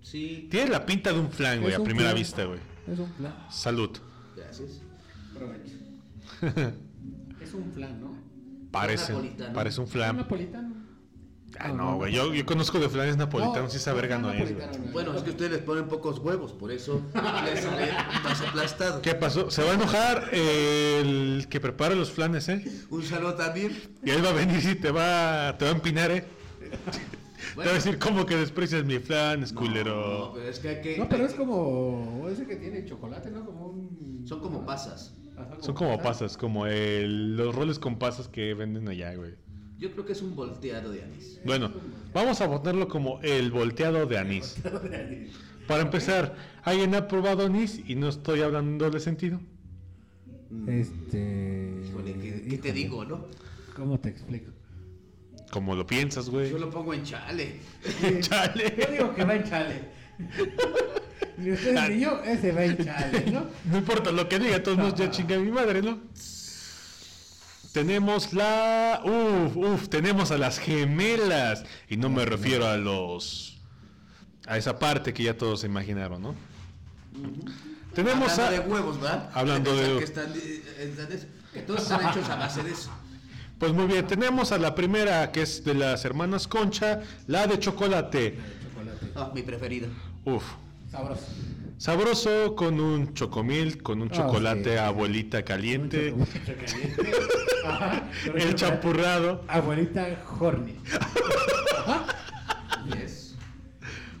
Speaker 3: Sí,
Speaker 1: Tiene la pinta de un flan, güey,
Speaker 2: Es
Speaker 1: a
Speaker 2: un
Speaker 1: primera
Speaker 2: flan.
Speaker 1: vista, güey.
Speaker 2: Es un flan.
Speaker 1: Salud.
Speaker 3: gracias.
Speaker 2: Aprovecho. es un flan, ¿no?
Speaker 1: Parece,
Speaker 3: napolitano.
Speaker 1: parece un
Speaker 2: Un
Speaker 1: flan.
Speaker 2: napolitano.
Speaker 1: Ah, no, güey. Yo, yo conozco de flanes napolitanos y esa verga no es, güey.
Speaker 3: Bueno, es que ustedes les ponen pocos huevos, por eso les sale más aplastado.
Speaker 1: ¿Qué pasó? Se va a enojar el que prepara los flanes, ¿eh?
Speaker 3: Un saludo también.
Speaker 1: Y él va a venir y te va, te va a empinar, ¿eh? Te va a
Speaker 3: Bueno,
Speaker 1: decir, ¿cómo que desprecias mi flan,
Speaker 3: no,
Speaker 1: culero?
Speaker 3: pero es que hay que-
Speaker 2: No, pero es como ese que tiene chocolate, ¿no? Como un...
Speaker 3: Son como pasas.
Speaker 2: Ajá,
Speaker 1: Son como pasas, como el- los roles con pasas que venden allá, güey.
Speaker 3: Yo creo que es un volteado de anís.
Speaker 1: Bueno, vamos a ponerlo como el volteado de anís. Para empezar, ¿alguien ha probado anís? Y no estoy hablando de sentido.
Speaker 3: Mm.
Speaker 2: Este...
Speaker 3: Híjole, ¿qué, qué te
Speaker 2: híjole,
Speaker 3: digo, no?
Speaker 2: ¿Cómo te explico?
Speaker 1: Como lo piensas, güey.
Speaker 3: Yo lo pongo en chale.
Speaker 2: Yo
Speaker 1: Chale.
Speaker 2: digo que va en chale. Ni ustedes ni yo, ese va en chale, ¿no?
Speaker 1: No importa lo que diga, de todos modos ya chinga mi madre, ¿no? Tenemos la. Uf, uf, tenemos a las gemelas. Y no me refiero a los. A esa parte que ya todos se imaginaron, ¿no? Tenemos
Speaker 3: Hablando
Speaker 1: a.
Speaker 3: de huevos, ¿verdad?
Speaker 1: Hablando
Speaker 3: Pensar
Speaker 1: de-
Speaker 3: Que, están, eh, están de- que todos están hechos a base de eso.
Speaker 1: Pues muy bien, tenemos a la primera que es de las hermanas Concha, la de chocolate.
Speaker 2: Chocolate.
Speaker 3: Ah, mi preferido.
Speaker 1: Uf.
Speaker 2: Sabroso.
Speaker 1: Sabroso con un chocomil, con un
Speaker 2: Ah,
Speaker 1: chocolate
Speaker 2: sí.
Speaker 1: abuelita caliente,
Speaker 2: Un chocolate caliente. Ajá, con un
Speaker 1: el
Speaker 2: chocolate.
Speaker 1: champurrado.
Speaker 2: Abuelita Horny.
Speaker 3: Yes.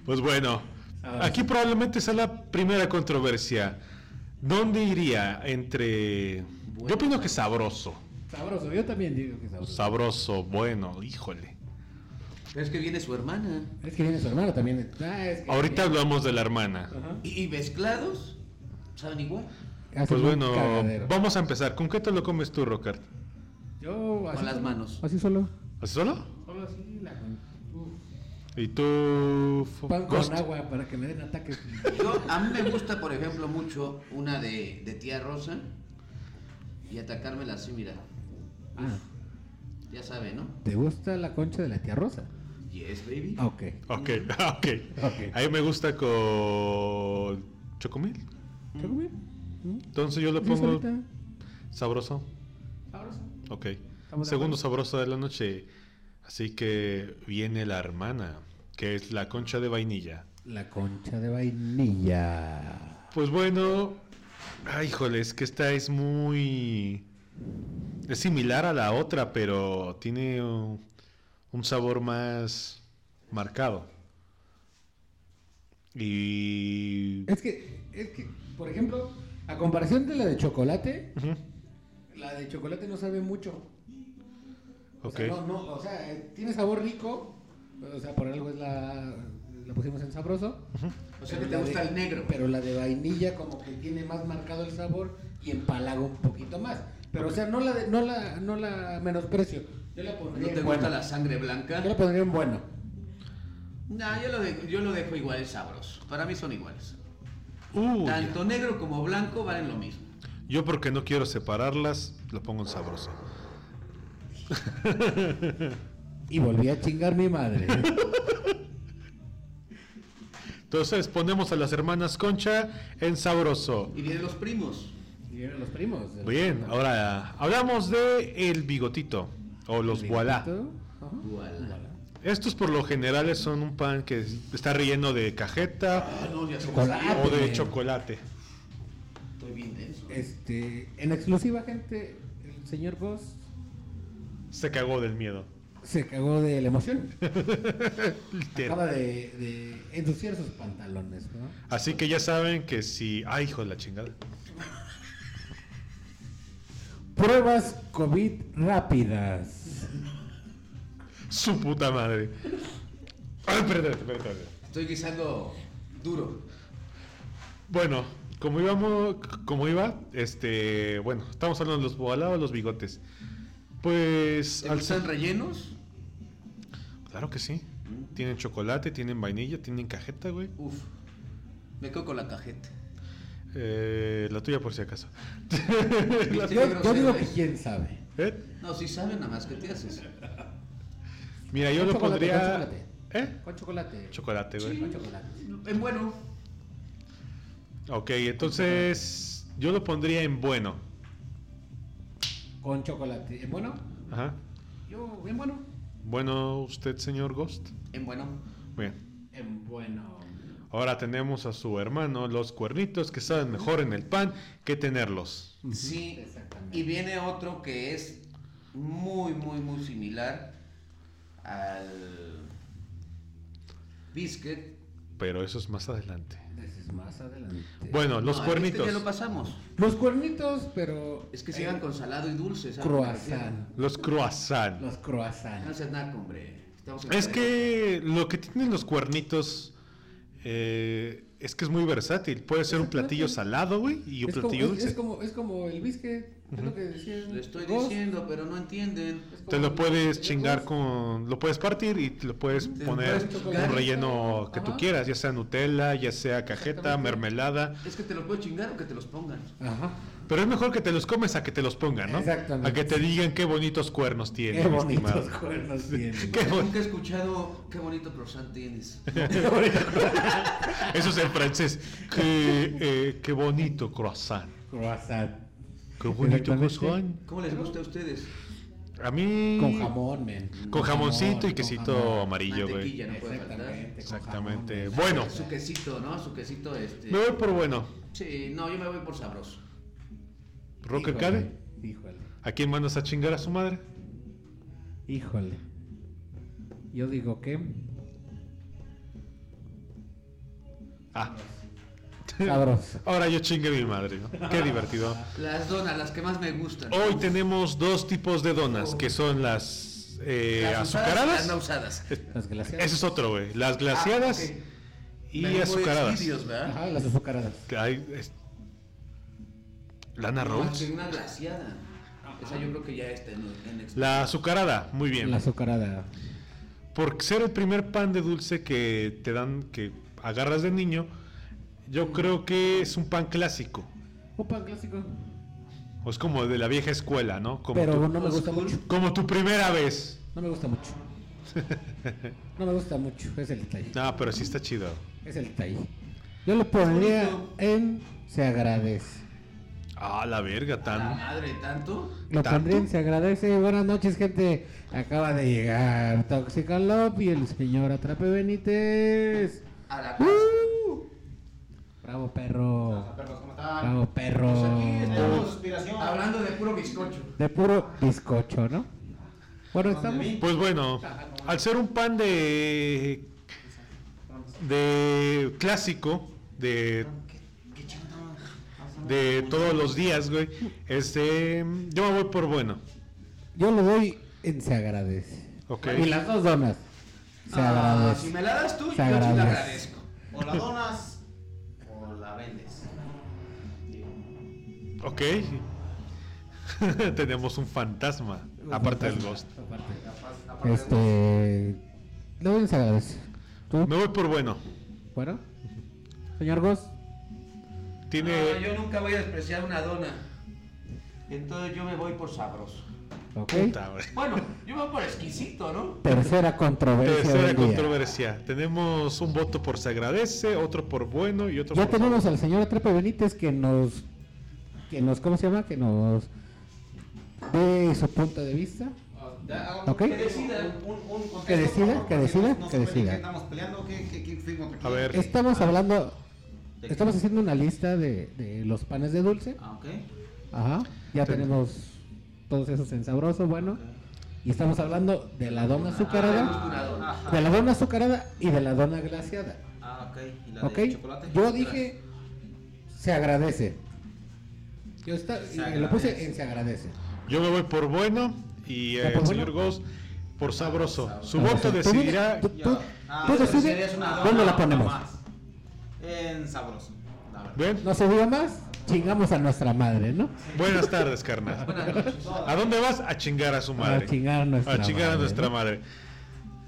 Speaker 1: Pues bueno,
Speaker 2: Ahora
Speaker 1: aquí probablemente sea la primera controversia. ¿Dónde iría entre... Yo opino que sabroso.
Speaker 2: Sabroso, yo también digo que sabroso.
Speaker 1: Sabroso, bueno, híjole.
Speaker 3: Pero es que viene su hermana.
Speaker 2: es que viene su hermano también. Ah, es que-
Speaker 1: Ahorita hablamos de la hermana.
Speaker 2: Ajá.
Speaker 3: Y, y mezclados, saben igual.
Speaker 2: Hace
Speaker 1: Pues
Speaker 2: un
Speaker 1: bueno,
Speaker 2: Ah, cagadero.
Speaker 1: vamos a empezar. ¿Con qué te lo comes tú, Rocard?
Speaker 2: Yo así
Speaker 3: Con las
Speaker 2: solo-
Speaker 3: manos.
Speaker 2: Así solo.
Speaker 1: ¿Así solo?
Speaker 2: Solo así la
Speaker 1: ¿Y tú... Fo-
Speaker 2: Pan con
Speaker 1: Ghost?
Speaker 2: agua para que me den ataques.
Speaker 3: Yo, a mí me gusta, por ejemplo, mucho una de, de tía Rosa y atacármela así, mira.
Speaker 2: Ah,
Speaker 3: Ya sabe, ¿no?
Speaker 2: ¿te gusta la concha de la tía Rosa?
Speaker 3: Yes, baby.
Speaker 2: Ah, ok.
Speaker 1: Ok, ok.
Speaker 2: Ok.
Speaker 1: A mí me gusta con... Chocomil.
Speaker 2: ¿Qué comí? ¿Mm?
Speaker 1: Entonces yo le
Speaker 2: ¿Sí,
Speaker 1: pongo
Speaker 2: solita?
Speaker 1: sabroso.
Speaker 2: Sabroso.
Speaker 1: Ok.
Speaker 2: Estamos de
Speaker 1: Segundo
Speaker 2: acuerdo.
Speaker 1: sabroso de la noche. Así que viene la hermana, que es la concha de vainilla.
Speaker 2: La concha de vainilla.
Speaker 1: Pues bueno, ay, híjole, es que esta es muy. Es similar a la otra, pero tiene uh, un sabor más marcado. Y.
Speaker 2: Es que, es que, por ejemplo, a comparación de la de chocolate,
Speaker 1: Ujú,
Speaker 2: la de chocolate no sabe mucho. O
Speaker 1: Ok.
Speaker 2: sea, no, no, o sea, eh, tiene sabor rico. O sea, por algo es la, la pusimos en sabroso.
Speaker 3: O sea,
Speaker 2: Pero
Speaker 3: que te
Speaker 2: la
Speaker 3: gusta
Speaker 2: de-
Speaker 3: el negro.
Speaker 2: Pero la de vainilla como que tiene más marcado el sabor y empalaga un poquito más. Pero o sea, no la, de- no la, no la menosprecio. Yo la
Speaker 3: ¿No
Speaker 2: pondría
Speaker 3: te
Speaker 2: en
Speaker 3: gusta
Speaker 2: bueno.
Speaker 3: la sangre blanca?
Speaker 2: Yo la pondría en bueno.
Speaker 3: No, yo lo, de- yo lo dejo igual, es sabroso. Para mí son iguales.
Speaker 1: Uh,
Speaker 3: Tanto negro como blanco valen lo mismo.
Speaker 1: yo porque no quiero separarlas, lo pongo en sabroso.
Speaker 2: Y volví a chingar mi madre.
Speaker 1: Entonces ponemos a las hermanas concha en sabroso.
Speaker 3: Y vienen los primos.
Speaker 2: y vieron los primos.
Speaker 1: Bien, ahora hablamos de el bigotito o los voilà.
Speaker 2: Ajá.
Speaker 3: Voilà.
Speaker 1: Estos por lo general son un pan que está relleno de cajeta
Speaker 3: Ah, no, ya somos
Speaker 2: Chocolate.
Speaker 3: viejos.
Speaker 1: o de
Speaker 2: bien.
Speaker 1: chocolate.
Speaker 3: Estoy bien denso.
Speaker 2: Este, en exclusiva, gente, el señor Goss
Speaker 1: Se cagó del miedo.
Speaker 2: se cagó de la emoción.
Speaker 1: Literal.
Speaker 2: Acaba de, de ensuciar sus pantalones, ¿no?
Speaker 1: Así que ya saben que si, ay hijo de la chingada.
Speaker 2: Pruebas COVID rápidas.
Speaker 1: Su puta madre. Ay, perdón, perdón, perdón.
Speaker 3: Estoy guisando duro.
Speaker 1: Bueno, como íbamos, como iba, este, bueno, estamos hablando de los voilà o los bigotes. Pues
Speaker 3: ¿Te
Speaker 1: al
Speaker 3: gustan
Speaker 1: ser-
Speaker 3: rellenos?
Speaker 1: Claro que sí.
Speaker 3: Mm.
Speaker 1: Tienen chocolate, tienen vainilla, tienen cajeta, güey.
Speaker 3: Uf. Me quedo con la cajeta.
Speaker 1: Eh, la tuya por si acaso.
Speaker 2: Yo,
Speaker 3: Sí,
Speaker 2: yo
Speaker 3: grosero,
Speaker 2: digo
Speaker 3: ¿eh?
Speaker 2: que quién sabe.
Speaker 1: ¿Eh?
Speaker 3: No, si saben nada más, ¿qué te haces?
Speaker 1: Mira, yo
Speaker 2: Con
Speaker 1: lo
Speaker 2: chocolate,
Speaker 1: pondría...
Speaker 2: con chocolate.
Speaker 1: ¿Eh?
Speaker 2: Con chocolate.
Speaker 1: Chocolate, güey.
Speaker 2: Con chocolate.
Speaker 3: En bueno.
Speaker 1: Ok, entonces yo lo pondría en bueno.
Speaker 2: Con chocolate. ¿En bueno?
Speaker 1: Ajá.
Speaker 2: Yo, en bueno.
Speaker 1: Bueno, usted, señor Ghost.
Speaker 3: En bueno.
Speaker 1: Bien.
Speaker 2: En bueno.
Speaker 1: Ahora tenemos a su hermano, los cuernitos, que saben mejor en el pan que tenerlos.
Speaker 3: Sí.
Speaker 2: Exactamente.
Speaker 3: Y viene otro que es muy, muy, muy similar al biscuit.
Speaker 1: Pero eso es más adelante.
Speaker 2: This is más adelante.
Speaker 1: Bueno, los
Speaker 3: No, al biscuit
Speaker 1: cuernitos.
Speaker 3: ya lo pasamos.
Speaker 2: Los cuernitos, pero.
Speaker 3: Es que
Speaker 2: eh,
Speaker 3: sigan con salado y dulce. ¿sabes?
Speaker 2: Croissant.
Speaker 1: Los croissant.
Speaker 2: Los
Speaker 3: No
Speaker 2: croissants.
Speaker 3: seas naco, hombre. Estamos en
Speaker 1: Es
Speaker 3: cadena.
Speaker 1: que lo que tienen los cuernitos eh, Es que es muy versátil. Puede ser un platillo salado, güey, y un
Speaker 2: es, como,
Speaker 1: platillo
Speaker 2: es,
Speaker 1: dulce.
Speaker 2: es como, es como el bisque. Es lo que decían.
Speaker 3: Le estoy
Speaker 2: Ghost,
Speaker 3: diciendo, pero no entienden.
Speaker 2: es como
Speaker 1: Te lo
Speaker 2: el-
Speaker 1: puedes
Speaker 2: el
Speaker 1: chingar
Speaker 2: Ghost.
Speaker 1: con. Lo puedes partir y te lo puedes
Speaker 3: Te
Speaker 1: poner
Speaker 3: puedes
Speaker 1: un
Speaker 3: chingar.
Speaker 1: relleno que tú
Speaker 2: Ajá.
Speaker 1: quieras, ya sea Nutella, ya sea cajeta,
Speaker 2: Exactamente.
Speaker 1: mermelada.
Speaker 3: Es que te lo puedo chingar o que te los pongan.
Speaker 2: Ajá.
Speaker 1: Pero es mejor que te los comes a que te los pongan, ¿no?
Speaker 2: Exactamente.
Speaker 1: A que te digan qué bonitos cuernos tiene.
Speaker 2: Qué
Speaker 1: mi
Speaker 2: bonitos
Speaker 1: estimado.
Speaker 2: cuernos tiene.
Speaker 1: Qué bon-
Speaker 3: Nunca he escuchado qué bonito croissant tienes.
Speaker 1: Eso es en francés. Qué, eh, qué bonito croissant.
Speaker 2: Croissant.
Speaker 1: Qué bonito
Speaker 2: Exactamente.
Speaker 1: croissant.
Speaker 3: ¿Cómo les gusta a ustedes?
Speaker 1: A mí.
Speaker 2: Con jamón, men.
Speaker 1: Con jamoncito y
Speaker 2: con
Speaker 1: quesito
Speaker 2: jamón.
Speaker 1: amarillo, güey.
Speaker 3: Mantequilla, no puede faltar.
Speaker 2: Exactamente.
Speaker 1: Exactamente.
Speaker 2: con jamón,
Speaker 1: Bueno,
Speaker 3: Su quesito, ¿no? Su quesito este.
Speaker 1: me voy por bueno.
Speaker 3: Sí, no, yo me voy por sabroso.
Speaker 2: men.
Speaker 1: Rock
Speaker 2: Híjole,
Speaker 1: Arcade.
Speaker 2: Híjole.
Speaker 1: ¿A quién mandas a chingar a su madre?
Speaker 2: Híjole. Yo digo que.
Speaker 1: Ah,
Speaker 2: Sabroso.
Speaker 1: ahora yo chingue a mi madre. ¿no? Qué divertido.
Speaker 3: Las donas, las que más me gustan.
Speaker 1: Hoy tenemos dos tipos de donas, que son las eh,
Speaker 3: Las usadas y Las no
Speaker 1: azucaradas.
Speaker 3: usadas.
Speaker 2: Las glaciadas.
Speaker 1: Ese es otro, güey. Las glaciadas
Speaker 3: Ah, ok.
Speaker 1: y
Speaker 3: Venimos
Speaker 1: azucaradas.
Speaker 3: decididos, ¿verdad?
Speaker 2: Ajá, las azucaradas.
Speaker 1: Que hay, es- Lana
Speaker 3: No,
Speaker 1: Rhodes.
Speaker 3: que una glaciada. Esa yo creo que ya está en, en exp-
Speaker 1: La azucarada, muy bien.
Speaker 2: La azucarada.
Speaker 1: Por ser el primer pan de dulce que te dan, que agarras de niño, yo creo que es un pan clásico.
Speaker 2: Un pan clásico.
Speaker 1: O es como de la vieja escuela, ¿no? Como,
Speaker 2: Pero
Speaker 1: tu,
Speaker 2: no me gusta
Speaker 3: Oscuro.
Speaker 2: mucho.
Speaker 1: como tu primera vez.
Speaker 2: No me gusta mucho. No me gusta mucho. Es el detalle.
Speaker 1: No, pero sí está chido.
Speaker 2: Es el detalle. Yo le pondría
Speaker 3: bonito.
Speaker 2: en se agradece.
Speaker 1: Ah, la verga,
Speaker 3: La
Speaker 1: tan.
Speaker 3: madre, ¿tanto?
Speaker 2: Lo
Speaker 1: ¿Tanto?
Speaker 2: pondría en se agradece. Buenas noches, gente. Acaba de llegar Toxical Love y el señor Atrape Benítez.
Speaker 3: A la
Speaker 2: ¡Uh! Bravo, perro.
Speaker 4: Perros, ¿cómo están?
Speaker 2: Bravo, perro.
Speaker 4: Pues aquí estamos,
Speaker 3: casa.
Speaker 4: inspiración.
Speaker 3: Hablando de puro bizcocho.
Speaker 2: De puro bizcocho, ¿no? Bueno, estamos.
Speaker 1: Pues bueno, al ser un pan de. de clásico, de
Speaker 4: Qué chingado.
Speaker 1: de todos los días, güey. Este, yo me voy por bueno.
Speaker 2: Yo lo doy en se agradece.
Speaker 1: Ok.
Speaker 2: Y las dos donas. Se
Speaker 3: Ah,
Speaker 2: agradece.
Speaker 3: si me la das tú, yo
Speaker 2: Se
Speaker 3: sí la
Speaker 2: agradece.
Speaker 3: agradezco.
Speaker 4: O la donas o la vendes.
Speaker 1: Ok. Tenemos un fantasma, aparte del ghost.
Speaker 2: Aparte.
Speaker 4: Capaz- capaz de-
Speaker 2: Este. Lo doy en se agradece. ¿Tú?
Speaker 1: Me voy por bueno.
Speaker 2: Bueno. Señor Goss.
Speaker 1: Tiene
Speaker 3: No, yo nunca voy a despreciar una dona. Entonces yo me voy por sabroso.
Speaker 2: Ok.
Speaker 1: Puta, güey.
Speaker 3: Bueno, yo me voy por exquisito, ¿no?
Speaker 2: Tercera controversia.
Speaker 1: Tercera
Speaker 2: del día.
Speaker 1: controversia. Tenemos un voto por se agradece, otro por bueno y otro
Speaker 2: Ya
Speaker 1: por
Speaker 2: tenemos al señor Atrepe Benítez que nos. Que nos ¿Cómo se llama? Que nos. De su punto de vista.
Speaker 4: Ah, ya,
Speaker 2: Ok.
Speaker 4: Que decida. Un, un contexto,
Speaker 2: Que decida,
Speaker 4: por favor,
Speaker 2: que
Speaker 4: porque
Speaker 2: decida,
Speaker 4: no- no
Speaker 2: que
Speaker 4: sé
Speaker 2: decida.
Speaker 4: qué Estamos peleando, ¿qué, qué, qué, fui contra
Speaker 1: A
Speaker 4: quién?
Speaker 1: ver.
Speaker 2: Estamos hablando.
Speaker 4: ¿De qué?
Speaker 2: Estamos haciendo una lista de, de los panes de dulce.
Speaker 4: Ah, ok.
Speaker 2: Ajá. Ya
Speaker 1: Sí.
Speaker 2: tenemos todos esos en sabroso, bueno. Y estamos hablando de la dona
Speaker 3: Ah,
Speaker 2: azucarada.
Speaker 3: una dona.
Speaker 4: Ajá.
Speaker 2: De la dona azucarada y de la dona glaciada.
Speaker 4: Ah, ok. ¿Y la
Speaker 2: ¿Ok?
Speaker 4: de chocolate?
Speaker 2: Yo dije, se agradece. Yo está,
Speaker 4: Se
Speaker 2: y lo puse
Speaker 4: agradece.
Speaker 2: en se agradece.
Speaker 1: Yo me voy por bueno y
Speaker 2: ¿Ya
Speaker 1: eh,
Speaker 2: por
Speaker 1: el señor
Speaker 2: bueno?
Speaker 1: Ghost por sabroso. Su
Speaker 2: Sabroso.
Speaker 1: voto
Speaker 2: Tú
Speaker 1: decidirá.
Speaker 2: dime,
Speaker 4: Ya.
Speaker 2: Tú-
Speaker 4: Ah,
Speaker 2: tú
Speaker 4: pero
Speaker 2: decides
Speaker 4: si eres una dona
Speaker 2: dónde la
Speaker 4: o
Speaker 2: ponemos.
Speaker 4: más. En sabroso. la verdad.
Speaker 1: ¿Ven?
Speaker 2: No se diga más, chingamos a nuestra madre, ¿no?
Speaker 1: Buenas tardes, carnal.
Speaker 3: Buenas noches.
Speaker 1: ¿A dónde vas? A chingar a su madre.
Speaker 2: A chingar a nuestra
Speaker 1: A chingar a
Speaker 2: madre,
Speaker 1: nuestra
Speaker 2: ¿no?
Speaker 1: madre.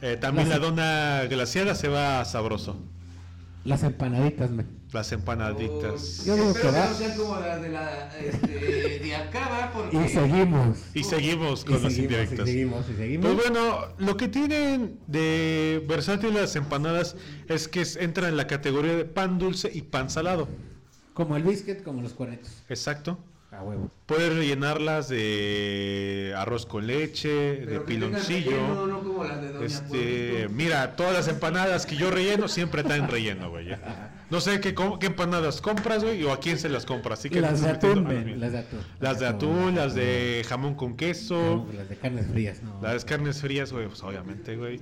Speaker 1: Eh, también la
Speaker 2: Las-
Speaker 1: dona glaciada se va a sabroso.
Speaker 2: Las empanaditas, men.
Speaker 1: Las empanaditas.
Speaker 2: Yo digo
Speaker 3: Espero
Speaker 2: que
Speaker 3: que
Speaker 2: va.
Speaker 3: no sean como las de la este, de acá, ¿va? Porque
Speaker 2: Y seguimos.
Speaker 1: Y seguimos
Speaker 2: Y
Speaker 1: con los
Speaker 2: seguimos,
Speaker 1: indirectos.
Speaker 2: Y seguimos, y seguimos.
Speaker 1: Pues bueno, lo que tienen de versátil las empanadas es que es- entra en la categoría de pan dulce y pan salado.
Speaker 2: Como el biscuit, como los cuernetos.
Speaker 1: Exacto.
Speaker 2: A huevo.
Speaker 1: Puedes rellenarlas de arroz con leche, de
Speaker 3: pero que tengan relleno,
Speaker 1: piloncillo.
Speaker 3: no como las de Doña
Speaker 1: Este,
Speaker 3: Pueblito.
Speaker 1: mira, todas las empanadas que yo relleno siempre están relleno, güey. ¿eh? No sé qué, com- qué empanadas compras, güey, o a quién se las compras. Así que
Speaker 2: las de
Speaker 1: estás metiendo
Speaker 2: atún,
Speaker 1: a las
Speaker 2: men,
Speaker 1: mías.
Speaker 2: las de atún. Ah,
Speaker 1: Las de atún, las de jamón con queso,
Speaker 2: No, pues Las de carnes frías, no.
Speaker 1: las carnes frías, güey, pues obviamente, güey.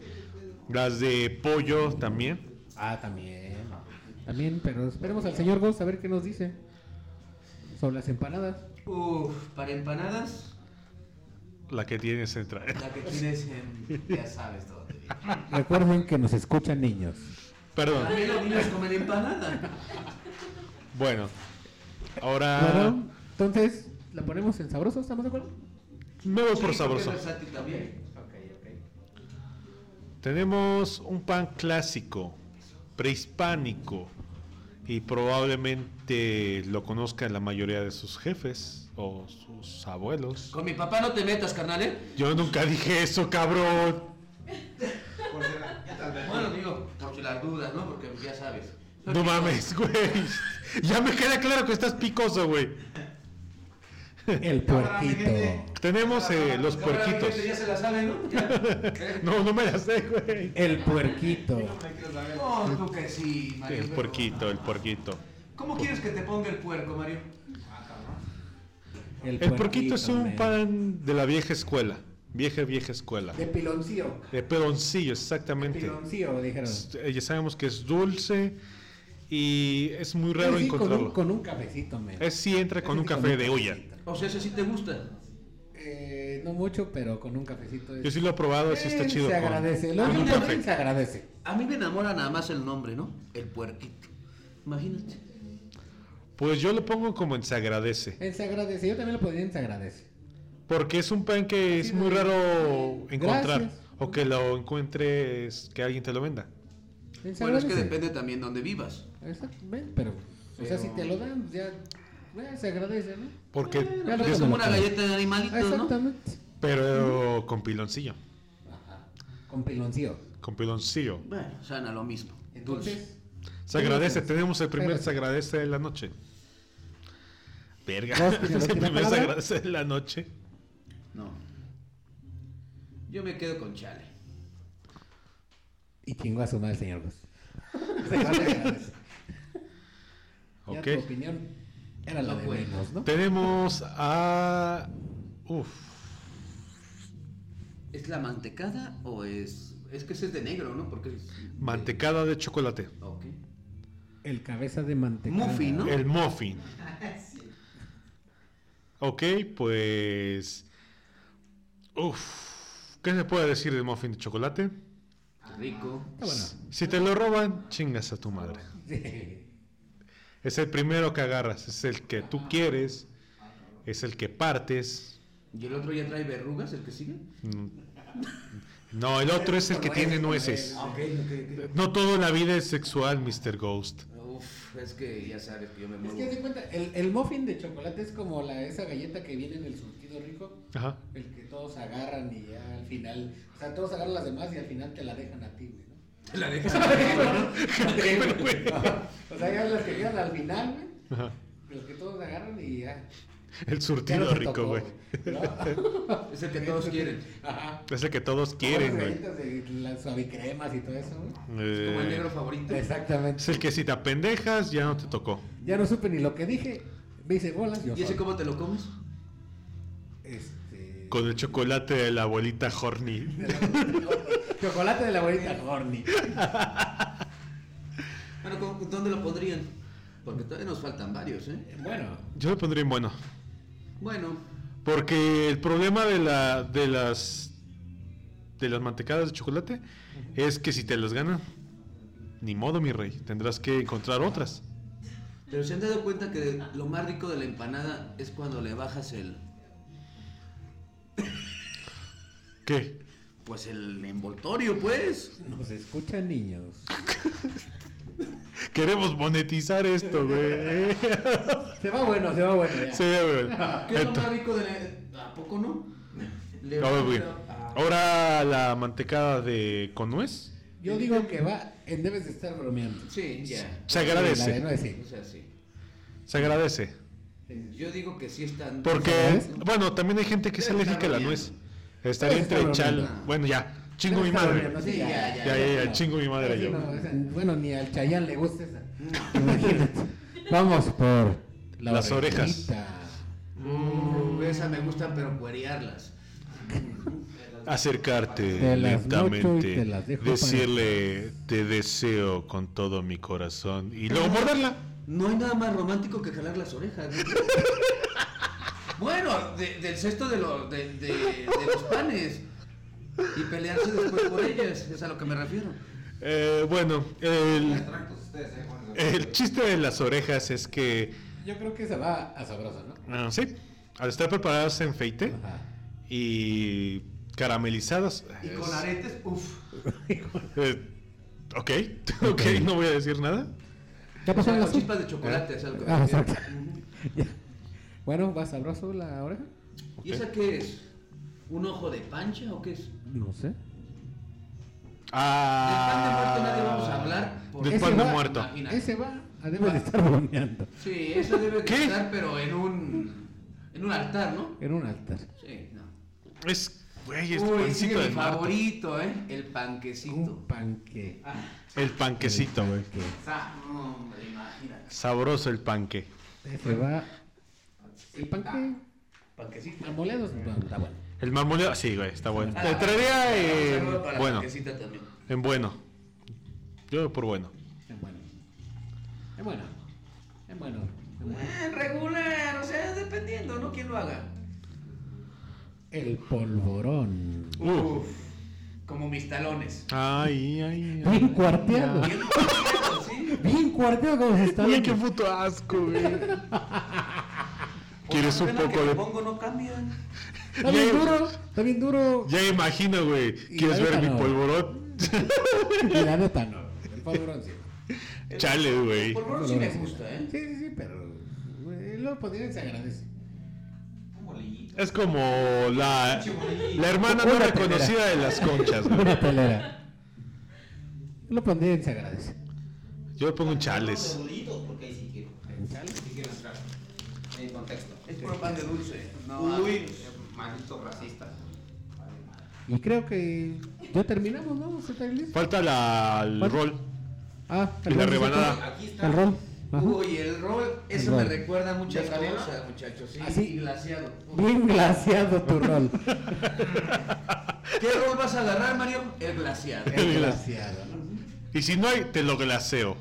Speaker 1: Las de pollo también.
Speaker 2: Ah, también. También, pero esperemos al señor Ghost a ver qué nos dice sobre las empanadas.
Speaker 3: Uf, para empanadas,
Speaker 1: La que tienes entra.
Speaker 3: la que tienes en. Ya sabes dónde.
Speaker 2: Recuerden que nos escuchan niños.
Speaker 1: Perdón.
Speaker 3: También los niños comen empanada.
Speaker 1: Bueno. Ahora
Speaker 2: Claro. Entonces, ¿la ponemos en sabroso? ¿Estamos de acuerdo?
Speaker 1: me voy
Speaker 3: Sí, creo
Speaker 1: por
Speaker 3: que
Speaker 1: sabroso.
Speaker 3: es versátil también.
Speaker 4: Ok, ok.
Speaker 1: Tenemos un pan clásico, prehispánico, y probablemente lo conozca la mayoría de sus jefes o sus abuelos.
Speaker 3: Con mi papá no te metas, carnal, ¿eh?
Speaker 1: Yo nunca dije eso, cabrón.
Speaker 4: Por si la- ya te advertí.
Speaker 3: Bueno, digo, por si las dudas, ¿no? Porque ya sabes.
Speaker 1: No mames, güey. Ya me queda claro que estás picoso, güey.
Speaker 2: El
Speaker 4: Cámara, mi
Speaker 2: puerquito.
Speaker 4: gente.
Speaker 1: Tenemos eh, los
Speaker 3: Cámara, mi
Speaker 1: puerquitos.
Speaker 3: gente, Pues Ya se la sabe, ¿no? Ya.
Speaker 1: No, no me la sé, güey.
Speaker 2: El puerquito.
Speaker 4: Me quiero saber.
Speaker 3: Oh, tú que sí, Mario.
Speaker 1: El
Speaker 3: pero-
Speaker 1: puerquito, el puerquito.
Speaker 3: ¿Cómo quieres que te ponga el puerco, Mario?
Speaker 4: Ah, cabrón.
Speaker 1: El puerquito es un
Speaker 2: man.
Speaker 1: pan de la vieja escuela. Vieja, vieja escuela.
Speaker 2: De piloncillo.
Speaker 1: De pedoncillo, exactamente.
Speaker 2: Piloncillo, dijeron.
Speaker 1: Es- eh, Ya sabemos que es dulce y es muy raro
Speaker 2: Pues Sí, con, un,
Speaker 1: encontrarlo.
Speaker 2: con un cafecito, man.
Speaker 1: Es si entra con
Speaker 2: Ese
Speaker 1: un
Speaker 2: sí,
Speaker 1: café de olla.
Speaker 2: cafecito.
Speaker 3: O sea, ese sí te gusta.
Speaker 2: Eh, no mucho, pero con un cafecito. es-
Speaker 1: Yo sí lo he probado, sí está
Speaker 2: Eh,
Speaker 1: chido.
Speaker 2: Se
Speaker 1: con-
Speaker 2: agradece. Lo
Speaker 1: con un
Speaker 2: único
Speaker 1: café.
Speaker 2: que se agradece.
Speaker 3: A mí me enamora nada más el nombre, ¿no? El puerquito. Imagínate.
Speaker 1: Pues yo lo pongo como en se agradece.
Speaker 2: En se agradece. Yo también lo podría en se agradece.
Speaker 1: Porque es un pan que es
Speaker 2: Sí,
Speaker 1: muy
Speaker 2: de-
Speaker 1: raro encontrar.
Speaker 2: Gracias.
Speaker 1: O que lo encuentres, que alguien te lo venda.
Speaker 2: En se
Speaker 3: Bueno, es que
Speaker 2: agradece.
Speaker 3: depende también donde vivas.
Speaker 2: Exacto, ven, pero. O sea,
Speaker 4: Pero-
Speaker 2: si te lo dan, ya. eh, se agradece, ¿no?
Speaker 1: Porque,
Speaker 3: Bueno,
Speaker 2: Ya
Speaker 3: pero
Speaker 2: luego
Speaker 3: es
Speaker 2: me
Speaker 3: como
Speaker 2: lo
Speaker 3: una
Speaker 2: como.
Speaker 3: galleta de animalitos, ¿no?
Speaker 2: Exactamente.
Speaker 1: pero con piloncillo.
Speaker 2: Ajá. Con piloncillo.
Speaker 1: Con piloncillo.
Speaker 3: Bueno, sana lo mismo. Dulce.
Speaker 2: Entonces.
Speaker 1: Se agradece, tenemos el primer
Speaker 2: Espérate.
Speaker 1: se agradece de la noche. Verga,
Speaker 2: ¿Vos
Speaker 1: es
Speaker 2: tienes
Speaker 1: el
Speaker 2: la
Speaker 1: primer se
Speaker 2: palabra?
Speaker 1: agradece de la noche.
Speaker 3: No. Yo me quedo con chale.
Speaker 2: Y chingó a su madre, señor Gus. Se agradece. Ya
Speaker 1: Ok.
Speaker 2: tu opinión era la
Speaker 3: No
Speaker 2: de
Speaker 3: puedo.
Speaker 2: menos, ¿no?
Speaker 1: Tenemos a. Uf.
Speaker 3: ¿Es la mantecada o es.? Es que ese es de negro, ¿no? Porque es. de-
Speaker 1: Mantecada de chocolate.
Speaker 3: Ok.
Speaker 2: El cabeza de manteca.
Speaker 3: Muffin, ¿no?
Speaker 1: El muffin. Ok, pues. Uf. ¿Qué se puede decir del muffin de chocolate?
Speaker 3: Rico.
Speaker 2: Está Ah, bueno.
Speaker 1: Si te lo roban, chingas a tu madre.
Speaker 2: Sí.
Speaker 1: Es el primero que agarras, es el que tú quieres, es el que partes.
Speaker 3: ¿Y el otro ya trae verrugas, el que sigue?
Speaker 1: Mm. No, el otro es el que tiene nueces.
Speaker 3: Ah, ok, ok,
Speaker 1: No todo en la vida es sexual, Mr. Ghost.
Speaker 3: ok. Uf, es que ya sabes que yo me
Speaker 2: Es
Speaker 3: muero.
Speaker 2: que haz de cuenta, el, el muffin de chocolate es como la, esa galleta que viene en el surtido rico,
Speaker 1: Ajá.
Speaker 2: el que todos agarran y ya al final, o sea, todos agarran las demás y al final te la dejan a ti, güey, ¿no?
Speaker 3: Te la dejas.
Speaker 2: Sí, güey. o sea, ya las que quedan al final, güey,
Speaker 1: Ajá.
Speaker 2: los que todos agarran y ya.
Speaker 1: El
Speaker 2: ya no
Speaker 1: surtido
Speaker 2: se
Speaker 1: rico,
Speaker 2: tocó,
Speaker 1: güey.
Speaker 2: ¿no?
Speaker 3: Es el que todos
Speaker 2: Eh,
Speaker 3: quieren.
Speaker 2: Ajá.
Speaker 1: Es el que todos quieren,
Speaker 2: Las
Speaker 1: güey.
Speaker 2: galletas de las suavicremas y todo eso, güey.
Speaker 3: Es como el negro
Speaker 1: Eh,
Speaker 3: favorito.
Speaker 2: Exactamente.
Speaker 1: es el que si te apendejas, ya no te tocó.
Speaker 2: Ya no supe ni lo que dije. Me hice bolas. Yo
Speaker 3: ¿Y ese
Speaker 2: solo.
Speaker 3: cómo te lo comes?
Speaker 2: Este...
Speaker 1: Con el chocolate de la abuelita Horny.
Speaker 2: de la- Chocolate de la abuelita Horny.
Speaker 3: Bueno, ¿cómo- ¿dónde lo pondrían? Porque todavía nos faltan varios, ¿eh?
Speaker 2: Bueno,
Speaker 1: Yo lo pondría en bueno.
Speaker 3: Bueno,
Speaker 1: Porque el problema de la de las de las mantecadas de chocolate es que si te las ganan, ni modo, mi rey, tendrás que encontrar otras.
Speaker 3: pero se han dado cuenta que lo más rico de la empanada es cuando le bajas el.
Speaker 1: ¿Qué?
Speaker 3: Pues el envoltorio, pues.
Speaker 2: nos escuchan niños.
Speaker 1: Queremos monetizar esto, güey.
Speaker 2: Se va bueno, se va bueno. ya.
Speaker 1: Sí, güey.
Speaker 3: ¿Qué es lo
Speaker 1: Ento-
Speaker 3: más rico de la... ¿A poco no? Le
Speaker 1: A ver, güey.
Speaker 3: Ah,
Speaker 1: Ahora la mantecada de con nuez
Speaker 2: Yo digo que va, eh, debes de estar bromeando.
Speaker 3: Sí, ya.
Speaker 1: se
Speaker 2: Sí, la de
Speaker 1: agradece,
Speaker 2: nuez, sí.
Speaker 3: O sea, sí.
Speaker 1: se agradece.
Speaker 3: Yo digo que sí están.
Speaker 1: Porque
Speaker 2: ¿Sabes?
Speaker 1: bueno, también hay gente que es
Speaker 3: Debe estar
Speaker 1: alérgica a la
Speaker 3: bromeando.
Speaker 1: nuez. Estaría
Speaker 2: Debe estar
Speaker 1: entre chal,
Speaker 2: bromeando.
Speaker 1: bueno ya, chingo mi
Speaker 2: Debes estar
Speaker 1: madre.
Speaker 2: bromeando,
Speaker 3: Sí, ya,
Speaker 1: Ya, ya, ya,
Speaker 2: No.
Speaker 1: chingo mi madre
Speaker 2: Sí,
Speaker 1: yo.
Speaker 2: no, esa- bueno, ni al Chayán le gusta esa. Imagínate. Vamos por la
Speaker 1: Las orejas.
Speaker 2: orejita.
Speaker 3: Mm, esa me gusta, pero cuerearlas.
Speaker 1: acercarte
Speaker 2: Te las nocho y
Speaker 1: lentamente,
Speaker 2: te las dejo para-
Speaker 1: decirle te deseo con todo mi corazón y luego morderla.
Speaker 3: No hay nada más romántico que jalar las orejas. ¿no? bueno, de- del cesto de, los de, de- de los panes. Y pelearse después por ellas, es a lo que me refiero.
Speaker 1: Eh, bueno, el,
Speaker 4: Atractos ustedes, eh, con eso.
Speaker 1: el chiste de las orejas es que,
Speaker 2: Yo creo que se va a sabroso, ¿no?
Speaker 1: ah, sí, al estar preparadas en feite
Speaker 2: Ajá.
Speaker 1: y caramelizadas.
Speaker 3: Y
Speaker 1: es-
Speaker 3: con aretes, uff.
Speaker 1: eh, ok, ok, no voy a decir nada.
Speaker 2: ¿Ya pasaron las
Speaker 3: Con chispas de chocolate, es algo.
Speaker 2: Ah, exacto.
Speaker 3: Ujú.
Speaker 2: Ya. Bueno, ¿va sabroso la oreja?
Speaker 3: ¿Y esa qué es? ¿Un ojo de pancha o qué es?
Speaker 2: No sé.
Speaker 1: Ah,
Speaker 3: Del pan de muerto nadie vamos a hablar, porque-
Speaker 1: Del pan de
Speaker 2: Ese va-
Speaker 1: muerto.
Speaker 3: Imagina.
Speaker 2: Ese va a debe de estar bromeando
Speaker 3: Sí, eso debe de
Speaker 1: ¿Qué?
Speaker 3: estar, pero en un. en un altar, ¿no?
Speaker 2: en un altar.
Speaker 3: Sí, no.
Speaker 1: Es, güey, es
Speaker 3: Uy, sigue
Speaker 1: pancito
Speaker 3: mi
Speaker 1: de muerto. Uh.
Speaker 3: favorito, ¿eh? El panquecito.
Speaker 2: Un panque.
Speaker 3: Ah,
Speaker 1: El panquecito, güey.
Speaker 3: sa- no, hombre, imagínate.
Speaker 1: Sabroso el panque.
Speaker 2: Ese va. El panque.
Speaker 3: Panquecito.
Speaker 2: Ah, Amoleados, no, está bueno.
Speaker 1: El marmoleado, sí, güey, está bueno.
Speaker 3: Ah,
Speaker 1: Te
Speaker 3: ah,
Speaker 1: traería
Speaker 2: eh,
Speaker 3: un
Speaker 1: en
Speaker 3: saludo para
Speaker 1: bueno,
Speaker 3: Panquecita también.
Speaker 1: en bueno. Yo por bueno.
Speaker 2: Es bueno. Es bueno. Es bueno. Es bueno.
Speaker 3: Eh, regular, o sea, dependiendo, ¿no? ¿Quién lo haga?
Speaker 2: El polvorón.
Speaker 1: Uf.
Speaker 3: Como mis talones.
Speaker 1: Ay, ay, ay.
Speaker 2: Bien cuarteado.
Speaker 3: Bien cuarteado, sí.
Speaker 2: Bien cuarteado como se está
Speaker 1: Güey, qué
Speaker 2: viendo.
Speaker 1: puto asco, güey.
Speaker 3: Por
Speaker 1: ¿Quieres
Speaker 3: la
Speaker 1: un
Speaker 3: pena
Speaker 1: poco
Speaker 3: que le
Speaker 1: de.?
Speaker 3: pongo no cambian.
Speaker 2: Está bien duro. Está bien duro.
Speaker 1: Ya imagino, güey.
Speaker 2: Y
Speaker 1: ¿Quieres
Speaker 2: la
Speaker 1: ver
Speaker 2: neta
Speaker 1: mi
Speaker 2: no.
Speaker 1: polvorón?
Speaker 2: Y la neta no. El polvorón sí.
Speaker 1: Chale, güey.
Speaker 3: Por favor, sí me gusta, ¿eh?
Speaker 2: Sí, sí, sí, pero. eh, Lo podrían se agradece.
Speaker 4: Un bolillito.
Speaker 1: Es como la, la hermana no
Speaker 2: Una
Speaker 1: reconocida de las conchas, güey.
Speaker 2: Una telera. Lo pondría en se agradece.
Speaker 1: Yo le pongo un chales.
Speaker 4: Un bolillito, porque ahí sí quiero. Sí quiero entrar. En contexto.
Speaker 3: Es puro pan de dulce. No,
Speaker 4: Uy,
Speaker 3: mames.
Speaker 4: maldito racista.
Speaker 2: Y creo que ya terminamos, ¿no? ¿Se está listo?
Speaker 1: Falta la, el
Speaker 2: Falta-
Speaker 1: rol.
Speaker 2: Ah,
Speaker 1: Y la
Speaker 2: rol, ¿sí?
Speaker 1: rebanada.
Speaker 4: Aquí está.
Speaker 2: El rol. Ajá.
Speaker 3: Uy, el rol, eso
Speaker 2: El
Speaker 3: me
Speaker 2: rol.
Speaker 3: recuerda a muchas
Speaker 4: ¿De canela?
Speaker 3: cosas, muchachos. Sí,
Speaker 2: Así.
Speaker 3: y glaseado. Uy.
Speaker 2: Bien glaseado tu rol.
Speaker 3: ¿Qué rol vas a agarrar, Mario? El glaseado.
Speaker 2: Bien glaseado. ¿no?
Speaker 1: Y si no hay, te lo glaseo.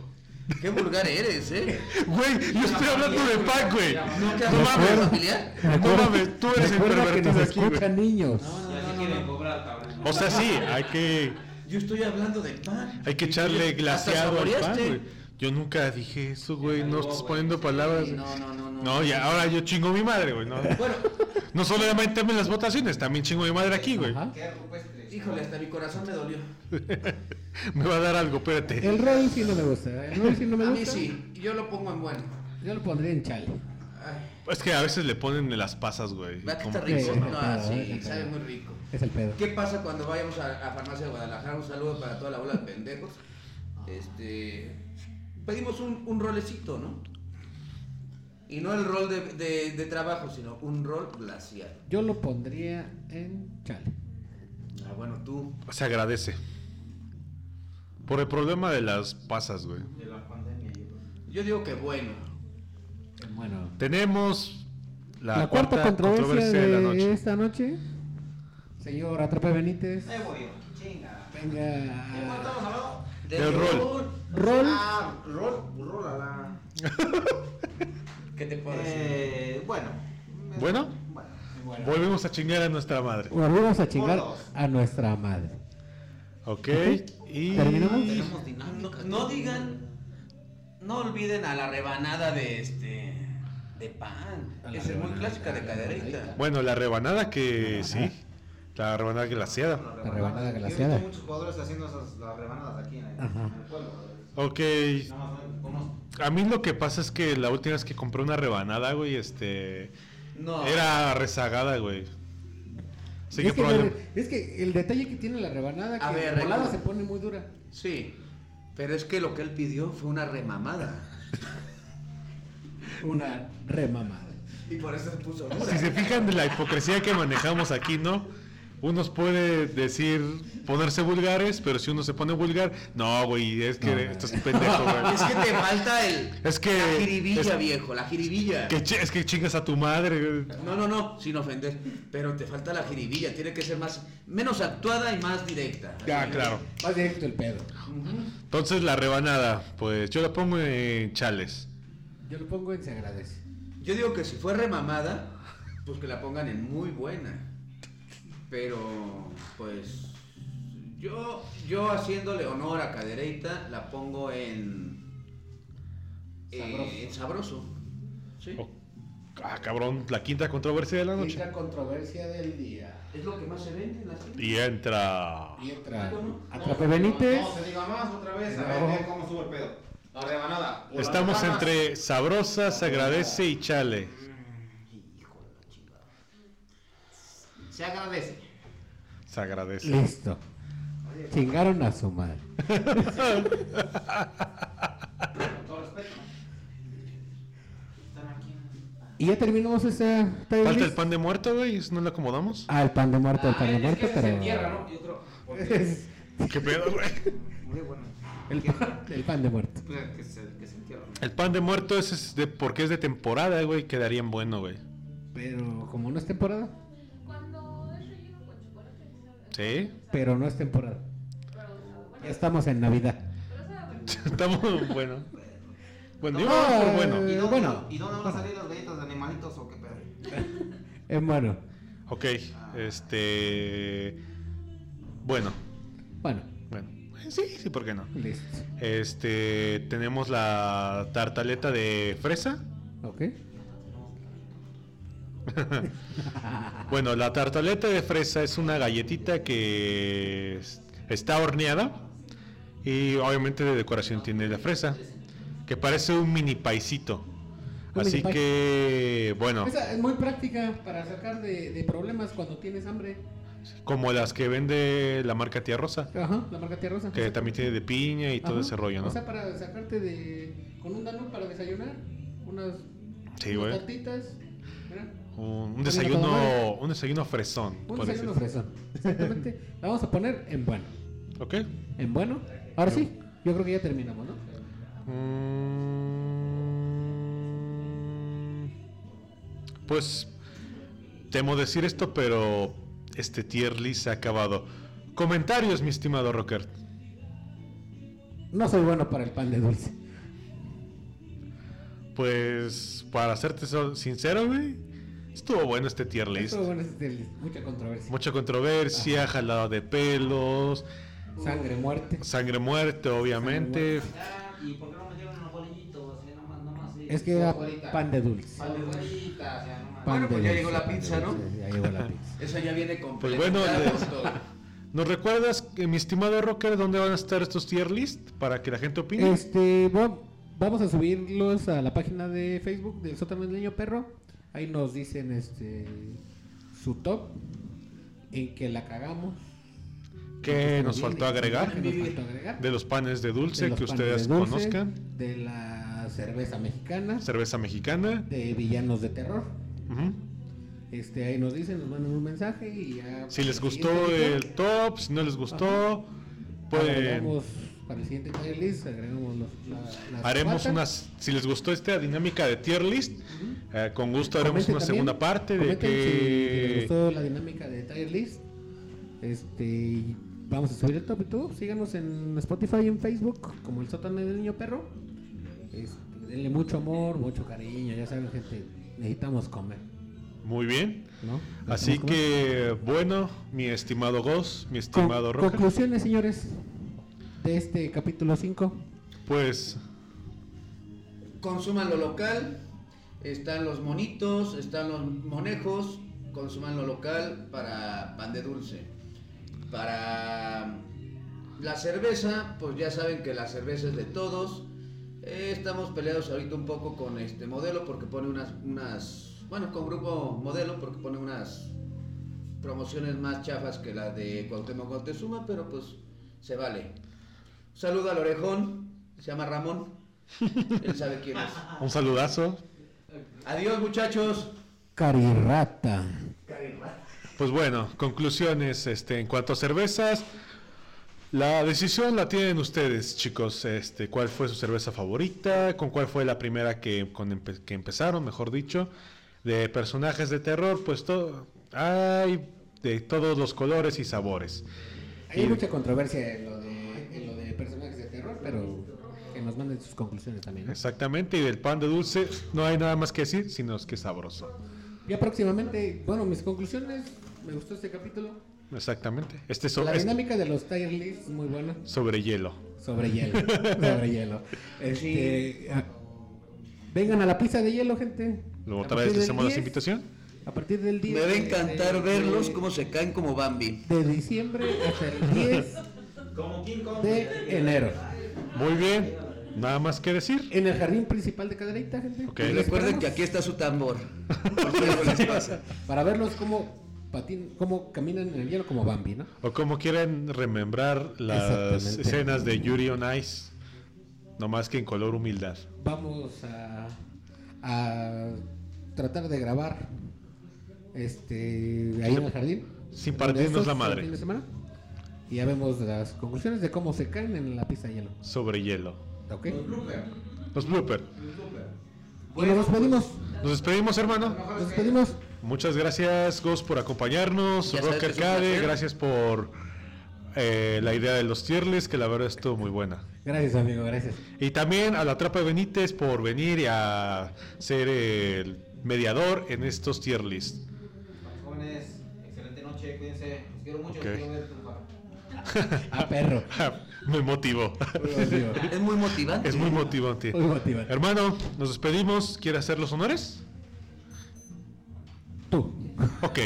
Speaker 3: Qué vulgar eres, ¿eh?
Speaker 1: Güey, yo estoy hablando de pan, güey.
Speaker 3: ¿No que
Speaker 1: No
Speaker 3: hago
Speaker 1: mames.
Speaker 3: familiar?
Speaker 1: No mames, tú eres el
Speaker 2: Recuerda que
Speaker 1: pervertido
Speaker 2: nos
Speaker 1: aquí,
Speaker 2: escuchan
Speaker 1: güey.
Speaker 2: niños.
Speaker 3: No, no,
Speaker 4: Ya sí
Speaker 3: no,
Speaker 4: quieren
Speaker 3: no.
Speaker 4: cobrar, cabrón.
Speaker 1: O sea, sí, hay que,
Speaker 3: Yo estoy hablando de pan.
Speaker 1: hay que echarle
Speaker 3: Hasta
Speaker 1: glaseado al pan,
Speaker 3: saboreaste.
Speaker 1: güey. Yo nunca dije eso, güey. No
Speaker 4: calmó,
Speaker 1: estás
Speaker 4: güey.
Speaker 1: poniendo palabras.
Speaker 3: Sí, no, no, no, no.
Speaker 1: No, ya, ahora yo chingo a mi madre, güey. No,
Speaker 3: Bueno,
Speaker 1: no solamente en las votaciones, también chingo a mi madre aquí, güey.
Speaker 2: Ajá.
Speaker 4: Qué rupestre.
Speaker 3: híjole, hasta mi corazón me dolió.
Speaker 1: Me va a dar algo, espérate.
Speaker 2: El rol sí no me gusta. ¿eh? El rol sí no me
Speaker 3: A
Speaker 2: gusta.
Speaker 3: mí sí, yo lo pongo en bueno.
Speaker 2: Yo lo pondría en chale.
Speaker 3: Ay,
Speaker 1: Es que a veces le ponen las pasas, güey.
Speaker 3: ¿Verdad que
Speaker 1: Como
Speaker 3: está
Speaker 1: que
Speaker 3: rico?
Speaker 1: sí,
Speaker 2: no.
Speaker 3: No, ah, sí,
Speaker 2: No,
Speaker 3: sabe
Speaker 2: no, no.
Speaker 3: muy rico.
Speaker 2: Es el pedo.
Speaker 3: ¿Qué pasa cuando vayamos a, a Farmacia de Guadalajara? Un saludo para toda la bola de pendejos. Este, pedimos un, un rolecito, ¿no? Y no el rol de, de- de trabajo, sino un rol glacial.
Speaker 2: Yo lo pondría en chale.
Speaker 3: Ah, bueno, tú.
Speaker 1: Se agradece. Por el problema de las pasas, güey.
Speaker 4: De la pandemia, yo creo.
Speaker 3: Yo digo que bueno.
Speaker 2: Bueno.
Speaker 1: Tenemos la,
Speaker 2: La, cuarta, controversia, de, este-
Speaker 1: la noche.
Speaker 2: esta noche. Señor Atrape Benítez.
Speaker 4: Ahí voy yo. Chinga. ¿De cuánto
Speaker 2: Venga.
Speaker 4: estamos hablando?
Speaker 3: Del
Speaker 1: El rol.
Speaker 2: Rol.
Speaker 4: Ah, rol, rol a la.
Speaker 3: ¿Qué te puedo decir?
Speaker 4: Eh, bueno.
Speaker 1: ¿Bueno?
Speaker 4: Bueno.
Speaker 1: Volvemos a chingar a nuestra madre.
Speaker 2: Volvemos a chingar
Speaker 4: Por dos.
Speaker 2: a nuestra madre.
Speaker 1: Ok. Y...
Speaker 2: ¿Terminamos?
Speaker 4: Tenemos
Speaker 3: No,
Speaker 4: dinámica.
Speaker 3: no digan, no olviden a la rebanada de este, de pan.
Speaker 2: A la
Speaker 3: Esa es muy
Speaker 2: rebanada,
Speaker 3: clásica de
Speaker 2: la
Speaker 3: caderita.
Speaker 2: rebanadita.
Speaker 1: Bueno, la rebanada que sí. La rebanada glaseada.
Speaker 4: La
Speaker 2: rebanada
Speaker 4: Yo he
Speaker 2: glaseada.
Speaker 4: visto muchos jugadores haciendo esas las rebanadas aquí en el,
Speaker 2: Ajá.
Speaker 4: en el pueblo.
Speaker 1: Ok.
Speaker 4: Nada más no conozco.
Speaker 1: A mí lo que pasa es que la última vez que compré una rebanada, güey, este...
Speaker 3: No.
Speaker 1: Era rezagada, güey. Así que
Speaker 2: es, que
Speaker 1: probablemente...
Speaker 2: el- es que el detalle que tiene la rebanada
Speaker 3: A
Speaker 2: que
Speaker 3: ver,
Speaker 2: de volada
Speaker 3: recuerda.
Speaker 2: se pone muy dura.
Speaker 3: Sí, pero es que lo que él pidió fue una remamada.
Speaker 2: Una remamada.
Speaker 3: Y por eso se puso dura.
Speaker 1: Si se fijan de la hipocresía que manejamos aquí, ¿no? Unos puede decir, ponerse vulgares, pero si uno se pone vulgar, no, güey, es que
Speaker 2: No.
Speaker 1: esto es pendejo, güey.
Speaker 3: Es que te falta el.
Speaker 1: Es que-
Speaker 3: La jiribilla,
Speaker 1: es-
Speaker 3: viejo, la jiribilla.
Speaker 1: Que chi- es que chingas a tu madre, güey.
Speaker 3: No, no, no, sin ofender. Pero te falta la jiribilla, tiene que ser más. menos actuada y más directa.
Speaker 1: Ya, claro.
Speaker 2: Más directo el pedo.
Speaker 3: Ujú.
Speaker 1: Entonces la rebanada, pues yo la pongo en chales.
Speaker 2: Yo lo pongo en se agradece.
Speaker 3: Yo digo que si fue remamada, pues que la pongan en muy buena. Pero, pues. Yo, yo haciéndole honor a Cadereita, la pongo en. eh,
Speaker 4: Sabroso.
Speaker 3: en sabroso. Sí.
Speaker 1: Oh, ah, cabrón, la quinta controversia de la noche.
Speaker 4: Quinta controversia del día.
Speaker 3: Es lo que más se vende en la tienda.
Speaker 1: Y entra.
Speaker 4: Y entra.
Speaker 2: Atrape Benítez.
Speaker 4: No se diga más otra vez. A
Speaker 2: No.
Speaker 4: ver eh, cómo sube el pedo. La rebanada. Por las
Speaker 1: Estamos
Speaker 4: canas.
Speaker 1: entre sabrosa, se agradece y chale.
Speaker 3: Hijo de la chingada.
Speaker 4: Se agradece.
Speaker 1: Se agradece.
Speaker 2: Listo. Chingaron a su madre.
Speaker 4: Con todo respeto. Están aquí.
Speaker 2: Y ya terminamos esa
Speaker 1: Falta el pan de muerto, güey. ¿No lo acomodamos?
Speaker 2: Ah, el pan de muerto, el
Speaker 4: Ah,
Speaker 2: pan de
Speaker 4: es
Speaker 2: muerto,
Speaker 4: que se
Speaker 2: pero.
Speaker 4: entierra, ¿no? Yo creo. Porque
Speaker 2: Es
Speaker 1: ¿Qué pedo, güey?
Speaker 4: Mm, muy bueno.
Speaker 2: el, pan, el pan de muerto.
Speaker 4: Pues, que se, que se entierra. ¿no?
Speaker 1: El pan de muerto es, es de, porque es de temporada, güey. Quedaría en bueno, güey.
Speaker 2: Pero como no es temporada.
Speaker 5: Cuando es relleno con chocolate, sabe-
Speaker 1: ¿Sí?
Speaker 2: Pero no es temporada. Ya estamos en Navidad.
Speaker 5: pero sabe bueno.
Speaker 1: Estamos bueno. Bueno, yo voy por bueno.
Speaker 2: Eh,
Speaker 6: ¿Y dónde,
Speaker 2: bueno.
Speaker 6: ¿Y dónde van a salir las galletas de animalitos o qué pedo?
Speaker 2: Es Eh, bueno.
Speaker 1: Ok, este. Bueno,
Speaker 2: Bueno,
Speaker 1: bueno. Sí, sí, ¿por qué no?
Speaker 2: listo.
Speaker 1: Este. Tenemos la tartaleta de fresa.
Speaker 2: ¿Ok?
Speaker 1: Bueno, la tartaleta de fresa es una galletita que es- está horneada y obviamente de decoración tiene la fresa, que parece un mini paisito.
Speaker 2: Un
Speaker 1: Así
Speaker 2: mini pie.
Speaker 1: que, bueno,
Speaker 2: Esa es muy práctica para sacar de, de problemas cuando tienes hambre.
Speaker 1: como las que vende la marca Tía Rosa,
Speaker 2: Ajá, la marca Tierra Rosa.
Speaker 1: que también tiene de piña y todo
Speaker 2: Ajá.
Speaker 1: ese rollo,
Speaker 2: O
Speaker 1: ¿no?
Speaker 2: sea, para sacarte de. con un danón para desayunar. Unas.
Speaker 1: Sí,
Speaker 2: unas
Speaker 1: güey.
Speaker 2: tortitas. Mira.
Speaker 1: Un, un
Speaker 2: Bueno, todo
Speaker 1: desayuno, un desayuno fresón.
Speaker 2: Un
Speaker 1: por
Speaker 2: desayuno
Speaker 1: decir.
Speaker 2: fresón. Exactamente. La vamos a poner en bueno.
Speaker 1: ¿Ok?
Speaker 2: En bueno. Ahora sí, yo creo que ya terminamos, ¿no?
Speaker 1: Mm, Pues temo decir esto, pero este tier list se ha acabado. Comentarios, mi estimado Rocker.
Speaker 2: No soy bueno para el pan de dulce.
Speaker 1: Pues para serte so- sincero, güey, estuvo bueno este tier list.
Speaker 2: Pero bueno, es del- mucha controversia.
Speaker 1: Mucha controversia, jalado de pelos,
Speaker 2: Sangre, muerte.
Speaker 1: sangre muerte, obviamente.
Speaker 6: Ah, ¿Y por qué no me dieron unos bolillitos? Así, nomás, nomás, sí.
Speaker 2: Es que era
Speaker 6: Bolita.
Speaker 2: pan de dulce.
Speaker 6: Pan de bolita, o sea, nomás.
Speaker 2: Pan
Speaker 3: Bueno, pues
Speaker 2: de
Speaker 3: ya
Speaker 2: dulce,
Speaker 3: llegó la
Speaker 2: pan de
Speaker 3: pizza, ¿no?
Speaker 2: dulce, Ya llegó la pizza.
Speaker 3: Esa ya viene con
Speaker 1: Pues bueno, les- ¿Nos recuerdas, eh, mi estimado Rocker, dónde van a estar estos tier list para que la gente opine?
Speaker 2: Este, va- vamos a subirlos a la página de Facebook del sótano del niño perro. Ahí nos dicen este su top en que la cagamos.
Speaker 1: ¿Qué nos faltó agregar?
Speaker 2: ¿Qué nos faltó agregar?
Speaker 1: de los panes de dulce
Speaker 2: De los
Speaker 1: que
Speaker 2: panes de
Speaker 1: ustedes
Speaker 2: dulce,
Speaker 1: conozcan,
Speaker 2: De la cerveza mexicana.
Speaker 1: cerveza mexicana.
Speaker 2: De villanos de terror.
Speaker 1: ujú.
Speaker 2: Este, ahí nos dicen, nos mandan un mensaje y ya.
Speaker 1: Si les
Speaker 2: el
Speaker 1: gustó
Speaker 2: siguiente
Speaker 1: el top, si no les gustó, pueden
Speaker 2: Agregamos para el siguiente tier list, agregamos los- la- las
Speaker 1: haremos
Speaker 2: patas.
Speaker 1: unas. Si les gustó esta dinámica de tier list, eh, con gusto haremos
Speaker 2: Comenten
Speaker 1: una
Speaker 2: también,
Speaker 1: segunda parte de
Speaker 2: comenten si les
Speaker 1: que
Speaker 2: gustó la dinámica de tier list. Este, y vamos a subir el top y todo. Síganos en Spotify y en Facebook como el sótano del niño perro. Este, denle mucho amor, mucho cariño, ya saben gente, necesitamos comer,
Speaker 1: muy bien.
Speaker 2: ¿no?
Speaker 1: Así
Speaker 2: Necesitamos comer.
Speaker 1: que bueno, mi estimado Goss, mi
Speaker 2: Con-
Speaker 1: estimado Roca,
Speaker 2: conclusiones, señores, de este capítulo 5.
Speaker 1: pues
Speaker 3: Consuman lo local. Están los monitos, están los monejos. Consuman lo local para pan de dulce. Para la cerveza, pues ya saben que la cerveza es de todos. Eh, estamos peleados ahorita un poco con este modelo porque pone unas, unas, bueno, con grupo modelo porque pone unas promociones más chafas que las de Cuauhtémoc Montezuma, pero pues se vale. Saludo al orejón, se llama Ramón. Él sabe quién es.
Speaker 1: un saludazo.
Speaker 3: Adiós, muchachos.
Speaker 2: Carirata.
Speaker 1: Pues bueno, conclusiones este, en cuanto a cervezas. La decisión la tienen ustedes, chicos. Este, ¿Cuál fue su cerveza favorita? ¿Con cuál fue la primera que, con empe- que empezaron, mejor dicho? De personajes de terror, pues todo. Hay de todos los colores y sabores.
Speaker 2: Hay mucha controversia en lo, de, en lo de personajes de terror, pero que nos manden sus conclusiones también. ¿no?
Speaker 1: Exactamente, y del pan de dulce no hay nada más que decir, sino es que es sabroso.
Speaker 2: Ya próximamente, bueno, mis conclusiones, me gustó este capítulo.
Speaker 1: Exactamente. Este so-
Speaker 2: La
Speaker 1: es
Speaker 2: dinámica de los tier lists es muy buena.
Speaker 1: sobre hielo.
Speaker 2: Sobre hielo. sobre hielo. Este, ah, vengan a la pista de hielo, gente.
Speaker 1: Luego
Speaker 2: A
Speaker 1: otra
Speaker 2: partir
Speaker 1: vez
Speaker 2: del
Speaker 1: les hacemos la
Speaker 2: 10,
Speaker 1: invitación.
Speaker 2: A partir del 10.
Speaker 3: Me va a encantar
Speaker 2: de-
Speaker 3: verlos
Speaker 2: de-
Speaker 3: cómo se caen como Bambi.
Speaker 2: De diciembre hasta el 10
Speaker 4: Como King Kong.
Speaker 2: de enero.
Speaker 1: Muy bien. Nada más que decir.
Speaker 2: En el jardín principal de Cadereyta, gente.
Speaker 1: Ok.
Speaker 2: Los
Speaker 3: Y recuerden que
Speaker 2: esperamos
Speaker 3: aquí está su tambor. Por si algo les pasa.
Speaker 2: Para verlos cómo, patin, cómo caminan en el hielo como Bambi, ¿no?
Speaker 1: O como quieren remembrar las
Speaker 2: Exactamente.
Speaker 1: escenas de Yuri on Ice. Nomás que en color humildad.
Speaker 2: Vamos a, a tratar de grabar este ahí en el jardín.
Speaker 1: Sin partirnos la
Speaker 2: Estos, el fin
Speaker 1: madre.
Speaker 2: de semana. y ya vemos las conclusiones de cómo se caen en la pista de hielo.
Speaker 1: Sobre hielo.
Speaker 2: ¿Ok?
Speaker 1: Los bloopers.
Speaker 2: Bueno, pues, nos despedimos.
Speaker 1: Nos despedimos, hermano.
Speaker 2: Nos despedimos.
Speaker 1: Muchas gracias, Ghost, por acompañarnos.
Speaker 3: Ya sabes
Speaker 1: Rock
Speaker 3: que es un
Speaker 1: Arcade,
Speaker 3: placer.
Speaker 1: gracias por eh, la idea de los tier lists, que la verdad estuvo muy buena.
Speaker 2: Gracias, amigo, gracias.
Speaker 1: Y también a la Trapa de Benítez por venir y a ser el mediador en estos tier lists.
Speaker 4: Jóvenes, excelente noche, cuídense. Los quiero mucho,
Speaker 1: Ok.
Speaker 4: los quiero ver triunfar.
Speaker 2: A Ah, perro.
Speaker 1: Me motivó.
Speaker 2: Muy
Speaker 3: Es muy motivante.
Speaker 1: es muy motivante.
Speaker 2: motivante.
Speaker 1: Hermano, nos despedimos. ¿Quiere hacer los honores?
Speaker 2: Tú.
Speaker 1: Ok,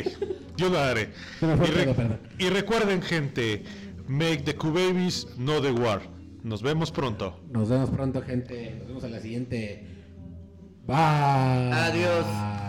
Speaker 1: yo lo haré.
Speaker 2: Pero fue
Speaker 1: Y, re-
Speaker 2: todo, perdón.
Speaker 1: y recuerden, gente, make the Q-Babies, no the war. Nos vemos pronto.
Speaker 2: Nos vemos pronto, gente. Nos vemos a la siguiente. Bye.
Speaker 3: Adiós.